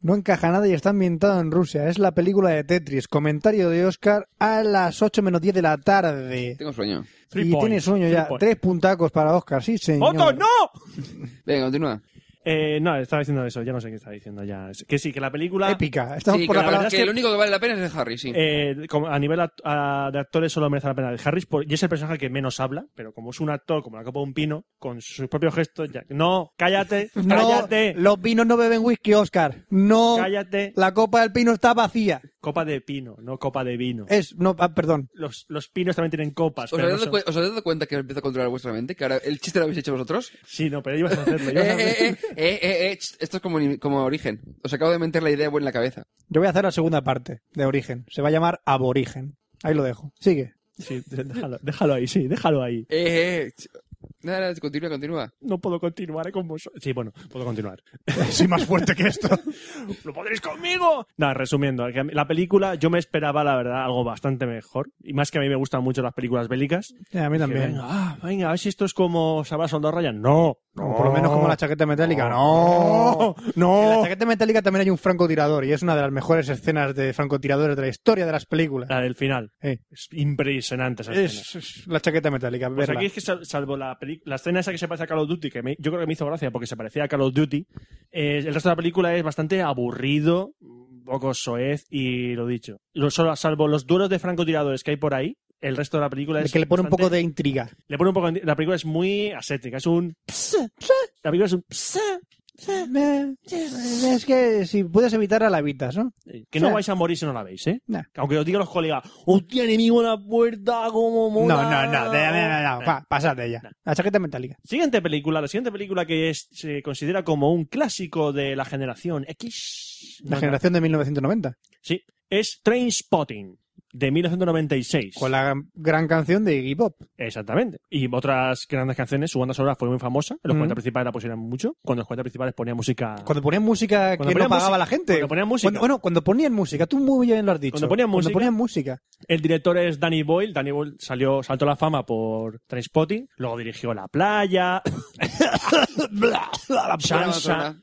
No encaja nada y está ambientado en Rusia. Es la película de Tetris. Comentario de Oscar a las 8 menos 10 de la tarde.
Tengo sueño.
Three
y
points,
tiene sueño
three
ya.
points.
Tres puntacos para Oscar, sí, señor.
¡Otto, no!
Venga, continúa.
Eh, no, estaba diciendo eso, ya no sé qué estaba diciendo ya. Es Que sí, que la película.
Épica. Estamos
Sí,
por
que
la,
la
palabra.
verdad es que, lo único que vale la pena es de Harry, sí.
eh, como a nivel act- a- de actores solo merece la pena de Harris por- y es el personaje que menos habla pero como es un actor como la copa de un pino con sus propios gestos ya no cállate
No,
cállate
los vinos no beben whisky, Oscar. No.
cállate
La copa del pino está vacía.
copa de pino no copa de vino
Es, no, ah, perdón.
los, los pinos también tienen copas.
¿Os
pero
habéis,
no
dado,
son-
cuen- os habéis dado cuenta que empieza a controlar vuestra mente? Que ahora el chiste lo habéis hecho vosotros.
Sí, no, pero ibas a hacerlo.
Eh,
ibas a
eh,
hacer-
eh, eh, eh, eh, ch, esto es como, ni- como origen. Os acabo de meter la idea buena en la cabeza.
Yo voy a hacer la segunda parte de origen. Se va a llamar aborigen. Ahí lo dejo. Sigue.
Sí, déjalo, déjalo ahí, sí, déjalo ahí.
Eh, eh, eh, ch. Nada, nada, continúa, continúa.
No puedo continuar con vosotros. Sí, bueno, puedo continuar.
Soy Pues más fuerte que esto.
¡Lo podréis conmigo! No, resumiendo, que a mí- la película yo me esperaba, la verdad, algo bastante mejor. Y más que a mí me gustan mucho las películas bélicas.
a
Dije,
mí también.
venga, ah, venga, a ver si esto es como Sabra Soldado Ryan. No, no.
O por lo menos como la chaqueta metálica. No. En la
no.
chaqueta metálica también hay un francotirador y es una de las mejores escenas de francotiradores de la historia de las películas.
La del final.
Eh.
Es impresionante esa escena.
Es, es la chaqueta metálica.
Pues
verla.
aquí es que sal- salvo la, peli- la escena esa que se parece a Call of Duty, que me- yo creo que me hizo gracia porque se parecía a Call of Duty, eh, el resto de la película es bastante aburrido, un poco soez y lo dicho. Lo- solo- salvo los duelos de francotiradores que hay por ahí, el resto de la película es
que le pone un
bastante-
poco de intriga.
le pone un poco de- La película es muy ascética, es un... La película es un...
Eh, es que si puedes evitarla, la evitas, ¿no?
Eh, Que no
Sí.
vais a morir si no la veis, ¿eh?
No.
Aunque os digan los colegas, ¡hostia, enemigo en la puerta! ¡Cómo
No,
mola!
no, no, de- no, no, no, fa, pasad de ella. La chaqueta metálica.
Siguiente película, la siguiente película que es- se considera como un clásico de la generación X.
La
No,
generación de 1990.
Sí, es Train Spotting de 1996.
Con la gran canción de Iggy Pop.
Exactamente. Y otras grandes canciones, su banda sonora fue muy famosa. En los
Mm.
40 principales la pusieron mucho. Cuando los 40 principales ponían música.
Cuando ponían música
Cuando
que
ponían
no pagaba
música-
la gente.
cuando ponían música.
Cuando- bueno, cuando ponían música. Tú muy bien lo has dicho.
Cuando ponían música.
ponían música.
El director es Danny Boyle. Danny Boyle salió, saltó a la fama por Trainspotting. Luego dirigió La Playa. Sansa,
sonora.
La, playa,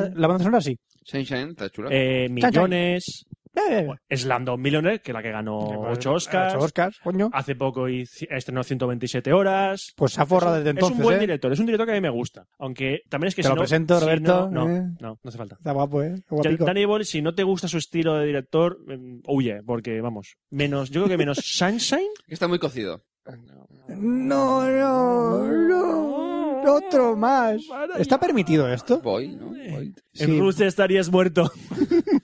Sunshine.
la banda sonora sí.
Sunshine, está chula.
eh, millones.
Eh,
Slam Dog Millionaire, que es la que ganó
eh,
ocho Oscars. Ah,
Ocho Oscars, coño.
Hace poco hizo- estrenó 127 horas.
Pues se ha forrado desde
es
entonces,
un buen
¿eh?
director, es un director que a mí me gusta. Aunque también es que
Te
si
lo
no-
presento,
si
Roberto,
No, no,
¿eh?
no, no hace falta.
Está guapo, ¿eh? Guapico.
Danny Boyle, si no te gusta su estilo de director, mm, huye, porque vamos, menos, yo creo que menos Sunshine.
Está muy cocido.
No, no, no. Otro más. ¿Está permitido esto?
Voy, ¿no? Voy.
En
Sí.
Rusia estarías muerto.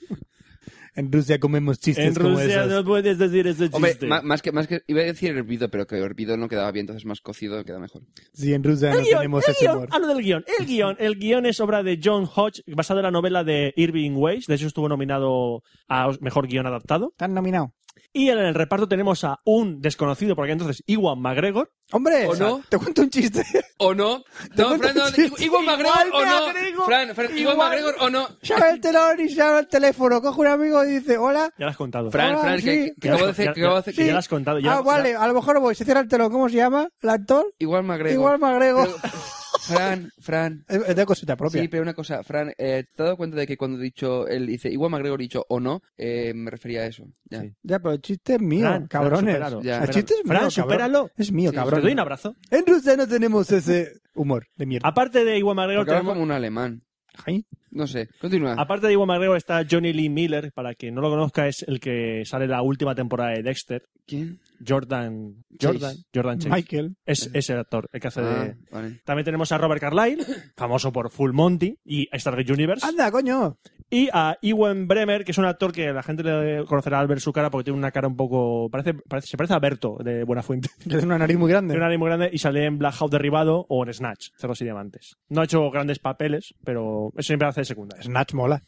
En Rusia comemos chistes
en
Este como
Rusia
esos.
no puedes decir ese
Hombre,
chiste.
ma- más que, más que iba a decir hervido, pero que hervido no quedaba bien, entonces más cocido queda mejor.
Sí, en Rusia no
el guión,
tenemos
el
ese
guión,
humor.
hablo del guión. El guión, el guión es obra de John Hodge, basada en la novela de Irving Weiss. De hecho, estuvo nominado a mejor guión adaptado.
Están nominados.
Y en el reparto tenemos a un desconocido, porque entonces Iwan McGregor.
Hombre,
¿O no?
te cuento un chiste.
¿O no? No,
cuento
Fran, no,
un chiste.
I- Iwan McGregor o
Igual
no.
me agrego.
Fran, Fran, Iwan
Igual.
McGregor o no.
Llama el telón y llama el teléfono. Coge un amigo y dice, hola.
Ya lo has contado.
Fran,
Hola,
Fran,
sí.
que, que
Ya
acabo de
lo-
hacer,
Ah, ya-
que acabo de hacer.
ya lo has contado. Ya,
ah, vale, a lo mejor voy. Se cierra el telón. ¿Cómo se llama el actor?
Igual McGregor.
Igual Magrego.
Pero- Fran, Fran.
Es de cosita propia.
Sí, pero una cosa, Fran, eh, ¿te has dado cuenta de que cuando he dicho, él dice, igual McGregor he dicho o no, eh, me refería a eso? Ya.
Sí.
Ya, pero el chiste es mío,
Fran, Fran,
cabrones.
supéralo,
Ya.
el chiste es mío,
Fran,
cabrón.
supéralo.
Es mío,
Sí,
Te
cabrón.
doy un abrazo.
En Rusia no tenemos ese humor de mierda.
Aparte de Iwan McGregor,
Porque habla
tenemos-
como un alemán.
Ay,
No sé, continúa.
Ah,
aparte de Iwan McGregor está Johnny Lee Miller. Para quien no lo conozca, es el que sale en la última temporada de Dexter.
¿Quién?
Jordan,
Chase.
Jordan, Jordan Chase.
Michael.
Es, es el actor, el que hace
Ah,
de...
vale.
También tenemos a Robert Carlyle, famoso por Full Monty y Stargate Universe.
Ah.
Anda, coño.
Y a Ewan Bremer, que es un actor que la gente le conocerá al ver su cara porque tiene una cara un poco... Parece, parece- se parece a Berto de Buenafuente.
Que tiene una nariz muy grande.
Tiene una nariz muy grande y sale en Black Hawk Derribado o en Snatch, Cerros y Diamantes. No ha hecho grandes papeles, pero siempre hace secundarias.
Snatch mola.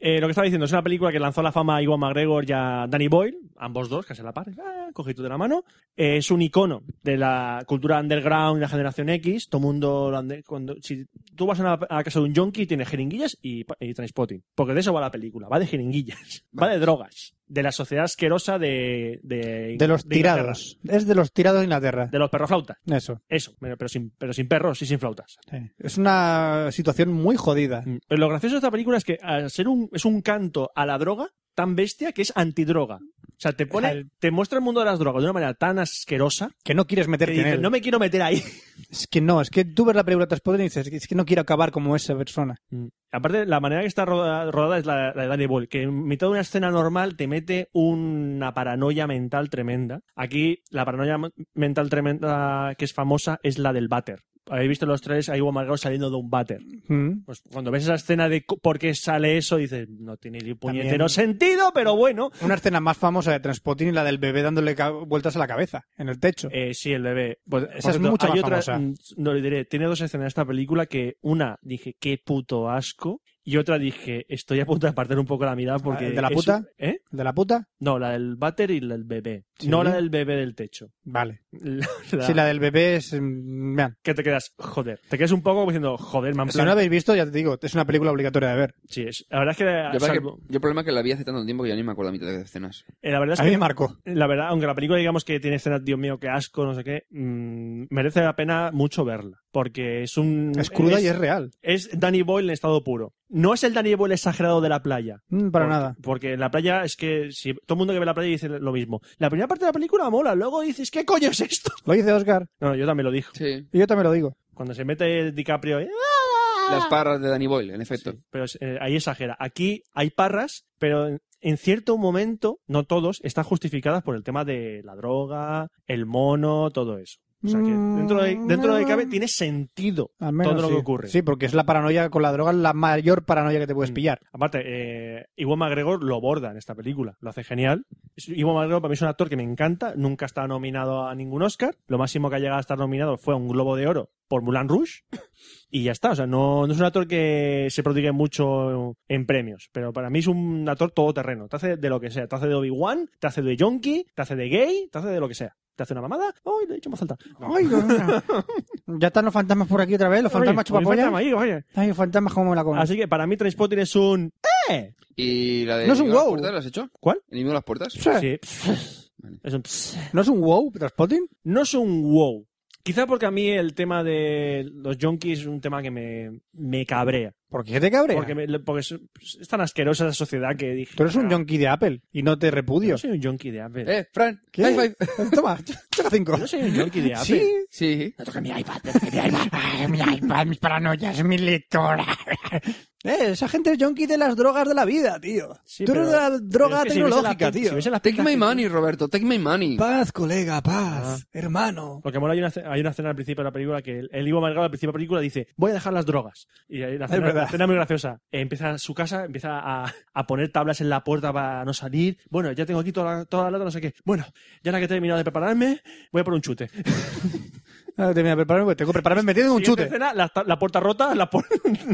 Eh, lo que estaba diciendo, es una película que lanzó a la fama a Iwan McGregor y a Danny Boyle, ambos dos, casi a la par, ah, cogido de la mano. Eh, es un icono de la cultura underground y la generación X. Todo mundo, lo ande- cuando, si tú vas a, una- a casa de un junkie, tiene jeringuillas y, pa- y Trainspotting. Porque de eso va la película, va de jeringuillas, va de drogas, de la sociedad asquerosa de... De,
De los
de Inglaterra,
tirados. Es de los tirados de Inglaterra.
de los perroflautas.
Eso.
Eso, pero pero sin, pero sin perros y sin flautas.
sí. Es una situación muy jodida.
Mm. Pero lo gracioso de esta película es que al ser un, es un canto a la droga tan bestia que es antidroga. O sea, te pone,
Al-
te muestra el mundo de las drogas de una manera tan asquerosa
Que no quieres
que
meterte en
dices,
él.
no me quiero meter ahí.
Es que no, es que tú ves la película Transporte y dices, es que no quiero acabar como esa persona.
Mm. Aparte, la manera que está roda- rodada, es la, la de Danny Boyle, que en mitad de una escena normal te mete una paranoia mental tremenda. Aquí, la paranoia m- mental tremenda que es famosa es la del váter. Habéis visto los tres a Ivo Margot saliendo de un váter.
Mm.
Pues cuando ves esa escena de cu- por qué sale eso, dices, no tiene ni puñetero
También-
sentido, pero bueno.
Una escena más famosa de Transporting y la del bebé dándole ca- vueltas a la cabeza, en el techo.
Eh, sí, el bebé. Pues, por
es
cierto,
mucho
hay
más
otra-
famosa.
mm, No le diré. Tiene dos escenas esta película que una dije, qué puto asco. Y otra dije, estoy a punto de apartar un poco la mirada porque.
¿el Ah, de la
es-
puta?
¿Eh?
¿De la puta?
No, la del váter y la del bebé.
Sí.
No la del bebé del techo.
Vale.
La, la-
Si la del bebé es... mm, vean,
Que te quedas, joder. Te quedas un poco diciendo, joder, man.
si no la habéis visto, ya te digo, es una película obligatoria de ver.
Sí, es- la verdad es que.
Yo, para que-
salvo-
yo el problema es que la vi hace tanto tiempo que ya ni me acuerdo a mitad de las escenas.
eh, la verdad es
A mí
que-
me marcó.
la verdad, aunque la película digamos que tiene escenas, Dios mío, qué asco, no sé qué, mm, merece la pena mucho verla. Porque es un.
Es cruda y es real.
Mm. es Danny Boyle en estado puro. No es el Danny Boyle exagerado de la playa.
Mm, para
Porque-
nada.
Porque en la playa es que si, todo el mundo que ve la playa dice lo mismo. La primera parte de la película mola, luego dices, ¿qué coño es esto?
Lo dice Oscar.
No, yo también lo dije.
Sí.
Y yo también lo digo.
Cuando se mete DiCaprio, ¡ah!
Las parras de Danny Boyle, en efecto.
pero eh, ahí exagera. Aquí hay parras, pero en- en cierto momento, no todos, están justificadas por el tema de la droga, el mono, todo eso. O sea que dentro de, dentro de cabe tiene sentido
Al menos
todo lo
sí.
que ocurre. Mm.
Sí, porque es la paranoia con la droga, la mayor paranoia que te puedes pillar.
Aparte, eh, Iwan McGregor lo borda en esta película, lo hace genial. Es- Iwan McGregor para mí es un actor que me encanta, nunca está nominado a ningún Oscar. Lo máximo que ha llegado a estar nominado fue a un Globo de Oro por Mulan Rouge. Y ya está, o sea, no, no es un actor que se prodigue mucho en premios, pero para mí es un actor todoterreno. Te hace de lo que sea, te hace de Obi-Wan, te hace de Yonki, te hace de gay, te hace de lo que sea. Te hace una mamada, ¡ay, lo he dicho más alta!
Ay, Dios mío. ya están los fantasmas por aquí otra vez, los fantasmas
Oye, oye,
chupapollas.
fantasma ahí, oye.
Ay, los fantasmas como la comen.
Así que para mí Trainspotting es un... ¡Eh!
¿Y la de
No es un
Enigma de
wow.
las puertas la has hecho?
¿Cuál?
¿Enigma de las puertas?
Sí.
Sí. Es un...
¿No es un wow, Transpotting?
no es un wow. Quizá porque a mí el tema de los junkies es un tema que me, me cabrea.
¿Por qué te cabrea?
Porque, me- porque es, es tan asquerosa esa sociedad que dije.
Tú eres un
"Ah,
yonki de Apple y no te
yo
repudio.
No soy un junkie de Apple.
Eh, Fran,
¿Qué?
high five.
Toma, chaca cinco.
Yo no soy un junkie de Apple.
Sí.
Sí. mi iPad, mi iPad, mi iPad, mis paranoias, mi lectora. Eh, esa gente es yonki de las drogas de la vida, tío.
Sí,
Tú eres de
pero-
la droga
pero es que si ves
tecnológica,
la-
tío.
si ves las
Take
pintas
my
que-
money, Roberto, take my money.
Paz, colega, paz,
Ah.
hermano.
Lo que mola, hay una, ce- hay una escena al principio de la película que el, el Ivo Margado al principio de la película dice, voy a dejar las drogas. Y hay una
Es
escena,
verdad.
una escena muy graciosa. Eh, empieza a su casa, empieza a, a poner tablas en la puerta para no salir. Bueno, ya tengo aquí toda la, toda la lata, no sé qué. Bueno, ya ahora que he terminado de prepararme, voy a por un chute.
Ah, te- mira, prepárame, pues, tengo que prepararme metiendo en un
Siguiente
chute.
escena, la, ta- la puerta rota, la pu-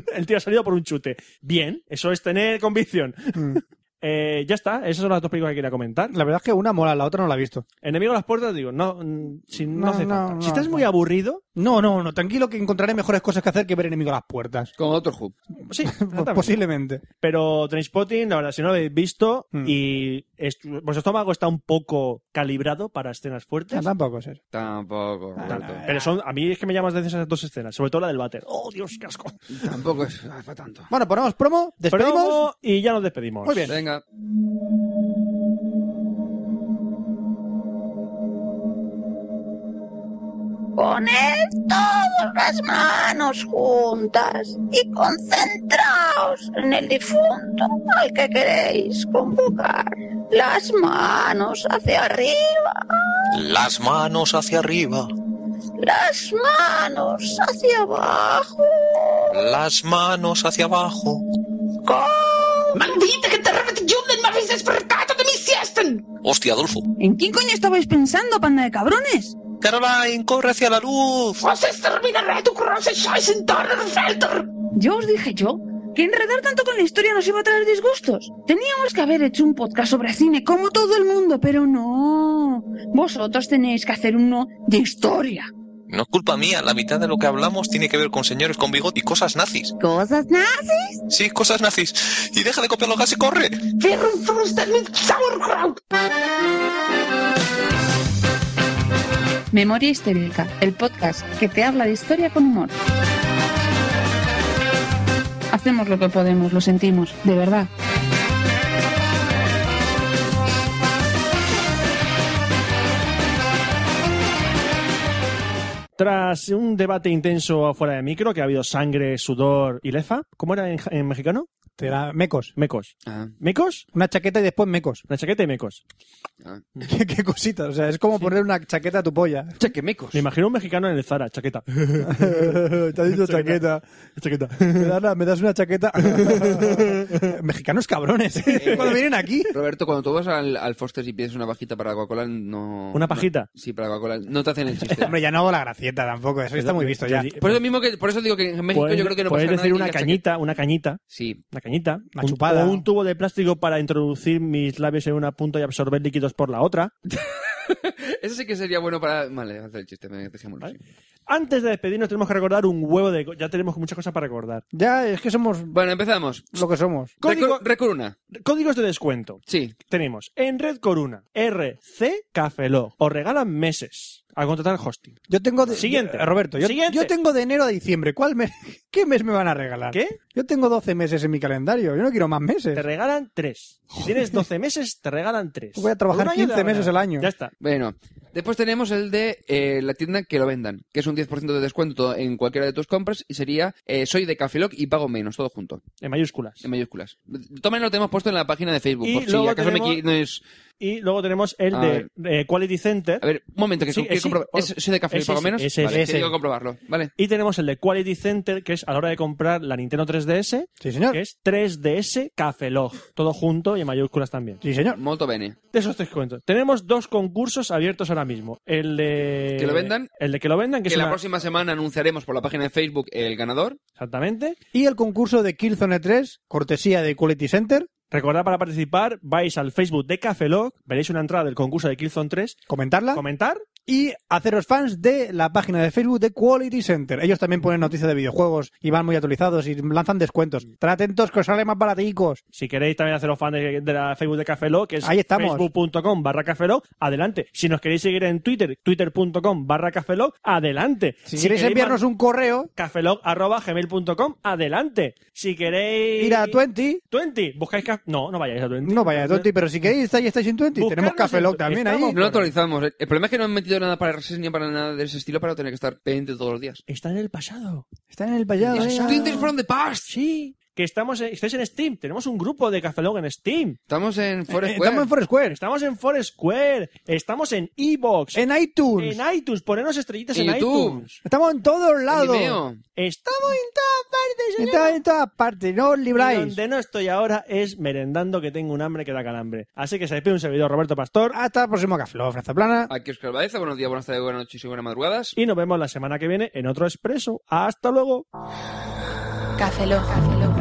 el tío ha salido por un chute. Bien, eso es tener convicción.
Mm.
Eh, ya está, esas son las dos películas que quería comentar.
La verdad es que una mola, la otra no la he visto.
Enemigo a las puertas, digo, no, mm, si, no,
No,
hace
no,
falta.
no,
si estás
no.
muy aburrido,
No, no, no, tranquilo que encontraré mejores cosas que hacer que ver enemigo a las puertas.
Con otro hub.
sí,
Pues
exactamente.
posiblemente.
Pero Trainspotting, la verdad, si no lo habéis visto
Mm.
y est- vuestro estómago está un poco calibrado para escenas fuertes.
Ah, tampoco es eso.
Tampoco,
Ah,
Roberto.
Pero son, a mí es que me llamas de esas dos escenas, sobre todo la del váter. ¡Oh, Dios, qué asco!
Tampoco es ah, para tanto.
Bueno, ponemos promo, despedimos.
Promo y ya nos despedimos.
Muy bien.
Venga.
Poned todas las manos juntas y concentraos en el difunto al que queréis convocar. Las manos hacia arriba,
Las manos hacia arriba,
las manos hacia abajo.
las manos hacia abajo,
¡Maldita que te repetición de más veces percato de mi siesten!
Hostia, Adolfo.
¿En quién coño estabais pensando, panda de cabrones?
Caroline, corre hacia la luz.
¡Os exterminaré tu cross en Donnerfelder!
Yo os dije yo que enredar tanto con la historia nos iba a traer disgustos. Teníamos que haber hecho un podcast sobre cine como todo el mundo, pero no. Vosotros tenéis que hacer uno de historia.
No es culpa mía, la mitad de lo que hablamos tiene que ver con señores con bigote y cosas nazis.
¿Cosas nazis?
Sí, cosas nazis. Y deja de copiar los gas y corre.
¡Firnfrusten mit Sauerkraut!
Memoria Histérica, el podcast que te habla de historia con humor. Hacemos lo que podemos, lo sentimos, de verdad.
Tras un debate intenso afuera de micro, que ha habido sangre, sudor y lefa, ¿cómo era en, en mexicano?
Te da mecos.
Mecos.
Ah,
¿Mecos?
Una chaqueta y después mecos.
Una chaqueta y mecos.
ah.
Mm.
¿Qué, qué cosita, o sea, es como poner una chaqueta a tu polla.
Chequemecos.
Me imagino un mexicano en el Zara, chaqueta.
Te ha dicho
Chaqueta. chaqueta.
chaqueta. Me das, la- me das una chaqueta. Mexicanos cabrones. ¿eh? Cuando vienen aquí.
Roberto, cuando tú vas al, al Foster y pides una pajita para Coca-Cola, no...
¿Una pajita?
no- sí, para Coca-Cola. No te hacen el chiste.
Hombre, ya no hago la gracieta tampoco. Eso está muy visto ya.
Pues Yo di-
por, eso mismo que, por eso digo que en México
puedes-
yo creo que no
Puedes
pasa
decir
nada
una
que la
cañita, una cañita,
chaqueta- Sí.
una cañita.
Una
un-
chupada.
O un tubo de plástico para introducir mis labios en una punta y absorber líquidos por la otra.
Eso sí que sería bueno para... Vale, haz el chiste, me dejémoslo.
Vale.
sí.
Antes de despedirnos tenemos que recordar un huevo de... co- Ya tenemos muchas cosas para recordar.
Ya, es que somos
Bueno, empezamos.
lo que somos.
Código-
Recu- Recuruna.
Códigos de descuento.
Sí.
Tenemos en Red Corona, RC Cafelog. Os regalan meses al contratar hosting.
Yo tengo de,
Siguiente.
eh, Roberto, yo,
Siguiente.
yo tengo de enero a diciembre. ¿Cuál mes? ¿Qué mes me van a regalar?
¿Qué?
Yo tengo 12 meses en mi calendario. Yo no quiero más meses.
Te regalan tres. Si tienes 12 meses, te regalan tres.
Voy a trabajar
Un año te
15 meses
regalan.
al año.
Ya está.
Bueno, después tenemos el de eh, la tienda que lo vendan, que es un 10% de descuento en cualquiera de tus compras y sería eh, soy de Cafeloc y pago menos, todo junto,
En mayúsculas.
en mayúsculas. Tomen lo tenemos puesto en la página de Facebook,
Y
por si
luego
acaso me
tenemos-
quieres
Y luego tenemos el
A
de eh, Quality Center.
A ver, un momento, que
Sí, eh,
que
sí,
compro-
por-
¿Es ese de café
es
pago
ese,
menos?
es ese,
vale,
ese.
tengo que comprobarlo. Vale.
Y tenemos el de Quality Center, que es a la hora de comprar la Nintendo 3DS,
Sí, señor.
que es 3DS Café Log. Todo junto y en mayúsculas también.
Sí, señor.
Molto bene.
De esos tres cuentos. Tenemos dos concursos abiertos ahora mismo. El de...
Que lo vendan.
El de que lo vendan, que,
Que
es
la
una-
próxima semana anunciaremos por la página de Facebook el ganador.
Exactamente.
Y el concurso de Killzone 3, cortesía de Quality Center,
Recordad para participar, vais al Facebook de Café Log, veréis una entrada del concurso de Killzone 3,
comentarla
comentar
y haceros fans de la página de Facebook de Quality Center. Ellos también ponen noticias de videojuegos y van muy actualizados y lanzan descuentos. Estad atentos que os sale más baraticos.
Si queréis también haceros fan de, de la Facebook de Café Lock, que es
Ahí estamos.
facebook.com barra Café Lock, adelante. Si nos queréis seguir en Twitter, twitter.com barra Café Lock, adelante.
Si, queréis enviarnos un correo,
Cafelog arroba gmail.com, adelante. Si queréis...
ir a 20,
20, buscáis... caf- No, no vayáis a 20.
no vaya a 20, pero si queréis estáis, estáis en 20, tenemos
Buscarnos
Café
en-
Lock también ahí.
No
estamos-
lo actualizamos. El problema es que no han metido nada para RSS ni para nada de ese estilo para tener que estar pendiente todos los días.
Está en el pasado.
Están en el payado.
It's Twitter from the past.
Sí. Que estamos en, estáis en Steam. Tenemos un grupo de Café Lock en Steam.
Estamos en Forest
Estamos en Foursquare,
Eh, Estamos en Foursquare. Estamos en Evox.
en iTunes,
en iTunes. Ponernos estrellitas
En
en,
YouTube.
iTunes.
estamos en todos lados.
Estamos en todas partes.
En todas- en todas partes, no os libráis.
Donde no estoy ahora es merendando que tengo un hambre que da calambre. Así que se despide un servidor Roberto Pastor
Hasta el próximo Café Lock, Franza Plana.
Aquí Oscar Baeza. Buenos días, buenas tardes, buenas noches y buenas madrugadas.
y nos vemos la semana que viene en otro expreso. Hasta luego.
Café Lock. Café Lock.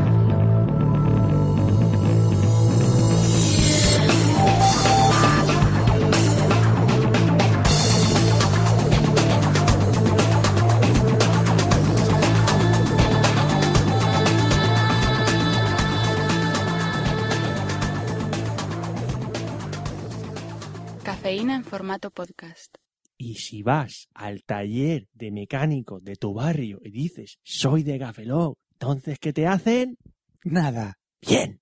Cafeína en formato podcast.
Y si vas al taller de mecánico de tu barrio y dices soy de Gafeló, entonces ¿qué te hacen?
Nada.
Bien.